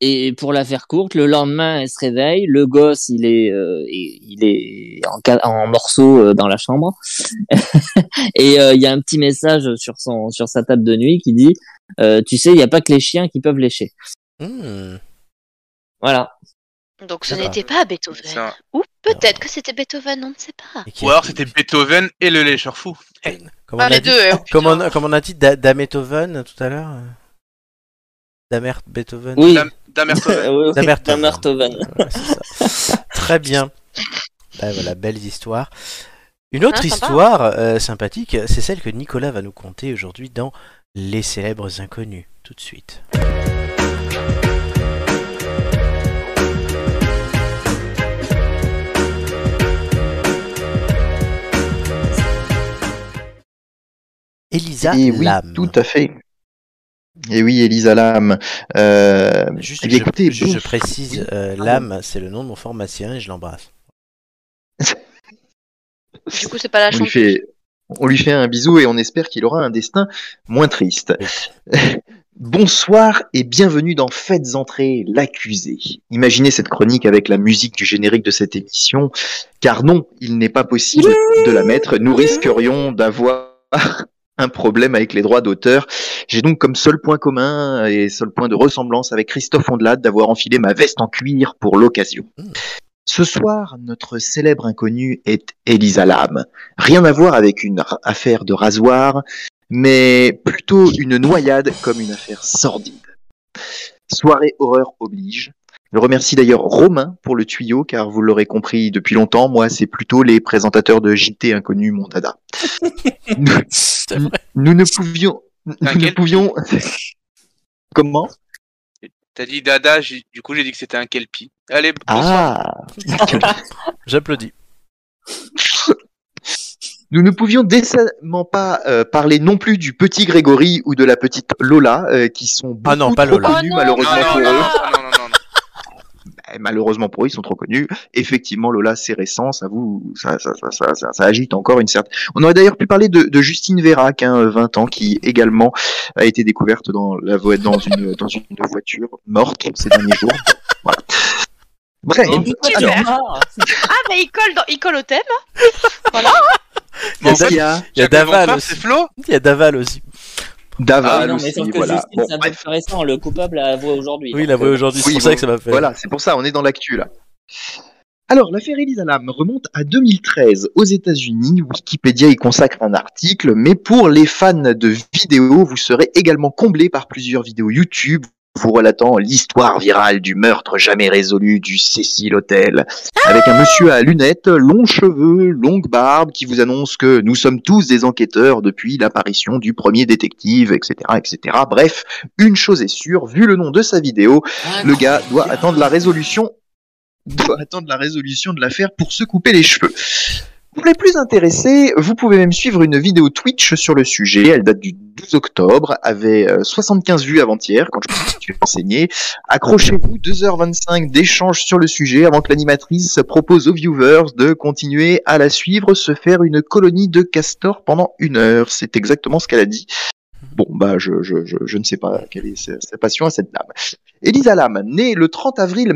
et pour la faire courte, le lendemain, elle se réveille. Le gosse, il est, euh, il est en, ca- en morceaux euh, dans la chambre. et euh, il y a un petit message sur son, sur sa table de nuit qui dit, euh, tu sais, il n'y a pas que les chiens qui peuvent lécher. Hmm. Voilà. Donc ce D'accord. n'était pas c'est Beethoven. un- Ou peut-être que c'était Beethoven, on ne sait pas. Et qui ou est- alors c'était Beethoven et le lécheur fou. Comme on, Ah, a les dit, deux, hein, comme, putain. on, comme on a dit Da- Damethoven tout à l'heure. euh. Damer Beethoven. Oui. Dam- Damertoven. Oui, oui, Damertoven. Damertoven. Voilà, c'est ça. Très bien. Bah, voilà, belles histoires. Une autre Ah, sympa. histoire euh, sympathique, c'est celle que Nicolas va nous conter aujourd'hui dans Les célèbres inconnus. Tout de suite. Elisa Et oui, Lam. tout à fait. Et oui, Elisa Lam. Euh, Juste, eh bien, je, écoutez, je- bon- je précise, euh, pardon. Lam, c'est le nom de mon pharmacien et je l'embrasse. Du coup, c'est pas la on lui chanteuse. fait on lui fait un bisou et on espère qu'il aura un destin moins triste. Bonsoir et bienvenue dans Faites entrer l'accusé. Imaginez cette chronique avec la musique du générique de cette émission, car non, il n'est pas possible de la mettre. Nous risquerions d'avoir un problème avec les droits d'auteur. J'ai donc comme seul point commun et seul point de ressemblance avec Christophe Ondelade d'avoir enfilé ma veste en cuir pour l'occasion. Ce soir, notre célèbre inconnue est Elisa Lam. Rien à voir avec une ra- affaire de rasoir, mais plutôt une noyade comme une affaire sordide. Soirée horreur oblige. Je remercie d'ailleurs Romain pour le tuyau, car vous l'aurez compris depuis longtemps, moi c'est plutôt les présentateurs de JT inconnus, mon dada. nous, nous ne pouvions... Nous ne T'inquiète. pouvions... Comment T'as dit dada, j'ai- du coup j'ai dit que c'était un kelpie. Allez, bonsoir. Ah J'applaudis. Nous ne pouvions décemment pas euh, parler non plus du petit Grégory ou de la petite Lola, euh, qui sont beaucoup Ah non, pas trop Lola. connus, Oh non, malheureusement non, non, pour non, eux. non, non, non, non. Eh, Malheureusement pour eux, ils sont trop connus. Effectivement, Lola, c'est récent, ça vous, ça, ça, ça, ça, ça- ça agite encore une certaine. On aurait d'ailleurs pu parler de, de Justine Vérac, hein, 20 ans, qui également a été découverte dans la vo- dans une dans une voiture morte ces derniers jours. Voilà. Bref, alors, Ah, mais il colle, dans... il colle au thème. il y a en fait, Dalia, Il y a J'avais Daval encore, aussi. C'est Flo Il y a Daval aussi. Dava, Ah, non, mais Lucie, sauf que voilà. Justine, Bon, c'est un bref. peu plus récent. Le coupable a avoué aujourd'hui. Oui, il Donc, la voyait euh, aujourd'hui, c'est oui, pour bon, ça que ça m'a fait. Voilà, c'est pour ça, on est dans l'actu là. Alors, l'affaire Elisa Lam remonte à 2013 aux États-Unis. Wikipédia y consacre un article, mais pour les fans de vidéos, vous serez également comblés par plusieurs vidéos YouTube vous relatant l'histoire virale du meurtre jamais résolu du Cécile Hotel. Avec un monsieur à lunettes, longs cheveux, longue barbe, qui vous annonce que nous sommes tous des enquêteurs depuis l'apparition du premier détective, etc., etc. Bref, une chose est sûre, vu le nom de sa vidéo, le gars doit attendre la résolution doit attendre la résolution de l'affaire pour se couper les cheveux. Pour les plus intéressés, vous pouvez même suivre une vidéo Twitch sur le sujet. Elle date du 12 octobre, avait euh, 75 vues avant-hier quand je me suis renseigné. Accrochez-vous, 2h25 d'échange sur le sujet avant que l'animatrice propose aux viewers de continuer à la suivre, se faire une colonie de castors pendant une heure. C'est exactement ce qu'elle a dit. Bon, bah, je, je, je, je ne sais pas quelle est sa, sa passion à cette dame. Elisa Lam, née le 30 avril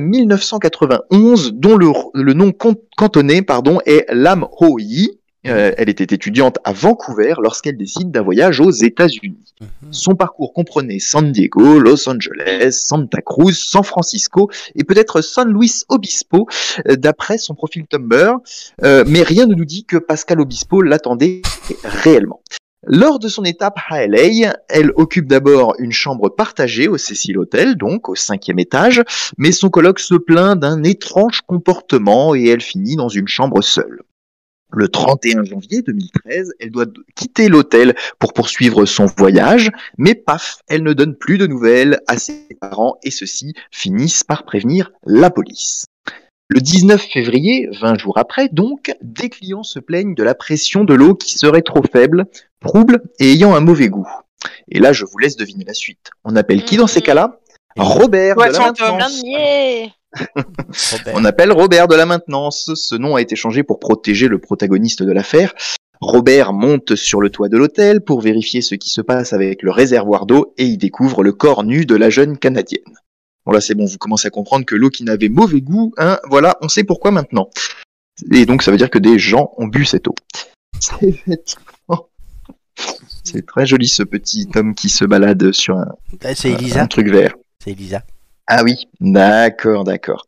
1991, dont le, le nom con- cantonné pardon, est Lam Ho Yi. Euh, elle était étudiante à Vancouver lorsqu'elle décide d'un voyage aux États-Unis. Son parcours comprenait San Diego, Los Angeles, Santa Cruz, San Francisco et peut-être San Luis Obispo, euh, d'après son profil Tumblr, Euh, mais rien ne nous dit que Pascal Obispo l'attendait réellement. Lors de son étape à LA, elle occupe d'abord une chambre partagée au Cecil Hotel, donc au cinquième étage, mais son colloque se plaint d'un étrange comportement et elle finit dans une chambre seule. Le 31 janvier 2013, elle doit quitter l'hôtel pour poursuivre son voyage, mais paf, elle ne donne plus de nouvelles à ses parents et ceux-ci finissent par prévenir la police. Le 19 février, 20 jours après donc, des clients se plaignent de la pression de l'eau qui serait trop faible trouble et ayant un mauvais goût. Et là, je vous laisse deviner la suite. On appelle qui dans ces cas-là Robert Ouais, de la fantôme. maintenance. Blâmier. Robert. On appelle Robert de la maintenance. Ce nom a été changé pour protéger le protagoniste de l'affaire. Robert monte sur le toit de l'hôtel pour vérifier ce qui se passe avec le réservoir d'eau et il découvre le corps nu de la jeune Canadienne. Bon là c'est bon, vous commencez à comprendre que l'eau qui n'avait mauvais goût, hein, voilà, on sait pourquoi maintenant. Et donc ça veut dire que des gens ont bu cette eau. C'est vêtement. C'est très joli ce petit homme qui se balade sur un- Ah, C'est un Elisa. truc vert. C'est Elisa. Ah oui, d'accord, d'accord.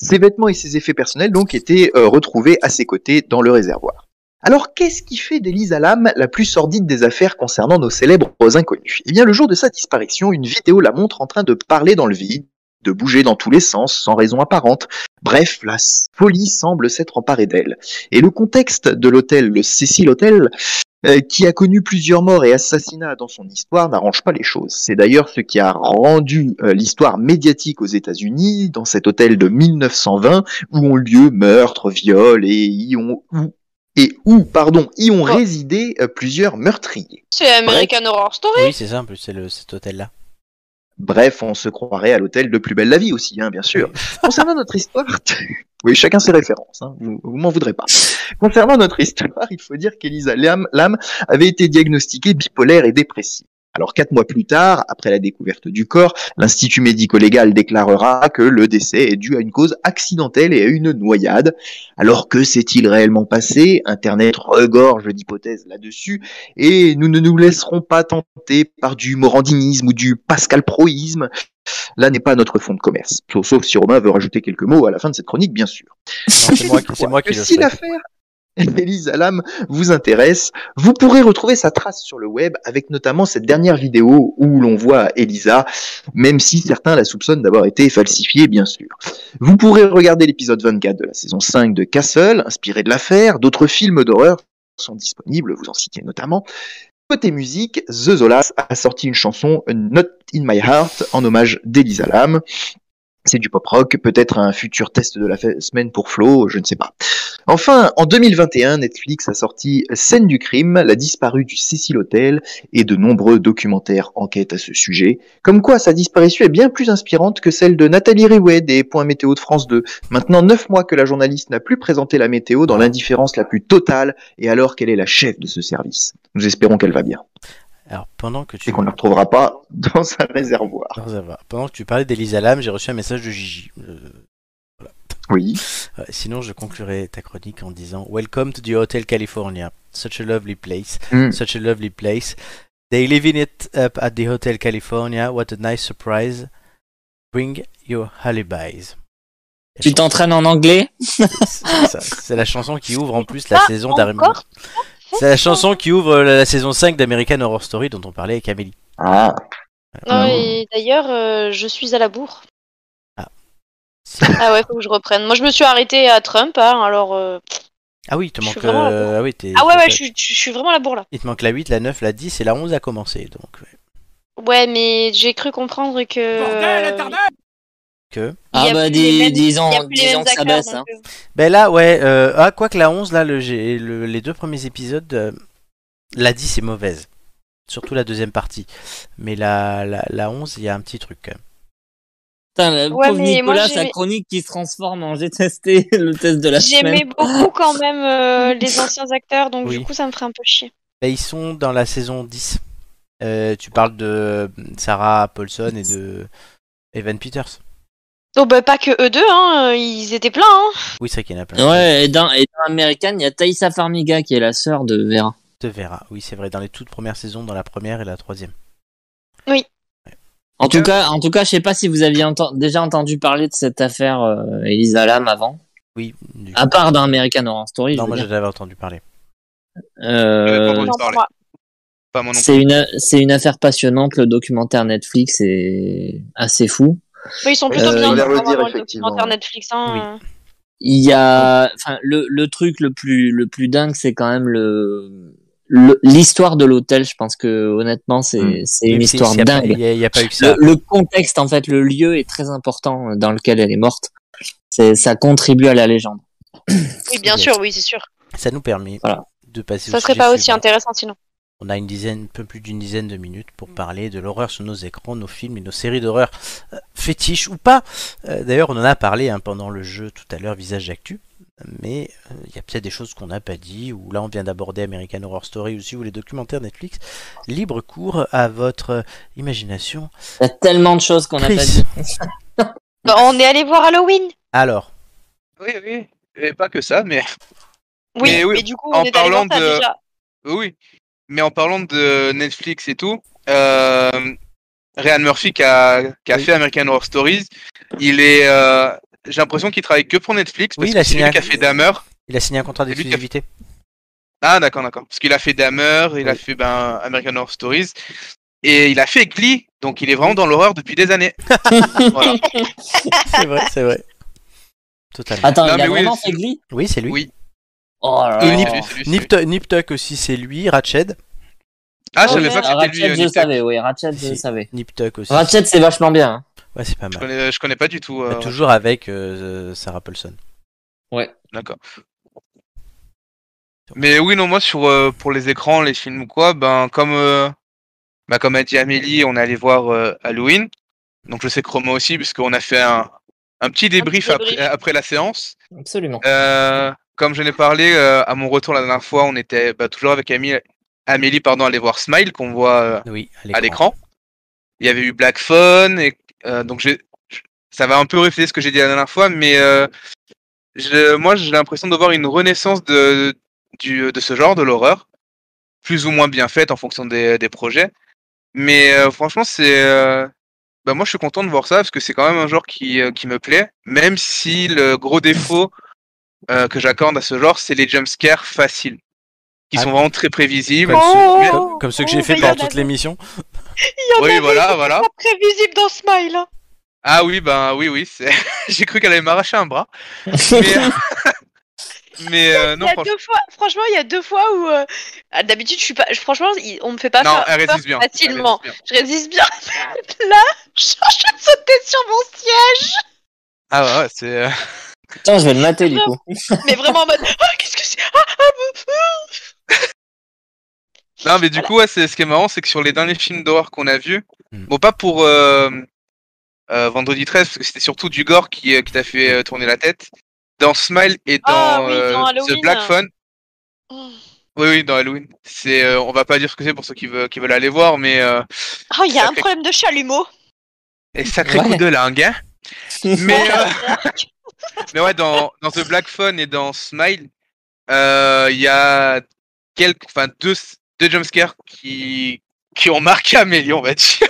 Ses vêtements et ses effets personnels donc étaient euh, retrouvés à ses côtés dans le réservoir. Alors qu'est-ce qui fait d'Elisa Lam la plus sordide des affaires concernant nos célèbres inconnus Eh bien le jour de sa disparition, une vidéo la montre en train de parler dans le vide, de bouger dans tous les sens sans raison apparente. Bref, la s- folie semble s'être emparée d'elle. Et le contexte de l'hôtel, le Cécile Hôtel, euh, qui a connu plusieurs morts et assassinats dans son histoire, n'arrange pas les choses. C'est d'ailleurs ce qui a rendu euh, l'histoire médiatique aux États-Unis, dans cet hôtel de 1920, où ont lieu meurtres, viols et y ont où et où, pardon, y ont Oh. résidé euh, plusieurs meurtriers. C'est American Horror Story. Oui, c'est ça, en plus, c'est le- cet hôtel-là. Bref, on se croirait à l'hôtel de Plus Belle la Vie aussi, hein, bien sûr. Concernant notre histoire, oui, chacun ses références, hein, vous, vous m'en voudrez pas. Concernant notre histoire, il faut dire qu'Elisa Lam, Lam avait été diagnostiquée bipolaire et dépressive. Alors quatre mois plus tard, après la découverte du corps, l'institut médico-légal déclarera que le décès est dû à une cause accidentelle et à une noyade. Alors que s'est-il réellement passé Internet regorge d'hypothèses là-dessus et nous ne nous laisserons pas tenter par du morandinisme ou du Pascal Proïsme. Là n'est pas notre fonds de commerce. Sauf, sauf si Romain veut rajouter quelques mots à la fin de cette chronique, bien sûr. Non, c'est moi, qui- c'est moi qui Que le si fais. l'affaire Elisa Lam vous intéresse, vous pourrez retrouver sa trace sur le web avec notamment cette dernière vidéo où l'on voit Elisa, même si certains la soupçonnent d'avoir été falsifiée, bien sûr. Vous pourrez regarder l'épisode 24 de la saison 5 de Castle, inspiré de l'affaire. D'autres films d'horreur sont disponibles, vous en citiez notamment. Côté musique, The Zolas a sorti une chanson Not in My Heart en hommage d'Elisa Lam. C'est du pop rock, peut-être un futur test de la fe- semaine pour Flo, je ne sais pas. Enfin, en 2021, Netflix a sorti Scène du crime, la disparue du Cecil Hotel et de nombreux documentaires enquêtes à ce sujet. Comme quoi, sa disparition est bien plus inspirante que celle de Nathalie Riouet des Points Météo de France 2. Maintenant neuf mois que la journaliste n'a plus présenté la météo dans l'indifférence la plus totale et alors qu'elle est la chef de ce service. Nous espérons qu'elle va bien Alors pendant que tu et qu'on ne la retrouvera pas dans un réservoir. Non, ça va. Pendant que tu parlais d'Elisa Lam, j'ai reçu un message de Gigi. Euh, Oui. ouais, sinon, je conclurai ta chronique en disant Welcome to the Hotel California. Such a lovely place. Mm. Such a lovely place. They living it up at the Hotel California. What a nice surprise. Bring your alibis. Tu t'entraînes en anglais C'est ça. C'est la chanson qui ouvre en plus la Pas saison d'Arrêt. Ah, encore C'est la chanson qui ouvre euh, la, la saison 5 d'American Horror Story dont on parlait avec Amélie. Ah, Non, et d'ailleurs, euh, je suis à la bourre. Ah. Ah ouais, faut que je reprenne. Moi, je me suis arrêtée à Trump, hein, alors. euh, Ah oui, il te Je suis manque. vraiment à la euh, ah oui, t'es- Ah ouais, t'es- ouais, je, suis- je suis vraiment à la bourre là. Il te manque la 8, la 9, la 10 et la 11 a commencé. Donc, ouais. Ouais, mais j'ai cru comprendre que. que. il y Ah a bah plus les dis, mêmes- disons, il y a plus les disons mêmes que ça acteurs, baisse. Hein. donc, euh, Ben là, ouais. euh, ah, quoi que la 11, là, le, j'ai- le- les deux premiers épisodes, euh, la 10 est mauvaise. Surtout la deuxième partie. Mais la, la, la 11, il y a un petit truc quand même. Putain, le Ouais, pauvre mais Nicolas, moi, sa j'aimais- chronique qui se transforme en j'ai testé le test de la euh, J'aimais semaine. beaucoup quand même euh, les anciens acteurs, donc Oui. du coup, ça me ferait un peu chier. Ben, ils sont dans la saison 10. Euh, tu parles de Sarah Paulson et de Evan Peters. Oh bah pas que eux deux, hein, euh, ils étaient pleins. Hein. Oui, c'est vrai qu'il y en a plein. Ouais, et dans, et dans American, il y a Thaisa Farmiga qui est la sœur de Vera. Te verra. Oui, c'est vrai. Dans les toutes premières saisons, dans la première et la troisième. En Euh. tout cas, en tout cas, je sais pas si vous aviez enten- déjà entendu parler de cette affaire euh, Elisa Lam avant, Oui. du- à part dans American Horror Story. Ah, je non, veux moi dire. j'avais entendu parler. Euh, J'avais pas entendu. Non, parler. moi. Pas moi non plus. c'est une c'est une affaire passionnante. Le documentaire Netflix est assez fou. Oui, ils sont plutôt Euh, bien il va pour le avoir dire, le effectivement. documentaire Netflix. Hein. Il y a, enfin, le le truc le plus le plus dingue, c'est quand même le le- l'histoire de l'hôtel. Je pense que honnêtement, c'est Mm. c'est Mais une si- histoire Hmm. s'il y a pas- dingue. Il n'y a, pas eu que ça. le, le contexte, en fait, le lieu est très important dans lequel elle est morte. C'est, ça contribue à la légende. Oui, bien Yes. sûr, oui, c'est sûr. Ça nous permet Voilà. de passer au Ça serait sujet pas aussi suivant. intéressant sinon. On a une dizaine, un peu plus d'une dizaine de minutes pour parler de l'horreur sur nos écrans, nos films et nos séries d'horreur euh, fétiches ou pas. Euh, D'ailleurs, on en a parlé hein, pendant le jeu tout à l'heure, Visage d'actu. Mais euh, il y a peut-être des choses qu'on n'a pas dit, ou là on vient d'aborder American Horror Story aussi, ou les documentaires Netflix. Libre cours à votre euh, imagination. Il y a tellement de choses qu'on n'a pas Chris, dit. Bah, on est allé voir Halloween. alors, Oui, oui. Et pas que ça, mais Oui, Mais mais, oui, du coup, en on est allé parlant voir ça de- déjà. Oui, mais en parlant de Netflix et tout, euh, Ryan Murphy qui a, qui a Oui. fait American Horror Stories, il est, euh, j'ai l'impression qu'il travaille que pour Netflix Oui, parce il a que c'est signé lui qui un- a fait Dahmer. il a signé un contrat C'est lui qui a- d'exclusivité. Ah d'accord, d'accord. Parce qu'il a fait Dahmer, il a Oui. fait ben, American Horror Stories et il a fait Glee, donc il est vraiment dans l'horreur depuis des années. Voilà. C'est vrai, c'est vrai. Totalement. Attends, Non, il a mais oui, vraiment c'est- fait Glee Oui, c'est lui. Oui. Oh là Ah, Oui, là. c'est lui, c'est lui, c'est lui. Nip, Tuck- Nip Tuck aussi, c'est lui. Ratched. Ah, je Oh, savais mais- pas que Ah, c'était lui. Ratchet, euh, je Nip Tuck. savais, oui, Ratchet, je Si. savais. Nip Tuck aussi. Ratchet, c'est vachement bien. hein. Ouais, c'est pas Je mal. connais, je connais pas du tout. euh, Bah, toujours avec euh, Sarah Paulson. D'accord. Mais oui, non, moi, sur, euh, pour les écrans, les films ou quoi, ben, comme, euh, bah, comme a dit Amélie, on est allé voir euh, Halloween. Donc, je sais que Romain aussi, puisqu'on a fait un, un petit débrief, débrief. Après, après la séance. Absolument. Euh, comme je l'ai parlé euh, à mon retour la dernière fois, on était bah, toujours avec Amélie, Amélie, pardon, allait voir Smile qu'on voit euh, Oui, à l'écran. Il y avait eu Black Phone, et euh, donc j'ai- je- ça va un peu refléter ce que j'ai dit la dernière fois, mais euh, je- moi j'ai l'impression de voir une renaissance de, du- de ce genre, de l'horreur, plus ou moins bien faite en fonction des, des projets. Mais euh, franchement, c'est, euh, bah, moi je suis content de voir ça parce que c'est quand même un genre qui, euh, qui me plaît, même si le gros défaut euh, que j'accorde à ce genre, c'est les jumpscares faciles, qui Ah. sont vraiment très prévisibles. Comme ceux, mais- comme- comme ceux que j'ai Oh, fait mais pendant il y en toute avait. l'émission. Il y en Oui, avait voilà, qui voilà. étaient pas prévisibles dans Smile. hein. Ah oui, ben oui, oui, c'est- j'ai cru qu'elle allait m'arracher un bras. Mais, euh, mais, euh, Il non, y a franchement, deux fois, franchement, il y a deux fois où euh, ah, d'habitude je suis pas, je- franchement, il- on me fait pas non, faire elle peur résiste bien. elle facilement. résiste bien. Je résiste bien. Là, je suis en train de sauter sur mon siège, Ah ouais, ouais, c'est. euh, Putain, je vais le mater du coup. mais vraiment en mode ah qu'est-ce que c'est Ah, ah, bouh, ah. Non, mais du coup, ouais, c'est ce qui est marrant, c'est que sur les derniers films d'horreur qu'on a vus, Hmm. bon, pas pour euh, euh, Vendredi 13, parce que c'était surtout du gore qui, euh, qui t'a fait euh, tourner la tête. Dans Smile et dans, Ah oui, euh, dans Halloween. The Black Phone. Oh. Oui, oui, dans Halloween. C'est, euh, on va pas dire ce que c'est pour ceux qui veulent, qui veulent aller voir, mais euh, Oh, il y a un Sacré- problème de chalumeau. et sacré Ouais. coup de langue, hein. Mais, euh, Merde. Mais ouais, dans, dans The Black Phone et dans Smile, euh, il y a quelques, enfin deux, deux jumpscares qui, qui ont marqué Amélie, on va dire.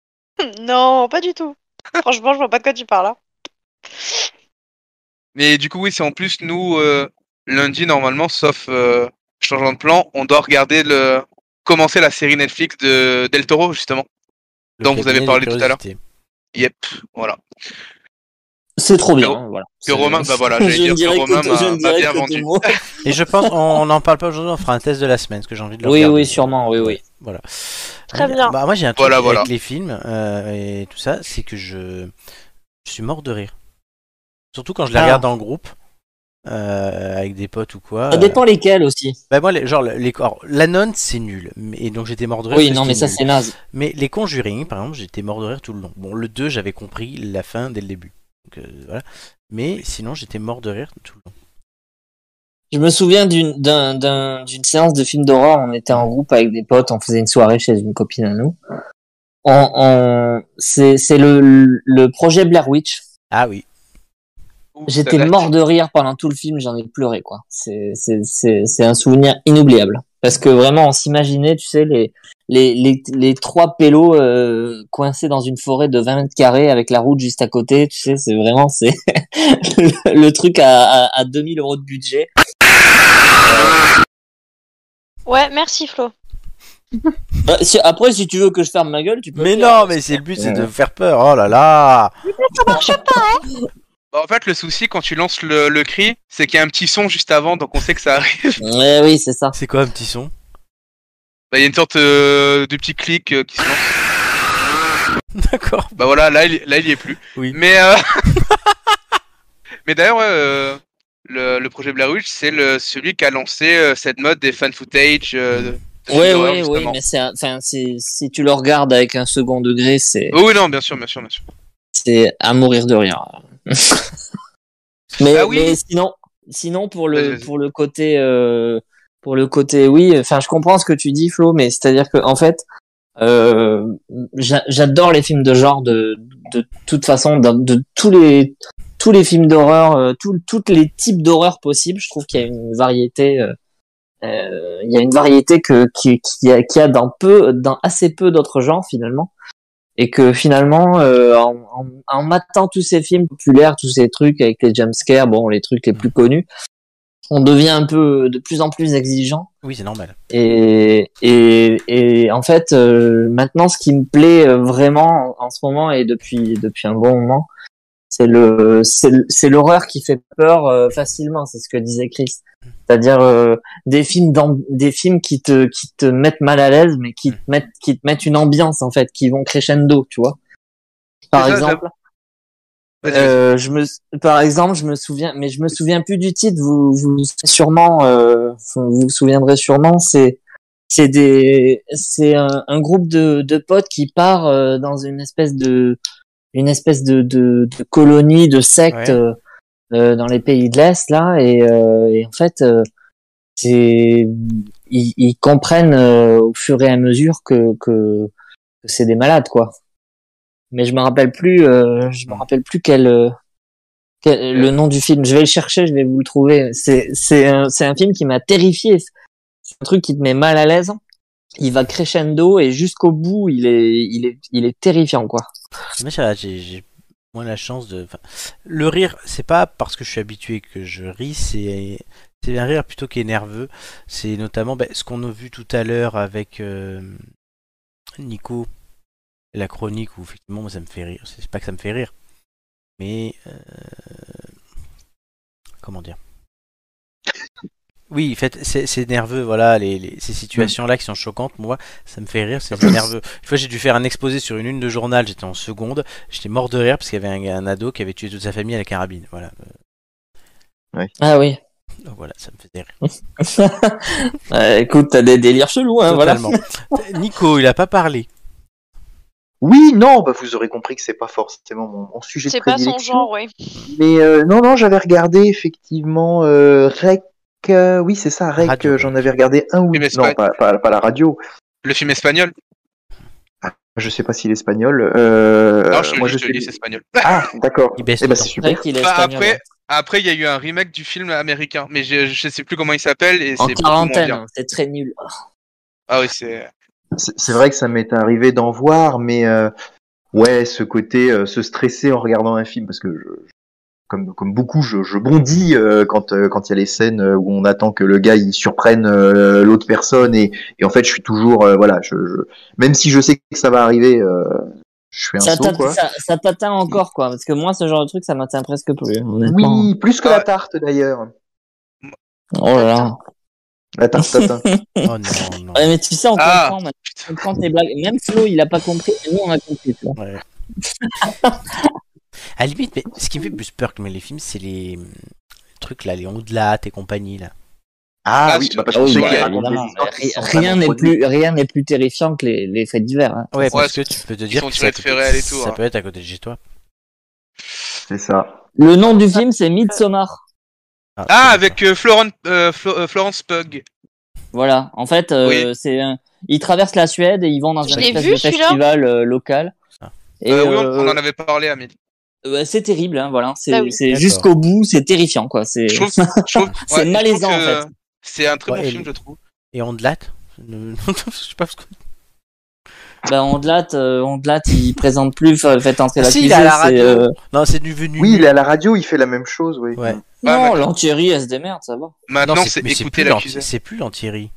non, pas du tout. Franchement, je vois pas de quoi tu parles. hein. Mais du coup, oui, c'est en plus, nous, euh, lundi, normalement, sauf euh, changement de plan, on doit regarder le. commencer la série Netflix de Del Toro, justement. Le Donc, vous avez cabinet des parlé tout à l'heure. curiosités. Yep, voilà. C'est trop bien. Que- hein, voilà. Que Romain, bah voilà, Je j'allais ne dire que dirais que Romain tout- je m'a ne m'a bien dirais que tout vendu. le mot. Et je pense, on n'en parle pas aujourd'hui, on fera un test de la semaine, parce que j'ai envie de le Oui, regarder. oui, sûrement, oui, oui. Voilà. Très Oui, bien. Bah, moi, j'ai un truc Voilà, avec voilà. les films euh, et tout ça, c'est que je... je suis mort de rire. Surtout quand je les Ah. regarde en groupe, euh, avec des potes ou quoi. Ça euh, dépend lesquels aussi. Bah moi, les, genre, les, alors, la nonne, c'est nul. Mais- Et donc j'étais mort de rire. Oui, parce non, que mais ça nul. c'est naze. Mais les Conjuring, par exemple, j'étais mort de rire tout le long. Bon, le 2, j'avais compris la fin dès le début. Donc, euh, voilà. Mais sinon, j'étais mort de rire tout le long. Je me souviens d'une d'un- d'un- d'une séance de film d'horreur. On était en groupe avec des potes, on faisait une soirée chez une copine à nous. On, on, c'est c'est le, le projet Blair Witch. Ah oui. Ouh, ça J'étais date. mort de rire pendant tout le film, j'en ai pleuré quoi. C'est c'est- c'est- c'est un souvenir inoubliable parce que vraiment on s'imaginait, tu sais, les les les, les trois pélos euh, coincés dans une forêt de 20 mètres carrés avec la route juste à côté, tu sais, c'est vraiment c'est le, le truc à, à à 2000 euros de budget. Ouais, merci Flo. Bah, si- après, si tu veux que je ferme ma gueule, tu peux. Mais le dire. non, mais c'est le but, c'est Ouais. de me faire peur. Oh là là Bah, en fait, le souci quand tu lances le, le cri, c'est qu'il y a un petit son juste avant, donc on sait que ça arrive. Ouais, oui, c'est ça. C'est quoi un petit son Bah, Il y a une sorte euh, de petit clic euh, qui se lance. D'accord. Bah voilà, là, il, là, il y est plus. Oui. Mais, euh, mais d'ailleurs, ouais, euh, le, le projet Blair Witch, c'est le- celui qui a lancé euh, cette mode des fan footage. euh, de- de films Ouais, d'horreur, ouais, ouais, justement. mais c'est, un- enfin, c'est, si tu le regardes avec un second degré, c'est, Oui, oui, non, bien sûr, bien sûr, bien sûr. c'est à mourir de rire. mais, Bah oui. mais sinon, sinon pour Vas-y, le, vas-y. pour le côté, euh, pour le côté, oui, enfin, je comprends ce que tu dis, Flo, mais c'est-à-dire que, en fait, euh, j'a- j'adore les films de genre de, de toute façon, de, de tous les, tous les films d'horreur, euh, tout- toutes les types d'horreur possibles. Je trouve qu'il y a une variété, euh, euh, il y a une variété que qui, qui y a, qui a dans peu, dans assez peu d'autres genres finalement, et que finalement, euh, en, en, en matant tous ces films populaires, tous ces trucs avec les jumpscares, bon, les trucs les plus connus, on devient un peu de plus en plus exigeant. Oui, c'est normal. Et, et, et en fait, euh, maintenant, ce qui me plaît euh, vraiment en en ce moment et depuis, depuis un bon moment, c'est le, c'est le- c'est l'horreur qui fait peur euh, facilement. C'est ce que disait Chris. C'est-à-dire euh, des films, d'am- des films qui te, qui te mettent mal à l'aise, mais qui te mettent, qui te mettent une ambiance en fait, qui vont crescendo, tu vois. Par C'est ça, exemple. Vas-y, vas-y. Euh, je me, par exemple, je me souviens, mais je me souviens plus du titre. Vous, vous sûrement, euh, vous vous souviendrez sûrement. C'est, c'est des, c'est un, un groupe de, de potes qui part euh, dans une espèce de, une espèce de, de, de colonie, de secte Ouais. euh, euh, dans les pays de l'est là, et, euh, et en fait, euh, c'est, ils, ils comprennent euh, au fur et à mesure que, que, que c'est des malades, quoi. Mais je me rappelle plus, euh, je me rappelle plus quel, euh, quel- le nom du film. Je vais le chercher, je vais vous le trouver. C'est, c'est un, c'est un film qui m'a terrifié. C'est un truc qui te met mal à l'aise. Il va crescendo et jusqu'au bout, il est, il est, il est terrifiant, quoi. Moi, ça, j'ai, j'ai moins la chance de. enfin, le rire, c'est pas parce que je suis habitué que je ris, c'est c'est un rire plutôt qui est nerveux. C'est notamment ben, ce qu'on a vu tout à l'heure avec euh, Nico, la chronique où effectivement moi, ça me fait rire. C'est pas que ça me fait rire, mais euh, comment dire oui, en fait, c'est c'est nerveux, voilà, les, les- ces situations-là qui sont choquantes, moi, ça me fait rire, c'est c'est nerveux. Une fois, j'ai dû faire un exposé sur une lune de journal, j'étais en seconde, j'étais mort de rire parce qu'il y avait un, un ado qui avait tué toute sa famille à la carabine, voilà. Ah oui. Donc voilà, ça me faisait rire. Ouais, Euh, écoute, t'as des délires chelous, Ah, hein, voilà. Totalement. Nico, il a pas parlé. Oui, non, bah vous aurez compris que c'est pas forcément mon, mon sujet de C'est pas son prédilection. genre, ouais. Mais euh, non, non, j'avais regardé effectivement euh, Rec. euh, oui, c'est ça, Rec. Radio. euh, J'en avais regardé un ou Oui, mais c'est non, pas, pas- pas la radio. Le film espagnol Je sais pas s'il est espagnol. euh, Non, je, moi, je te suis- le dis, c'est espagnol. Ah, d'accord. Il baisse Eh ben, tout c'est C'est vrai super. qu'il est Bah, espagnol, hein. après, ouais. Après, il y a eu un remake du film américain, mais je, je sais plus comment il s'appelle et en c'est beaucoup moins quarantaine, bien. hein, c'est très nul. Ah oui, c'est. C'est c'est vrai que ça m'est arrivé d'en voir, mais euh, ouais, ce côté euh, se stresser en regardant un film, parce que je- je- comme, comme beaucoup, je, je bondis euh, quand euh, quand il y a les scènes euh, où on attend que le gars il surprenne euh, l'autre personne, et, et en fait, je suis toujours euh, voilà, je, je- même si je sais que ça va arriver, euh, je suis un Ça saut t'atteint quoi. ça, ça t'atteint encore, quoi. Parce que moi, ce genre de truc, ça m'atteint presque plus. honnêtement. Oui, plus que Ah la ouais. tarte d'ailleurs. Oh là là. La tarte tatin. Oh non, non. Ouais, mais tu sais, on Ah. comprend maintenant. On comprend tes blagues. Même Flo, il a pas compris, mais nous, on a compris. tu vois. Ouais. à la limite, mais ce qui me fait plus peur que les films, c'est les euh, trucs là, les ondelat et compagnie là. Ah Ah, oui, c'est- bah, parce que oui, ceux bah, qui ouais, racontent des évidemment. histoires qui Ri- sont Rien vraiment n'est produites. plus, rien n'est plus terrifiant que les, les faits divers. hein. Ouais, parce Ouais, que tu peux te dire sont que ça, tirés de Ferrel et tout, ça hein. peut être à côté de chez toi. C'est ça. Le nom du film, c'est Midsommar. Ah, c'est avec euh, Florent- euh, Flo- euh, Florence Pug. Voilà. En fait, euh, Oui. c'est un- ils traversent la Suède et ils vont dans Je un l'ai espèce vu, de celui-là. festival euh, local. Ah. Et, Euh, oui, on, on euh, en avait parlé, Amélie. ouais, c'est terrible, hein, voilà. C'est Ah oui. c'est D'accord. jusqu'au bout, c'est terrifiant, quoi. C'est Je trouve, je trouve- ouais, C'est je trouve malaisant, que, en fait. euh, C'est un très Ouais, bon et- film, je trouve. ça. Et ondelat Je sais pas ce que. Bah, Ondelat, euh, Ondelat, il présente plus, fa- faites entrer la Ah, si, fusée, il est à la c'est, radio. euh, Non, c'est du venu. Oui, il est à la radio, il fait la même chose, oui. Ouais. Ah, Non, d'accord. l'antihérie, elle se démerde, ça va. Maintenant, Non, c'est mais écouter plus l'accusé. l'anti- C'est plus l'anti-ri.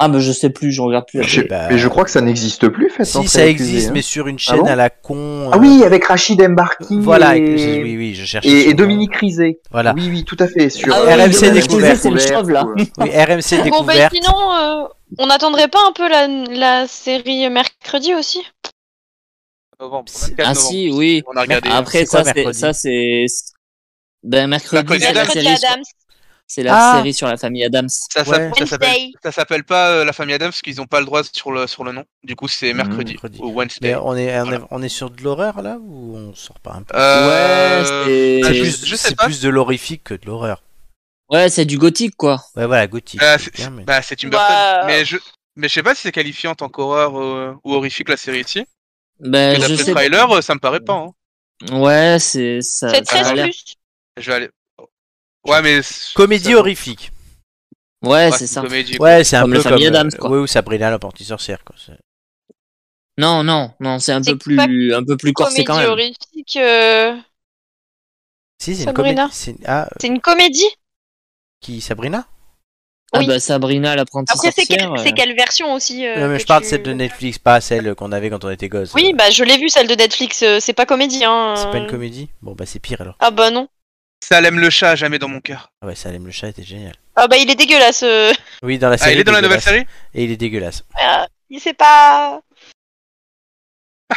Ah, bah, je sais plus, je regarde plus. la Je- télé. bah, mais je crois que ça n'existe plus, fait. Si ça hein. existe, mais sur Ah une chaîne bon à la con. Ah euh, oui, avec Rachid Embarki Voilà, et, avec- oui, oui, je cherche. et- et son nom. Dominique Rizet. Voilà. Oui, oui, tout à fait. Sur Ah oui, RMC Dominique découvert. Rizet, C'est le chauve, là. ou, euh, Oui, RMC Bon, bah, découverte. sinon, euh, on n'attendrait pas un peu la, la série mercredi aussi Novembre, C'est- 24 Ah, novembre. si, oui. Ah, On a regardé. Après, c'est ça, quoi, c'est, mercredi ça, c'est, ben, mercredi, Mercredi c'est la Adams. Mercredi série, sur- Adams, c'est la Ah. série sur la famille Adams. Ça Ouais. s'appelle- ça s'appelle Wednesday. Ça s'appelle pas euh, la famille Adams parce qu'ils n'ont pas le droit sur le, sur le nom. Du coup, c'est mercredi, Mm, mercredi. ou Wednesday. Mais on est, on, est, Voilà. on est sur de l'horreur là ou on sort pas un peu Euh, Ouais, C'est c'est, je- plus, sais c'est pas. plus de l'horrifique que de l'horreur. ouais, c'est du gothique, quoi. Ouais, voilà, gothique. bah, c'est c'est bien, mais- bah, c'est une personne. Bah, Mais je mais je sais pas si c'est qualifié en tant qu'horreur euh, ou horrifique la série ici. Ben, Mais je D'après le sais. trailer, euh, ça me paraît pas. hein. Ouais, c'est, ça, c'est ça a 13 l'air- plus. Je vais aller. Ouais, mais c'est- Comédie ça- horrifique. Ouais, ouais, c'est ça. Comédie. Ouais, c'est un Comme peu la famille comme. Adams, euh, quoi. Ouais, ou Sabrina l'apprenti sorcière quoi. C'est- Non, non, non, c'est un C'est peu plus, un peu plus corsé Comédie quand même. horrifique. euh, Si, c'est une Sabrina. comédie. c'est- Ah, C'est une comédie qui Sabrina Ah Oui. bah Sabrina l'apprentie Après, c'est quelle, sorcière. c'est euh, quelle version aussi euh, Non, mais que je parle de tu- celle de Netflix, pas celle qu'on avait quand on était gosse. Oui, bah je l'ai vue celle de Netflix, euh, c'est pas comédie. Hein. C'est pas une euh. comédie Bon, bah c'est pire alors. Ah bah non. Salem le chat, jamais dans mon cœur. Ah ouais, Salem le chat était génial. Ah bah il est dégueulasse. euh. Oui, dans la Ah, série. il est dans la nouvelle dégueulasse. série Et il est dégueulasse. Ah, Il c'est pas.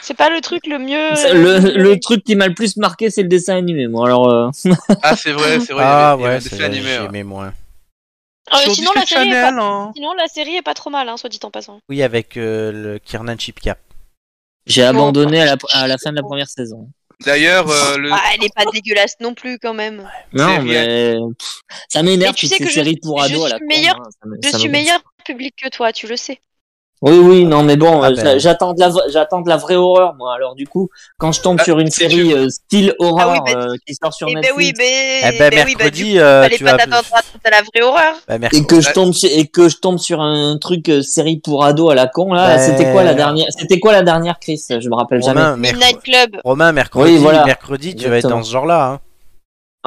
C'est pas le truc le mieux. ça- Le, le truc qui m'a le plus marqué, c'est le dessin animé. Moi, alors, euh, Ah, c'est vrai, c'est vrai. il y ah avait- il y avait ouais, un dessin c'est animé, ouais. j'aimais moins. Euh, Sur sinon, la Disney série est Channel, pas... hein. sinon, la série est pas trop mal, hein, soit dit en passant. Oui, avec euh, le Kiernan Chipka. j'ai Bon. bah, abandonné à la, à la fin de la première saison. D'ailleurs, euh, le... Ah, elle est pas dégueulasse non plus quand même. Non, C'est mais pff, ça m'énerve Mais tu toutes sais ces que je séries pour je ados à la suis con, meilleure- hein, ça me- Je ça suis me- meilleure public que toi, tu le sais. Oui, oui, non, mais bon, Ah euh, ben. j'a- j'attends de la, vra- j'attends de la vraie horreur, moi. Alors du coup, quand je tombe Ah, sur une c'est série sûr. euh, style horreur Ah mais- euh, qui sort sur Eh ben Netflix oui, mais. Eh ben, ben oui, bah, du mercredi, coup, euh, fallait tu pas vas. t'attendre à à la vraie horreur. Bah, merc- et que je Ouais. tombe sur, et que je tombe sur un truc euh, série pour ado à la con là. Ouais. C'était quoi la dernière C'était quoi la dernière Chris Je me rappelle jamais. Ben Romain, merc- Midnight Club. Romain, mercredi, Oui, voilà. mercredi, tu vas être Exactement. dans ce genre-là. hein.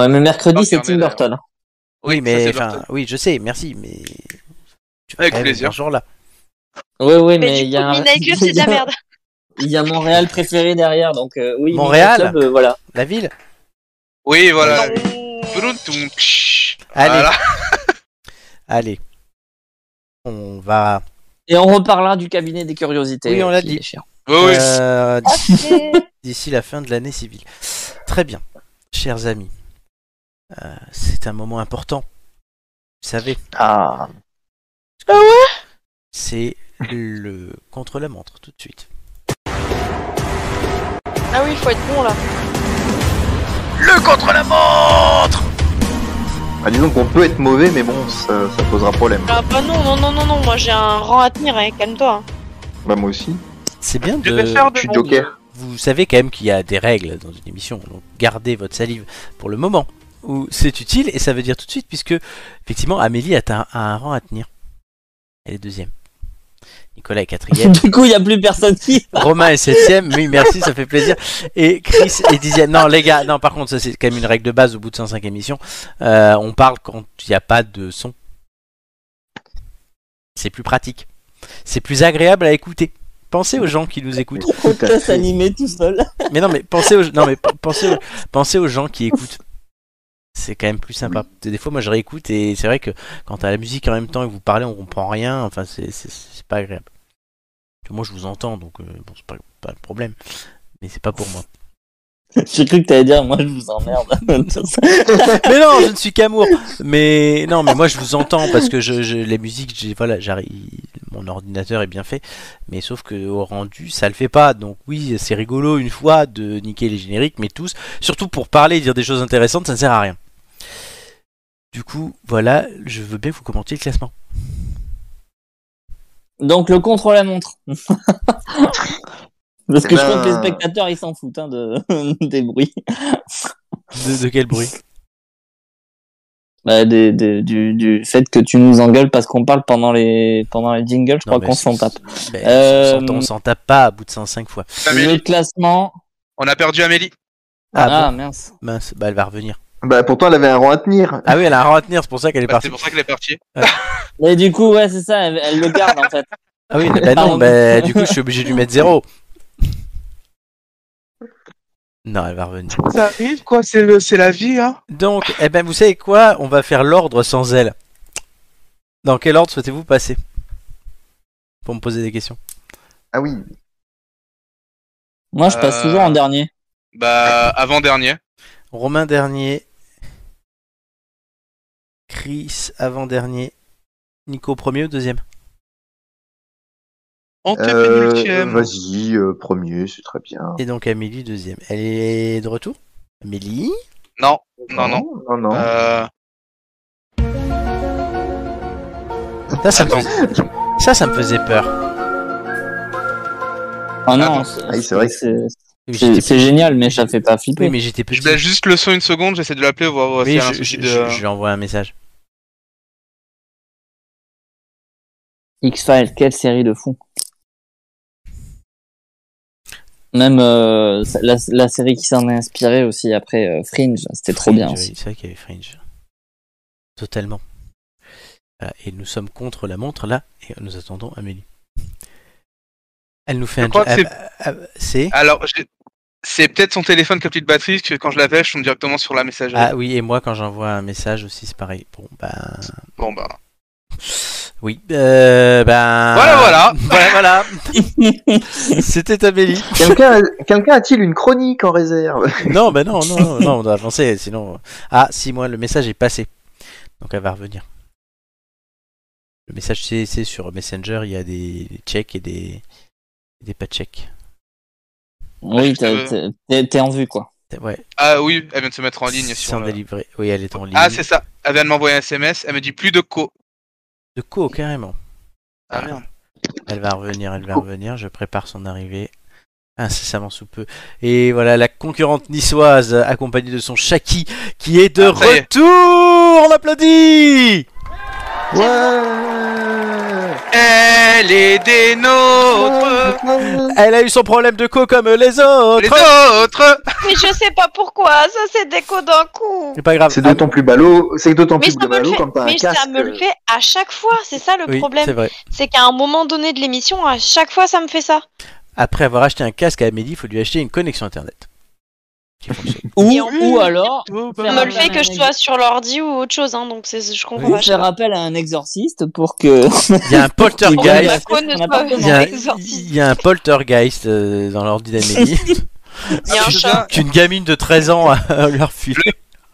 Ouais, mais mercredi Ok, c'est on est Tim Burton. Oui, ça, mais c'est enfin, Burton. oui, je sais, merci, mais tu vas Avec quand même plaisir. dans ce genre-là. Oui, oui, mais, Mais il y du coup, a Midnight Club, c'est de la merde. il y a Montréal préféré derrière, donc euh, oui. Montréal Midnight Club, euh, voilà. La ville. Oui, Ah voilà. Non. Touloutoum, psh. Allez, Voilà. allez. On va. Et on reparlera du cabinet des curiosités. Oui, on euh, l'a qui dit. est cher. Oui, oui. euh, Ok. d'ici la fin de l'année civile. Très bien, chers amis. Euh, c'est un moment important. Vous savez, Ah, c'est le contre-la-montre tout de suite. Ah oui, il faut être bon là. Bah, disons qu'on peut être mauvais, mais bon, ça, ça posera problème. Ah bah non, non, non, non, non, moi j'ai un rang à tenir, hein, calme-toi. hein. Bah moi aussi, C'est bien Je de. vais faire je de suis mon Joker. Vous savez quand même qu'il y a des règles dans une émission, donc gardez votre salive pour le moment où c'est utile et ça veut dire tout de suite puisque effectivement Amélie a un, a un rang à tenir. Elle est deuxième. Nicolas est quatrième. du coup, il y a plus personne qui. Romain est septième, oui merci, ça fait plaisir. Et Chris est dixième. Non les gars, non par contre ça c'est quand même une règle de base au bout de 105 émissions. Euh, on parle quand il n'y a pas de son. C'est plus pratique. C'est plus agréable à écouter. Pensez aux gens qui nous écoutent. Podcast animé tout seul. Mais non, mais pensez aux, non, mais pe- pensez aux, pensez aux gens qui écoutent. C'est quand même plus sympa. Des fois, moi, je réécoute et c'est vrai que quand t'as la musique en même temps et que vous parlez, on comprend rien. Enfin, c'est c'est- c'est pas agréable. Parce que Moi, je vous entends, donc euh, bon, c'est pas, pas le problème. Mais c'est pas pour moi. J'ai cru que t'allais dire, moi je vous emmerde. mais non, je ne suis qu'amour. Mais non, mais moi, je vous entends parce que je, je- les musiques, j'ai voilà, j'arrive. Mon ordinateur est bien fait, mais sauf que au rendu, ça le fait pas. Donc oui, c'est rigolo une fois de niquer les génériques, mais tous, surtout pour parler et dire des choses intéressantes, ça ne sert à rien. Du coup, voilà, je veux bien que vous commentiez le classement. Donc le contrôle à montre. Parce que Eh je crois que les ben- spectateurs ils s'en foutent hein, de... des bruits. De, de quel bruit Bah, des- des- du, du fait que tu nous engueules parce qu'on parle pendant les, pendant les jingles, je Non, crois mais qu'on c'est- s'en tape. ben, Euh, on s'en- On s'en tape pas à bout de 105 fois. Le Ah, Amélie. classement. On a perdu Amélie. Ah, Ah, mince. bon, mince, bah elle va revenir. Bah pourtant elle avait un rang à tenir. Ah oui, elle a un rang à tenir, c'est pour ça qu'elle est Bah, partie. c'est pour ça qu'elle est partie. Mais du coup, ouais, c'est ça, elle, elle le garde en fait. Ah oui, bah non, Pardon. bah du coup je suis obligé de lui mettre zéro. Non, elle va revenir. Ça arrive, quoi. C'est le, c'est la vie, hein. Donc, eh ben vous savez quoi On va faire l'ordre sans elle. Dans quel ordre souhaitez-vous passer Pour me poser des questions. Ah oui, Moi je passe Euh, toujours en dernier. Bah, avant dernier. Romain dernier. Chris avant-dernier. Nico premier ou deuxième On te Euh, fait huitième. Vas-y, euh, premier, c'est très bien. Et donc Amélie deuxième. Elle est de retour Amélie Non, non, non. Non, non. Euh, ça ça, me Attends. faisait... ça, ça me faisait peur. Ah non, attends. c'est- Ah oui, c'est vrai que c'est J'étais- c'est- c'est génial, mais ça fait pas flipper. Oui, mais j'étais petit. je laisse juste le son une seconde. J'essaie de l'appeler. voir- voir s'il Oui, y a un je, souci je- de- je- je lui envoie un message. X-Files, quelle série de fou. Même euh, la, la série qui s'en est inspirée aussi après euh, Fringe, c'était trop Fringe, bien oui, aussi. C'est vrai qu'il y avait Fringe. Totalement. Voilà, et nous sommes contre la montre là, et nous attendons Amélie. Elle nous fait Je un crois que jeu- ah, ah, ah, C'est. Alors, j'ai- c'est peut-être son téléphone qui a petite batterie, parce que quand je l'appelle, je tombe directement sur la messagerie. Ah oui, et moi quand j'envoie un message aussi, c'est pareil. Bon, ben. Bon, bah. Oui, euh, ben. Voilà, voilà. Voilà, voilà. C'était Amélie. Quelqu'un quelqu'un a-t-il une chronique en réserve Non, ben non, non, non, non, on doit avancer, sinon. Ah, si, moi, le message est passé. Donc elle va revenir. Le message CC sur Messenger, il y a des checks et des, des pas checks. Oui, t'as- Euh, t'es- t'es t'es en vue quoi. Ouais, Ah oui, elle vient de se mettre en ligne. c'est Sur euh, Ah, en le- délivré. Oui, elle est en ligne. Ah, c'est ça. Elle vient de m'envoyer un SMS. Elle me dit plus de co. De co, carrément. Ah merde. Elle va revenir, elle va revenir. Je prépare son arrivée incessamment sous peu. Et voilà la concurrente niçoise accompagnée de son Chaki qui est de Ah, ça y est. retour. On l'applaudit. Elle est des nôtres Elle a eu son problème de co comme les autres. Les autres Mais je sais pas pourquoi, ça c'est déco d'un coup. C'est pas grave. C'est d'autant plus ballot, c'est d'autant Mais plus ça me le ballot fait, quand t'as un mais ça casque. euh. me le fait à chaque fois, c'est ça le Ah, Oui, c'est problème. vrai. C'est qu'à un moment donné de l'émission, à chaque fois ça me fait ça. Après avoir acheté un casque à Amélie, il faut lui acheter une connexion internet. Qui fonctionne. Ou, Et en plus, ou alors, On faire me le appel fait à un que je sois sur l'ordi ou autre chose, hein, donc c'est, je comprends ex- pas. faire appel à un exorciste pour que. Il y a un poltergeist. Guys, Paco ne on a soit pas pas Il y, a, un exorciste. il y a un poltergeist euh, dans l'ordi d'Amélie Il y a un c'est chat. ça. qu'une gamine de 13 ans a leur filé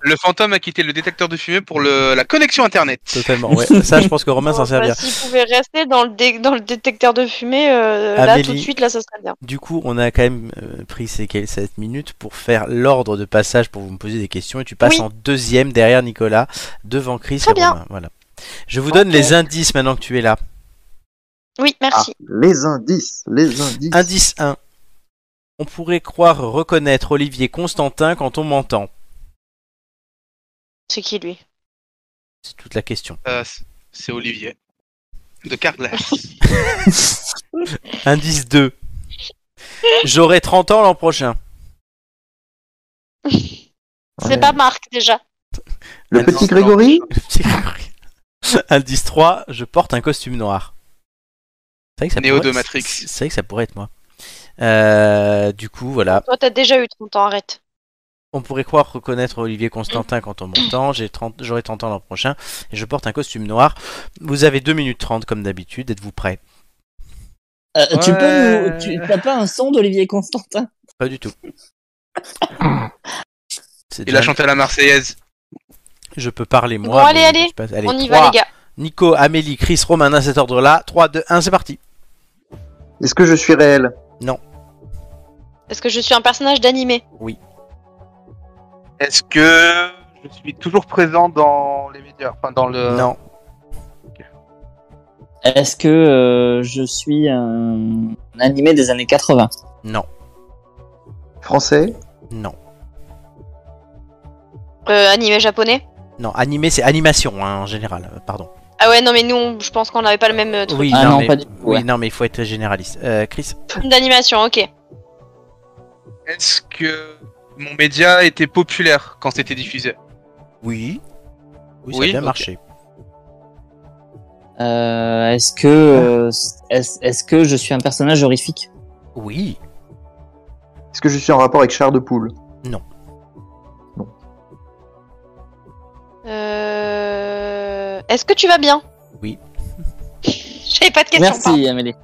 Le fantôme a quitté le détecteur de fumée pour le... la connexion internet. totalement. Ouais. Ça, je pense que Romain s'en Bon, servira. bah, S'il pouvait rester dans le, dé- dans le détecteur de fumée, euh, là Amélie. tout de suite, là ça serait bien. Du coup, on a quand même euh, pris ces quel- 7 minutes pour faire l'ordre de passage pour vous me poser des questions et tu passes Oui. en deuxième derrière Nicolas, devant Chris Très et bien. Romain. Voilà. Je vous donne les indices maintenant que tu es là. Oui, merci. Ah. Les indices, les indices. Indice 1. On pourrait croire reconnaître Olivier Constantin quand on m'entend. C'est qui lui C'est toute la question. Euh, c- c'est Olivier. De Carglass. Indice 2. J'aurai 30 ans l'an prochain. C'est pas Marc déjà. Le Ah, petit non, Grégory C'est compris. Indice 3, je porte un costume noir. C'est vrai que ça Néo pourrait- de Matrix. C'est vrai que ça pourrait être moi. Euh, du coup, voilà. Toi t'as déjà eu 30 ans, arrête. On pourrait croire reconnaître Olivier Constantin quand on m'entend. J'ai 30 J'aurai 30 ans l'an prochain et je porte un costume noir. Vous avez 2 minutes 30 comme d'habitude. Êtes-vous prêts Euh, Tu peux Ouais. nous. Tu t'as pas un son d'Olivier Constantin Pas du tout. C'est Il a déjà- chanté à la Marseillaise. Je peux parler Bon, moi. allez, mais allez. je passe- allez, On y trois. va les gars. Nico, Amélie, Chris, Romain, dans cet ordre-là. 3, 2, 1, c'est parti. Est-ce que je suis réel Est-ce que je suis un personnage d'animé Est-ce que je suis toujours présent dans les médias Enfin, dans le. Non, Est-ce que euh, je suis un animé des années 80 non, Français non. euh, Animé japonais Non, animé, c'est animation hein, en général, euh, pardon. Ah ouais, non mais nous, on- je pense qu'on n'avait pas le même euh, truc. Oui, Ah non, non, mais, pas du tout, oui, ouais. non, mais il faut être généraliste. Euh, Chris, Film D'animation, ok. Est-ce que mon média était populaire quand c'était diffusé oui. Oui, ça Oui, a bien ok. marché. Euh, Est-ce que. Ah. euh, Est-ce est-ce que je suis un personnage horrifique Oui, Est-ce que je suis en rapport avec Char de Poule Euh... Est-ce que tu vas bien Oui. J'avais pas de question. Merci Amélie.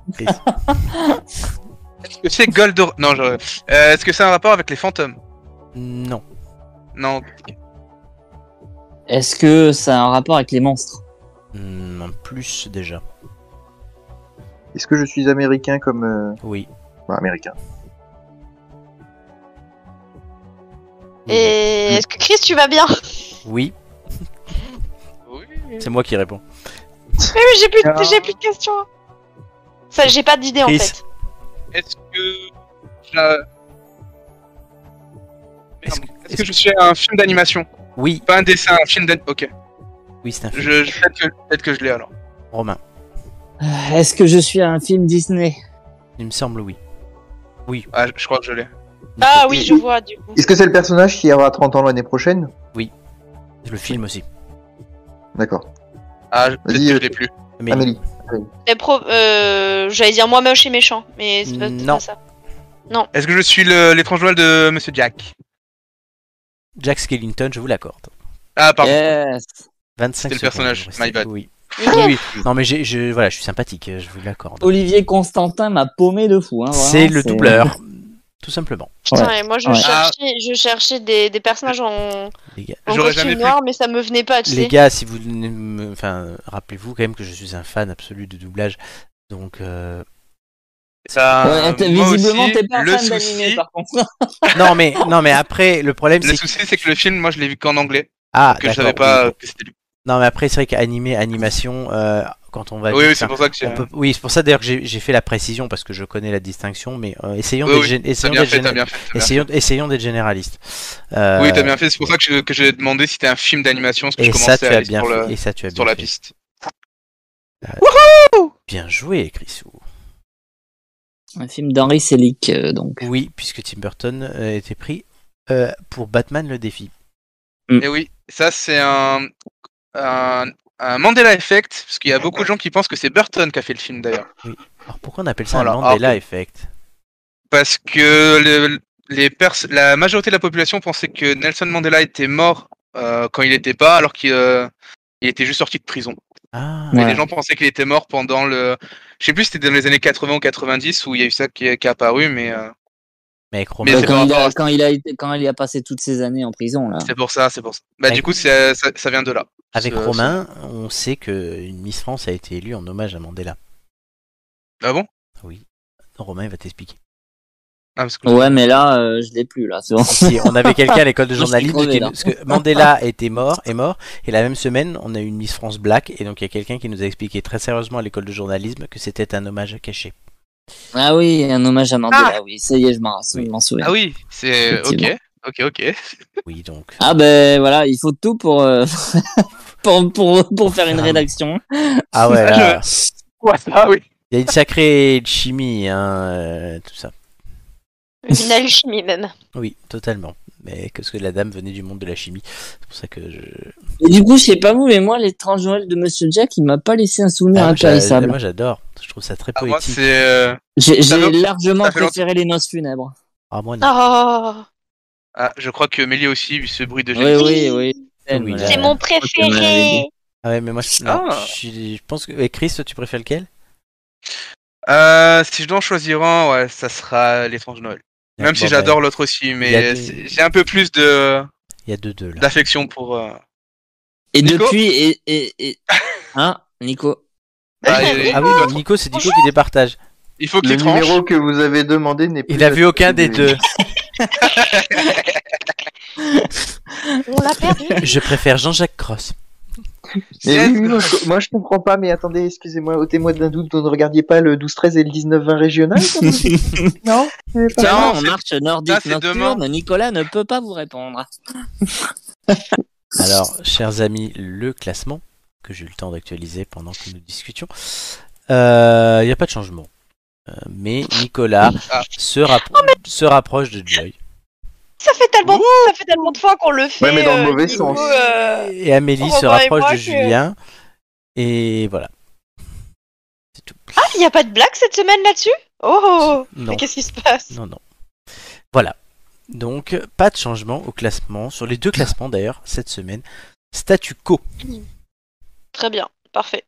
Est-ce que c'est Goldor Non, je... euh, est-ce que c'est un rapport avec les fantômes non, Non. Est-ce que ça a un rapport avec les monstres Hmm, en plus déjà. Est-ce que je suis américain comme... euh, Oui. bah, américain. Mm. Et est-ce que Chris, tu vas bien Oui, Oui, Oui. c'est moi qui réponds. oui, j'ai plus, de- j'ai plus de questions. Ça, j'ai pas d'idée en Chris. fait. Est-ce que. je- Est-ce Est-ce que- que, est-ce je suis un film d'animation Oui, Pas un dessin, un film d'animation. Ok. oui, c'est un film. Je, je- peut-être, que, peut-être que je l'ai alors. Romain, Euh, Est-ce que je suis un film Disney il me semble oui. Ah, je- je crois que je l'ai. Ah Nico- oui, je vois du coup. Est-ce que c'est le personnage qui aura 30 ans l'année prochaine Le film aussi. D'accord. Ah, je- peut-être Vas-y, que je euh, l'ai plus. Amélie. Amélie. Mais pro- euh, J'allais dire moi moche et méchant, mais c'est pas, c'est Non. pas ça. Est-ce que je suis le- l'étrange Noël de Monsieur Jack Jack Skellington, je vous l'accorde. Ah, pardon. Yes. 25 C'est le secondes, personnage, vous restez- my bad. Oui. Oui. oui, oui. Non, mais j'ai- je, voilà, je suis sympathique, je vous l'accorde. Olivier Constantin m'a paumé de fou. Hein, vraiment, c'est le doubleur, tout simplement. Putain, et moi je Ouais. cherchais, je cherchais des, des personnages en, Les gars. en J'aurais costume jamais pu. noir, mais ça me venait pas, tu Les sais. gars, si vous, ne me- enfin, rappelez-vous quand même que je suis un fan absolu de doublage, donc euh, Ça, Ouais, t'es- moi visiblement, aussi, t'es pas un le fan d'animé souci, par contre. non mais non mais après le problème le c'est que- souci, c'est que le film, moi, je l'ai vu qu'en anglais. ah que je d'accord, savais pas oui. que c'était lui. Non, mais après, c'est vrai qu'animé, animation, euh, quand on va. Oui, dire oui, ça, c'est pour ça que j'ai. on peut- Oui, c'est pour ça d'ailleurs que j'ai j'ai fait la précision parce que je connais la distinction, mais euh, essayons Oui, d'être oui, gé- T'as essayons bien d'être fait, t'as géné- bien fait. t'as bien fait. essayons- essayons d'être généralistes. Euh, Oui, t'as bien fait. C'est pour ça que je- que j'ai demandé si c'était un film d'animation, parce que je Et ça, tu commençais à as aller bien sur, le- fait. Et ça, tu as sur bien la fait. piste. Bien joué, Chrisou. Un film d'Henri Selick, euh, donc. Oui, puisque Tim Burton euh, était pris euh, pour Batman le défi. Et oui, ça c'est un, un, un Mandela Effect, parce qu'il y a beaucoup de gens qui pensent que c'est Burton qui a fait le film d'ailleurs. Alors pourquoi on appelle ça Voilà, un Mandela Effect Parce que le- les pers- la majorité de la population pensait que Nelson Mandela était mort euh, quand il n'était pas, alors qu'il euh, il était juste sorti de prison. Ah, Mais Ouais. les gens pensaient qu'il était mort pendant le... Je sais plus si c'était dans les années 80 ou 90 où il y a eu ça qui, est qui est apparu, mais euh, mais avec Romain. Mais Bah, c'est quand, par il rapport à- a, quand, il a, été- quand il a passé toutes ces années en prison, là. c'est pour ça, c'est pour ça. Bah du Avec- coup, c'est- ça, ça vient de là. Avec C'est- Romain, on sait que une Miss France a été élue en hommage à Mandela. Ah bon Romain il va t'expliquer. Ah, parce que- Ouais, mais là, euh, je l'ai plus, là. c'est bon. Si on avait quelqu'un à l'école de Moi, je suis journalisme crevé, qui là. parce que Mandela était mort est mort et la même semaine on a eu une Miss France Black et donc il y a quelqu'un qui nous a expliqué très sérieusement à l'école de journalisme que c'était un hommage caché. Ah oui, un hommage à Mandela, oui. Ça y est, je m'en je Oui. m'en souviens. Ah oui, c'est... Ok, Effectivement. ok, ok. Oui donc. Ah ben voilà, il faut tout pour euh, pour, pour pour faire une Ah. rédaction. Ah ouais. je- là, Ouais, ça, oui. Il y a une sacrée chimie hein, euh, tout ça. Une alchimie même. Oui totalement. Mais parce que la dame venait du monde de la chimie, c'est pour ça que je. Et du coup, je sais pas vous, mais moi, l'étrange Noël de Monsieur Jack, il m'a pas laissé un souvenir Ah, moi, j'a- impérissable. moi j'adore. Je trouve ça très Ah, moi, poétique. c'est... euh, J'ai ça j'ai fait- largement ça fait longtemps. préféré les noces funèbres. Ah moi non. Oh, Ah, je crois que Mélie aussi a eu ce bruit de Oui, génie. oui, oui. Oui, voilà. c'est mon maladie. préféré. Ah ouais mais moi je, non, Ah. je, suis- je pense que. Et Chris toi, tu préfères lequel? Euh, si je dois en choisir un, ouais, ça sera l'étrange Noël. Même Bon, si bah, j'adore l'autre aussi, Il y a mais des- c'est- j'ai un peu plus de Il y a deux deux là. d'affection pour. euh, Et Nico depuis, et, et, et... Hein, Nico bah, il, Ah oui, donc Nico, c'est Nico qui départage. il faut Le qu'il tranche. numéro que vous avez demandé n'est plus. Il a vu aucun des attribué. deux. On l'a perdu. Je préfère Jean-Jacques Cross. Mais Yes. oui, oui, moi, je, moi, je comprends pas, mais attendez, excusez-moi, ôtez-moi d'un doute, vous ne regardiez pas le 12-13 et le 19-20 régional quand vous étiez- Non vous avez pas- Tiens, non, en c'est- marche nordique ça, c'est nocturne, Nicolas ne peut pas vous répondre. Alors, chers amis, le classement que j'ai eu le temps d'actualiser pendant que nous discutions. Euh, Il n'y a pas de changement. Euh, mais Nicolas Ah. se, rappro- se rapproche de Joy. Ça fait tellement, ça fait tellement de fois qu'on le fait. Ouais, mais dans le euh, mauvais Nico, sens. euh, Et Amélie se Romain et rapproche moi de que- Julien. Et voilà. C'est tout. Ah, il n'y a pas de blague cette semaine là-dessus Oh Non. Mais qu'est-ce qui se passe Non, non. Voilà. Donc, pas de changement au classement. Sur les deux classements d'ailleurs, cette semaine. Statu quo. Très bien, parfait.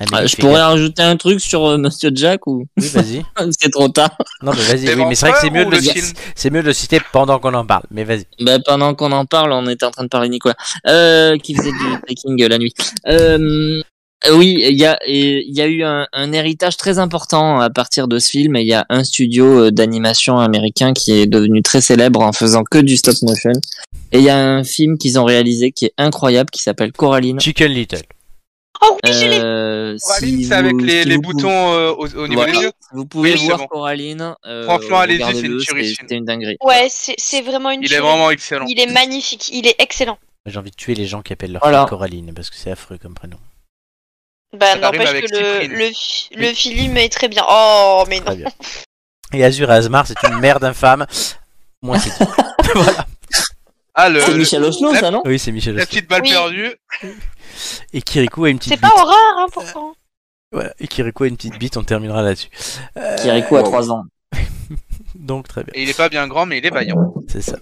Amélie Ah, je fait pourrais rajouter un truc sur euh, Monsieur Jack ou Oui, vas-y. c'est trop tard Non, mais vas-y, T'es oui, mais c'est vrai que c'est mieux, de menteur le ou le citer- film c'est mieux de le citer pendant qu'on en parle. Mais vas-y. Bah, pendant qu'on en parle, on était en train de parler Nicolas, euh, qui faisait du trekking euh, la nuit. Euh, euh, oui, il y a, et il y a eu un, un héritage très important à partir de ce film. et Il y a un studio euh, d'animation américain qui est devenu très célèbre en faisant que du stop motion. Et il y a un film qu'ils ont réalisé qui est incroyable, qui s'appelle Coraline. Chicken Little. Oh oui, je l'ai Euh, Coraline, si c'est avec vous- les, si les vous- boutons euh, au, au niveau Voilà. des yeux. Vous pouvez Oui, c'est voir bon. Coraline. euh, Franchement, allez-y, c'est une regardez-le, tuerie, ce c'est- film. c'est une dinguerie. Ouais, c'est c'est vraiment une Il est tuerie. vraiment excellent. Il est magnifique, il est excellent. J'ai envie de tuer les gens qui appellent leur Voilà. fille Coraline parce que c'est affreux comme prénom. Bah, Ça rime n'empêche avec que le, Cyprine. le, fi- le film est très bien. Oh, mais Très non. bien. Et Azur et Asmar, c'est une merde infâme. Moi, c'est dit. voilà. Ah, le, C'est le- Michel Oslo, la- ça, non Oui, c'est Michel la Oslo. petite balle Oui. perdue. Et Kirikou a une petite C'est bite. pas horreur, hein, pourtant. Voilà. Et Kirikou a une petite bite, on terminera là-dessus. Euh, Kirikou a 3 ans. Donc, très bien. Et il est pas bien grand, mais il est vaillant. C'est ça.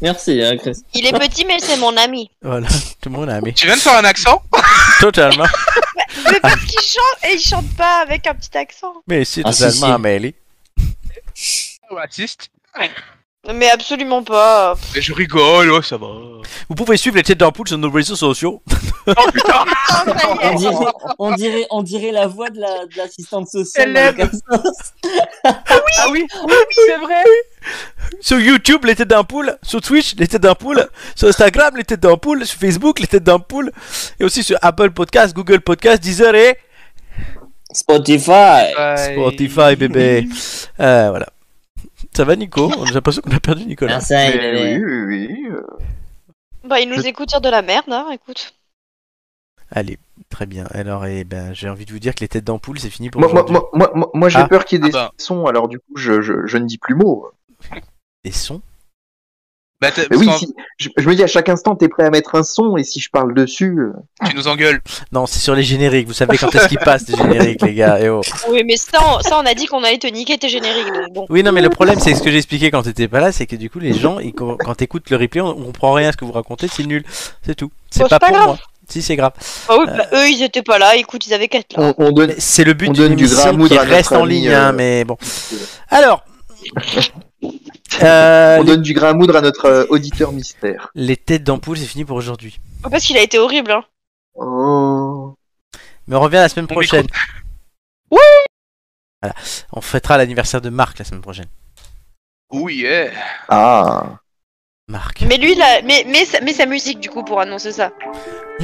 Merci, hein, Chris. Il est petit, mais c'est mon ami. Voilà. Tout le monde a aimé. Tu viens de faire un accent Totalement. Mais parce qu'il chante et il chante pas avec un petit accent. Mais c'est Ah, si, totalement si. Amélie. ou Oh, raciste Mais absolument pas. Mais je rigole, ouais, ça va. Vous pouvez suivre les têtes d'ampoule sur nos réseaux sociaux. On dirait, on dirait, on dirait la voix de la- de l'assistante sociale. Célèbre. dans le cas- Ah oui, oui, oui, c'est vrai. Sur YouTube, les têtes d'ampoule. Sur Twitch, les têtes d'ampoule. Sur Instagram, les têtes d'ampoule. Sur Facebook, les têtes d'ampoule. Et aussi sur Apple Podcast, Google Podcast, Deezer et Spotify. Spotify, bébé. Euh, voilà. Ça va, Nico J'ai l'impression qu'on a perdu Nicolas. Merci, bébé. Oui, oui, oui. euh, Bah, ils nous écoutent dire de la merde, hein, écoute. Allez, très bien. Alors, eh ben, j'ai envie de vous dire que les têtes d'ampoule, c'est fini pour Moi, moi, aujourd'hui. moi, moi, moi, moi, j'ai Ah. peur qu'il y ait des Ah bah. sons, alors du coup, je, je, je ne dis plus mot. Des sons Bah, t'as- Mais parce oui, qu'en- si- je, je me dis à chaque instant, t'es prêt à mettre un son, et si je parle dessus, euh, tu nous engueules. Non, c'est sur les génériques. Vous savez quand est-ce qu'ils passent, les génériques, les gars. Eh oh. Oui, mais ça, on, ça, on a dit qu'on allait te niquer tes génériques, donc bon. Oui, non, mais le problème, c'est ce que j'expliquais quand t'étais pas là, c'est que du coup, les gens, ils, quand quand t'écoutes le replay, on, on comprend rien à ce que vous racontez, c'est nul. C'est tout. C'est Bon, pas, c'est pas pour grave. moi. Si, c'est grave. Ah oui, bah, eux, ils étaient pas là, écoute, ils avaient qu'à être là. on, on donne. Mais C'est le but On d'une donne du émission gramoudre qui à notre reste en ami, ligne, hein, euh, mais bon. Alors. euh, On donne du grain à moudre à notre euh, auditeur mystère. les têtes d'ampoule, c'est fini pour aujourd'hui. Ah, Parce qu'il a été horrible, hein. Oh. Mais on revient la semaine Mon prochaine. Voilà. On fêtera l'anniversaire de Marc la semaine prochaine. Oui, yeah. Ah. Marc. Mais lui, là, mais, mais, sa, mais sa musique, du coup, pour annoncer ça. Bah.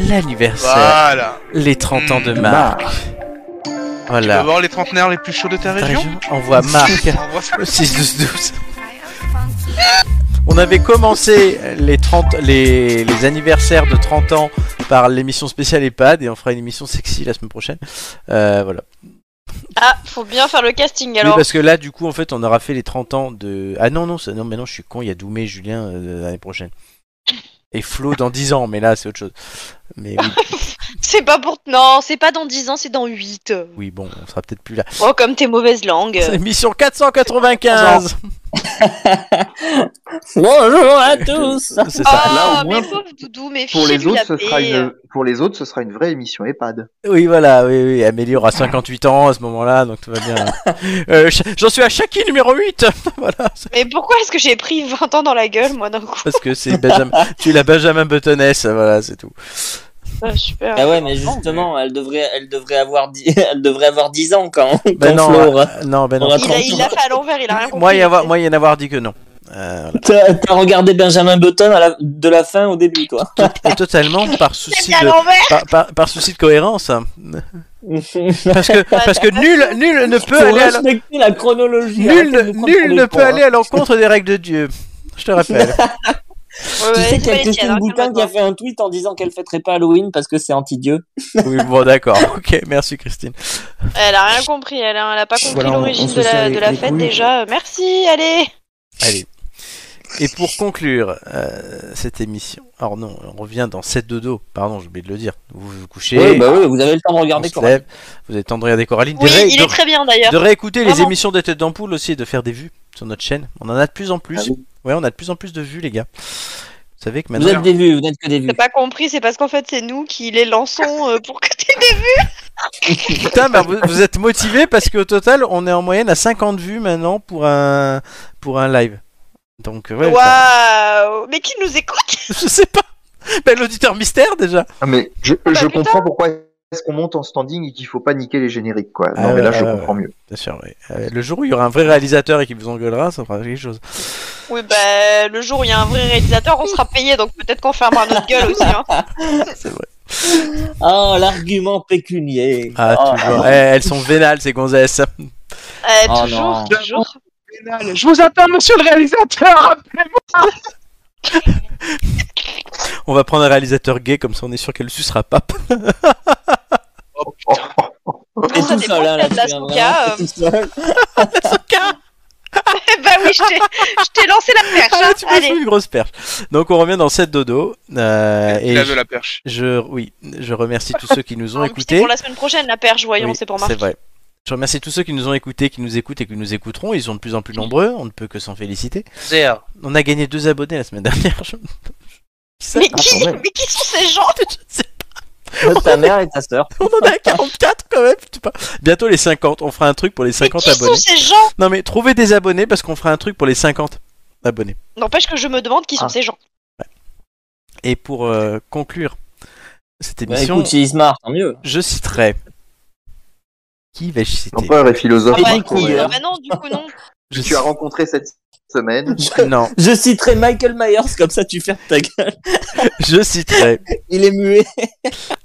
L'anniversaire. Voilà. Les 30 ans de Hmm. Mm, Marc. Bah. Tu veux Voilà. voir les trentenaires les plus chauds de ta Ta région région Envoie Marc. On voit ça. Le 6-12-12. On avait commencé les, 30, les, les anniversaires de 30 ans par l'émission spéciale EHPAD et on fera une émission sexy la semaine prochaine. Euh, voilà. Ah, faut bien faire le casting, Oui, alors. parce que là, du coup, en fait, on aura fait les 30 ans de. Ah non, non, ça- non mais non, je suis con, il y a Doumé et Julien euh, l'année prochaine. Et Flo dans 10 ans, mais là, c'est autre chose. Mais oui, C'est pas pour... Non, c'est pas dans 10 ans, c'est dans 8. oui, bon, on sera peut-être plus là. Oh, comme tes mauvaises langues. C'est Émission 495 Bonjour à tous. C'est Oh, ça. Là, au moins, mais pauvre Doudou, mais Pour les, file-lui autres, la ce sera paix. une, pour les autres, ce sera une vraie émission EHPAD. Oui, voilà, oui, oui. Amélie aura 58 ans à ce moment-là, donc tout va bien. Euh, ch- J'en suis à Chaki numéro 8 Voilà, c'est- Mais pourquoi est-ce que j'ai pris 20 ans dans la gueule, moi, d'un coup parce que c'est Benjamin. tu es la Benjamin Buttoness, voilà, c'est tout. Ah, super. Ah ouais, mais Oh, justement, elle devrait, elle devrait avoir 10, elle devrait avoir 10 ans quand, quand Ben non, Flo aura- euh, non, ben non. aura Il a- 30 Il l'a fait à l'envers, il a rien compris. Moi, y avoir, moi, y en avoir dit que non. Euh, T'as t'as regardé Benjamin Button à la- de la fin au début, toi. voilà. To- et totalement par C'est souci à de, l'envers par, par- par souci de cohérence. hein. Parce que, parce que nul, nul ne peut Faut aller à l'en- respecter la chronologie. nul, arrêtez de nous prendre pour nul des ne cons, hein. peut aller à l'encontre des règles de Dieu. Je te rappelle. Ouais, Tu ouais, sais qu'il y c'est pas a les tiennes, Christine hein, Boutin qui a calme-toi. fait un tweet en disant qu'elle fêterait pas Halloween parce que c'est anti-dieu. Oui, bon, d'accord. Ok, merci Christine. Elle a rien compris, elle a, elle a pas compris Voilà, on- on l'origine se de la, serre de les- la les fête couilles. déjà. Merci, allez Allez. Et pour conclure euh, cette émission, alors non, on revient dans 7 dodo, pardon, j'ai oublié de le dire. Vous vous couchez, Oui, bah oui, vous avez le temps de on regarder se quand lève, vous avez le temps de regarder Coraline, Oui, de, ré- il de- est très bien d'ailleurs. de réécouter les Vraiment. émissions des têtes d'ampoule aussi et de faire des vues sur notre chaîne. On en a de plus en plus. Ah Ouais, on a de plus en plus de vues, les gars. Vous savez que Vous maintenant, êtes des vues, vous n'êtes que des vues. T'as pas compris, c'est parce qu'en fait c'est nous qui les lançons euh, pour que t'aies des putain, bah, vous, vous êtes motivés parce qu'au total, on est en moyenne à 50 vues maintenant pour un pour un live. Donc ouais, bah, Waouh Mais qui nous écoute je sais pas. Ben, l'auditeur mystère déjà. Ah, mais je, bah, je putain. comprends pourquoi est-ce qu'on monte en standing et qu'il faut pas niquer les génériques, quoi. Non, Ah ouais, mais là, ah je ouais. comprends mieux. Bien sûr, ouais. Euh, le jour où il y aura un vrai réalisateur et qui vous engueulera, ça fera quelque chose. Oui, bah le jour où il y a un vrai réalisateur, on sera payé donc peut-être qu'on fermera notre gueule aussi. Hein. Oh, l'argument pécunier. Ah, Oh, toujours. Eh, elles sont vénales ces gonzesses. Euh, Oh, toujours, non. toujours. Je vous attends, monsieur le réalisateur On va prendre un réalisateur gay comme ça, on est sûr qu'elle ne sucera pas. T'es Ça tout dépend seul, hein, là, peut-être tu de la viens Soca, vraiment, t'es tout seul. hein. bah oui, je t'ai- je t'ai lancé la perche. Ah, hein. tu m'as fait Allez, une grosse perche. Donc on revient dans 7 dodo. Euh, et Il a je, de la perche. je- oui, je remercie tous ceux qui nous ont Ah, puis c'est écoutés. pour la semaine prochaine la perche, voyons, Oui, c'est pour Marc. vrai. Je remercie tous ceux qui nous ont écoutés, qui nous écoutent et qui nous écouteront. Ils sont de plus en plus nombreux. On ne peut que s'en féliciter. Zéro. On a gagné deux abonnés la semaine dernière. Je- je- Mais Ah, qui, quand même. mais qui sont ces gens Je sais Ta mère et ta sœur. pas, On en a 44 quand même. putain. Bientôt les 50. On fera un truc pour les Mais 50 qui sont abonnés. ces gens Non mais trouvez des abonnés parce qu'on fera un truc pour les 50. abonnés. N'empêche que je me demande qui sont ces gens. Et pour euh, conclure cette Bah, émission, écoute, si Ismar, tant mieux. je citerai. Qui vais-je citer L'empereur et philosophe. Ah, bah, Marc qui, Aurèle. Ah bah non, du coup non. Je Tu as rencontré cette semaine. Non, Je citerai Michael Myers, comme ça tu fermes ta gueule. je citerai. Il est muet.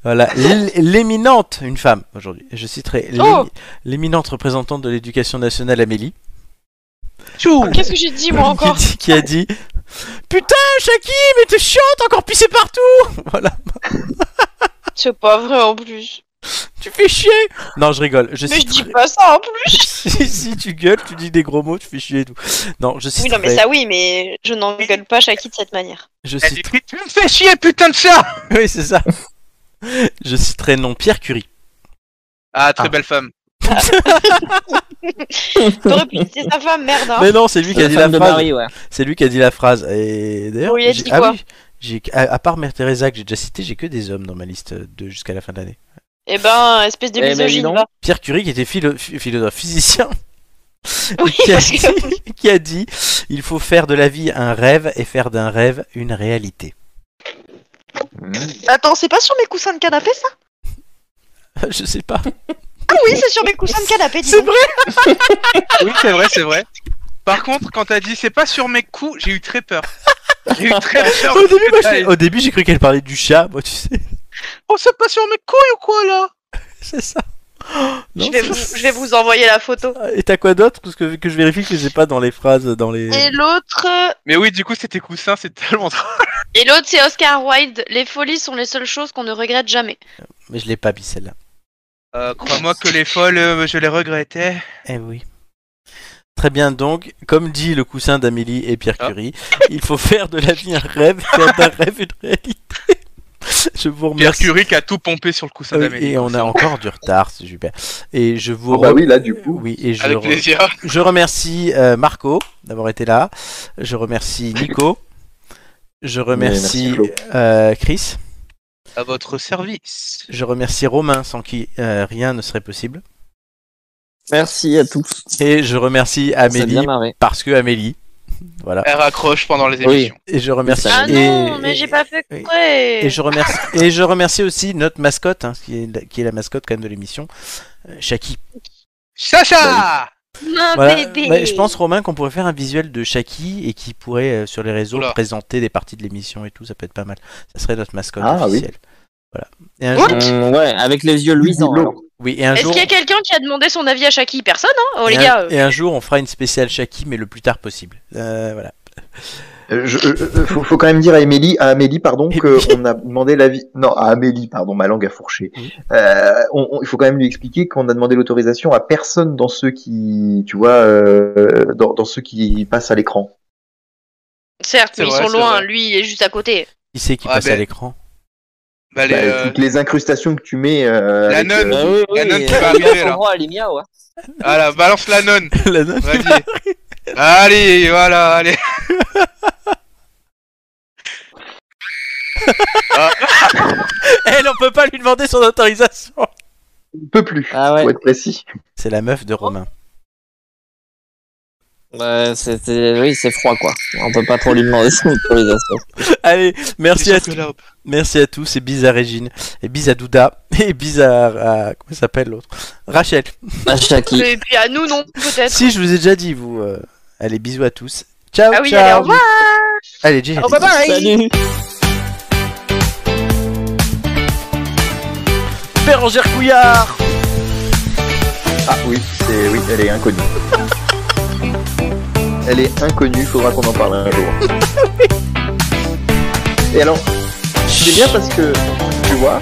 Voilà, l'é- l'éminente, une femme aujourd'hui. Je citerai l'é- Oh l'éminente représentante de l'éducation nationale, Amélie, Ah, Qu'est-ce que j'ai dit moi qui, encore dit- qui a dit Putain, Shaki, mais t'es chiante, encore pissé partout Voilà, C'est pas vrai en plus. tu fais chier Non, je rigole, je Mais je dis citerai. pas ça en plus. si, si tu gueules, tu dis des gros mots, tu fais chier et tout. Non, je Oui citerai. non mais ça oui mais je n'engueule pas Shaki de cette manière. Je Elle lui citerai... crie, tu me fais chier, putain de chat Oui, c'est ça. je citerai non Pierre Curie. Ah, très Ah. belle femme. T'aurais pu citer sa femme merde. Hein. Mais non, c'est lui qui a dit la femme de phrase. Marie, ouais. C'est lui qui a dit la phrase. Et d'ailleurs, Oui, il a j'ai- dit ah quoi oui, j'ai- à, à part Mère Teresa que j'ai déjà cité, j'ai que des hommes dans ma liste de jusqu'à la fin de l'année. Eh ben espèce de Eh ben, dis misogyne. donc. va. Pierre Curie qui était philo- phi- philosophe physicien. Oui qui, a parce que dit, qui a dit il faut faire de la vie un rêve et faire d'un rêve une réalité. Attends, c'est pas sur mes coussins de canapé ça Je sais pas. Ah oui, c'est sur mes coussins de canapé, dis C'est donc. vrai Oui, c'est vrai, c'est vrai. Par contre, quand t'as dit c'est pas sur mes coups, j'ai eu très peur. J'ai eu très peur. Au début, moi, je- au début, j'ai cru qu'elle parlait du chat, moi tu sais. Oh, c'est pas sur mes couilles ou quoi là C'est ça. Non, Je vais, c'est- vous, je vais vous envoyer la photo. Et t'as quoi d'autre Parce que, que je vérifie que j'ai pas dans les phrases, dans les. Et l'autre, euh, Mais oui, du coup, c'était coussin, c'est tellement drôle. et l'autre c'est Oscar Wilde. Les folies sont les seules choses qu'on ne regrette jamais. Mais je l'ai pas mis celle-là. Euh, Crois-moi que les folles, euh, je les regrettais. Eh oui. Très bien donc, comme dit le coussin d'Amélie et Pierre Ah. Curie, il faut faire de la vie un rêve, faire d'un rêve une réalité. Je vous Pierre remercie. Curie qui a tout pompé sur le coussin Oui, d'Amélie. Euh, et on a encore du retard, c'est super. Et je vous Ah bah rem- oui, là, du coup. Oui, et je, Avec re- plaisir. je remercie euh, Marco d'avoir été là. Je remercie Nico. Je remercie merci, Flo. euh, Chris. À votre service. Je remercie Romain sans qui euh, rien ne serait possible. Merci à tous. Et je remercie Ça a bien Amélie marré. parce que Amélie. Voilà. Elle raccroche pendant les Oui. émissions. Et je remercie. Ah et- non, mais j'ai pas fait et- exprès. Et je remercie. et je remercie aussi notre mascotte, hein, qui, est la, qui est la mascotte quand même de l'émission, euh, Shaki. Bah Chacha Mon Voilà. bébé. Bah, je pense Romain qu'on pourrait faire un visuel de Shaki et qui pourrait euh, sur les réseaux Oula. présenter des parties de l'émission et tout. Ça peut être pas mal. Ça serait notre mascotte Ah, oui. officielle. Voilà. Et un jour, Hum, ouais, avec les yeux luisants. alors. oui. Et un Est-ce jour. qu'il y a quelqu'un qui a demandé son avis à Shaki Personne, hein Oh et les un- gars. euh. et un jour, on fera une spéciale Shaki, mais le plus tard possible. Euh, voilà. Euh, je- euh, euh, faut, faut quand même dire à Amélie, à Amélie pardon, que on a demandé l'avis. Non, à Amélie, pardon, ma langue a fourché. Oui. Euh, on- on- il faut quand même lui expliquer qu'on a demandé l'autorisation à personne dans ceux qui, tu vois, euh, dans, dans ceux qui passent à l'écran. Certes, C'est mais ils vrai, sont c'est loin. vrai. Lui, il est juste à côté. Qui c'est qui Ah, passe à ben. l'écran Bah, les, Bah, euh, toutes les incrustations que tu mets. euh, La avec, nonne. Ah oui, oui, Il y en a un qui va euh, ils arriver, sont là. droits à l'IMIA, ouais. Ah la balance la nonne. La nonne. Vas-y. allez, voilà, allez. Ah, Elle, on peut pas lui demander son autorisation. on peut plus. Ah ouais. Faut être précis. C'est la meuf de Romain. Ouais, c'est- c'est- Bah, oui, c'est froid quoi. On peut pas trop lui demander son autorisation. Allez, merci c'est à sûr tous. que là, Merci à tous et bis à Régine et bis à Douda et bis à, à- comment elle s'appelle l'autre Rachel. À Shaki. Et puis à nous, non, peut-être. Si je vous ai déjà dit vous, euh, allez bisous à tous. Ciao Ah oui, ciao. allez, au revoir. Allez, Jay, allez. Salut. Bérangère Couillard. Ah oui, c'est oui, elle est inconnue. elle est inconnue. Faudra qu'on en parle un jour. Et alors, c'est bien parce que tu vois.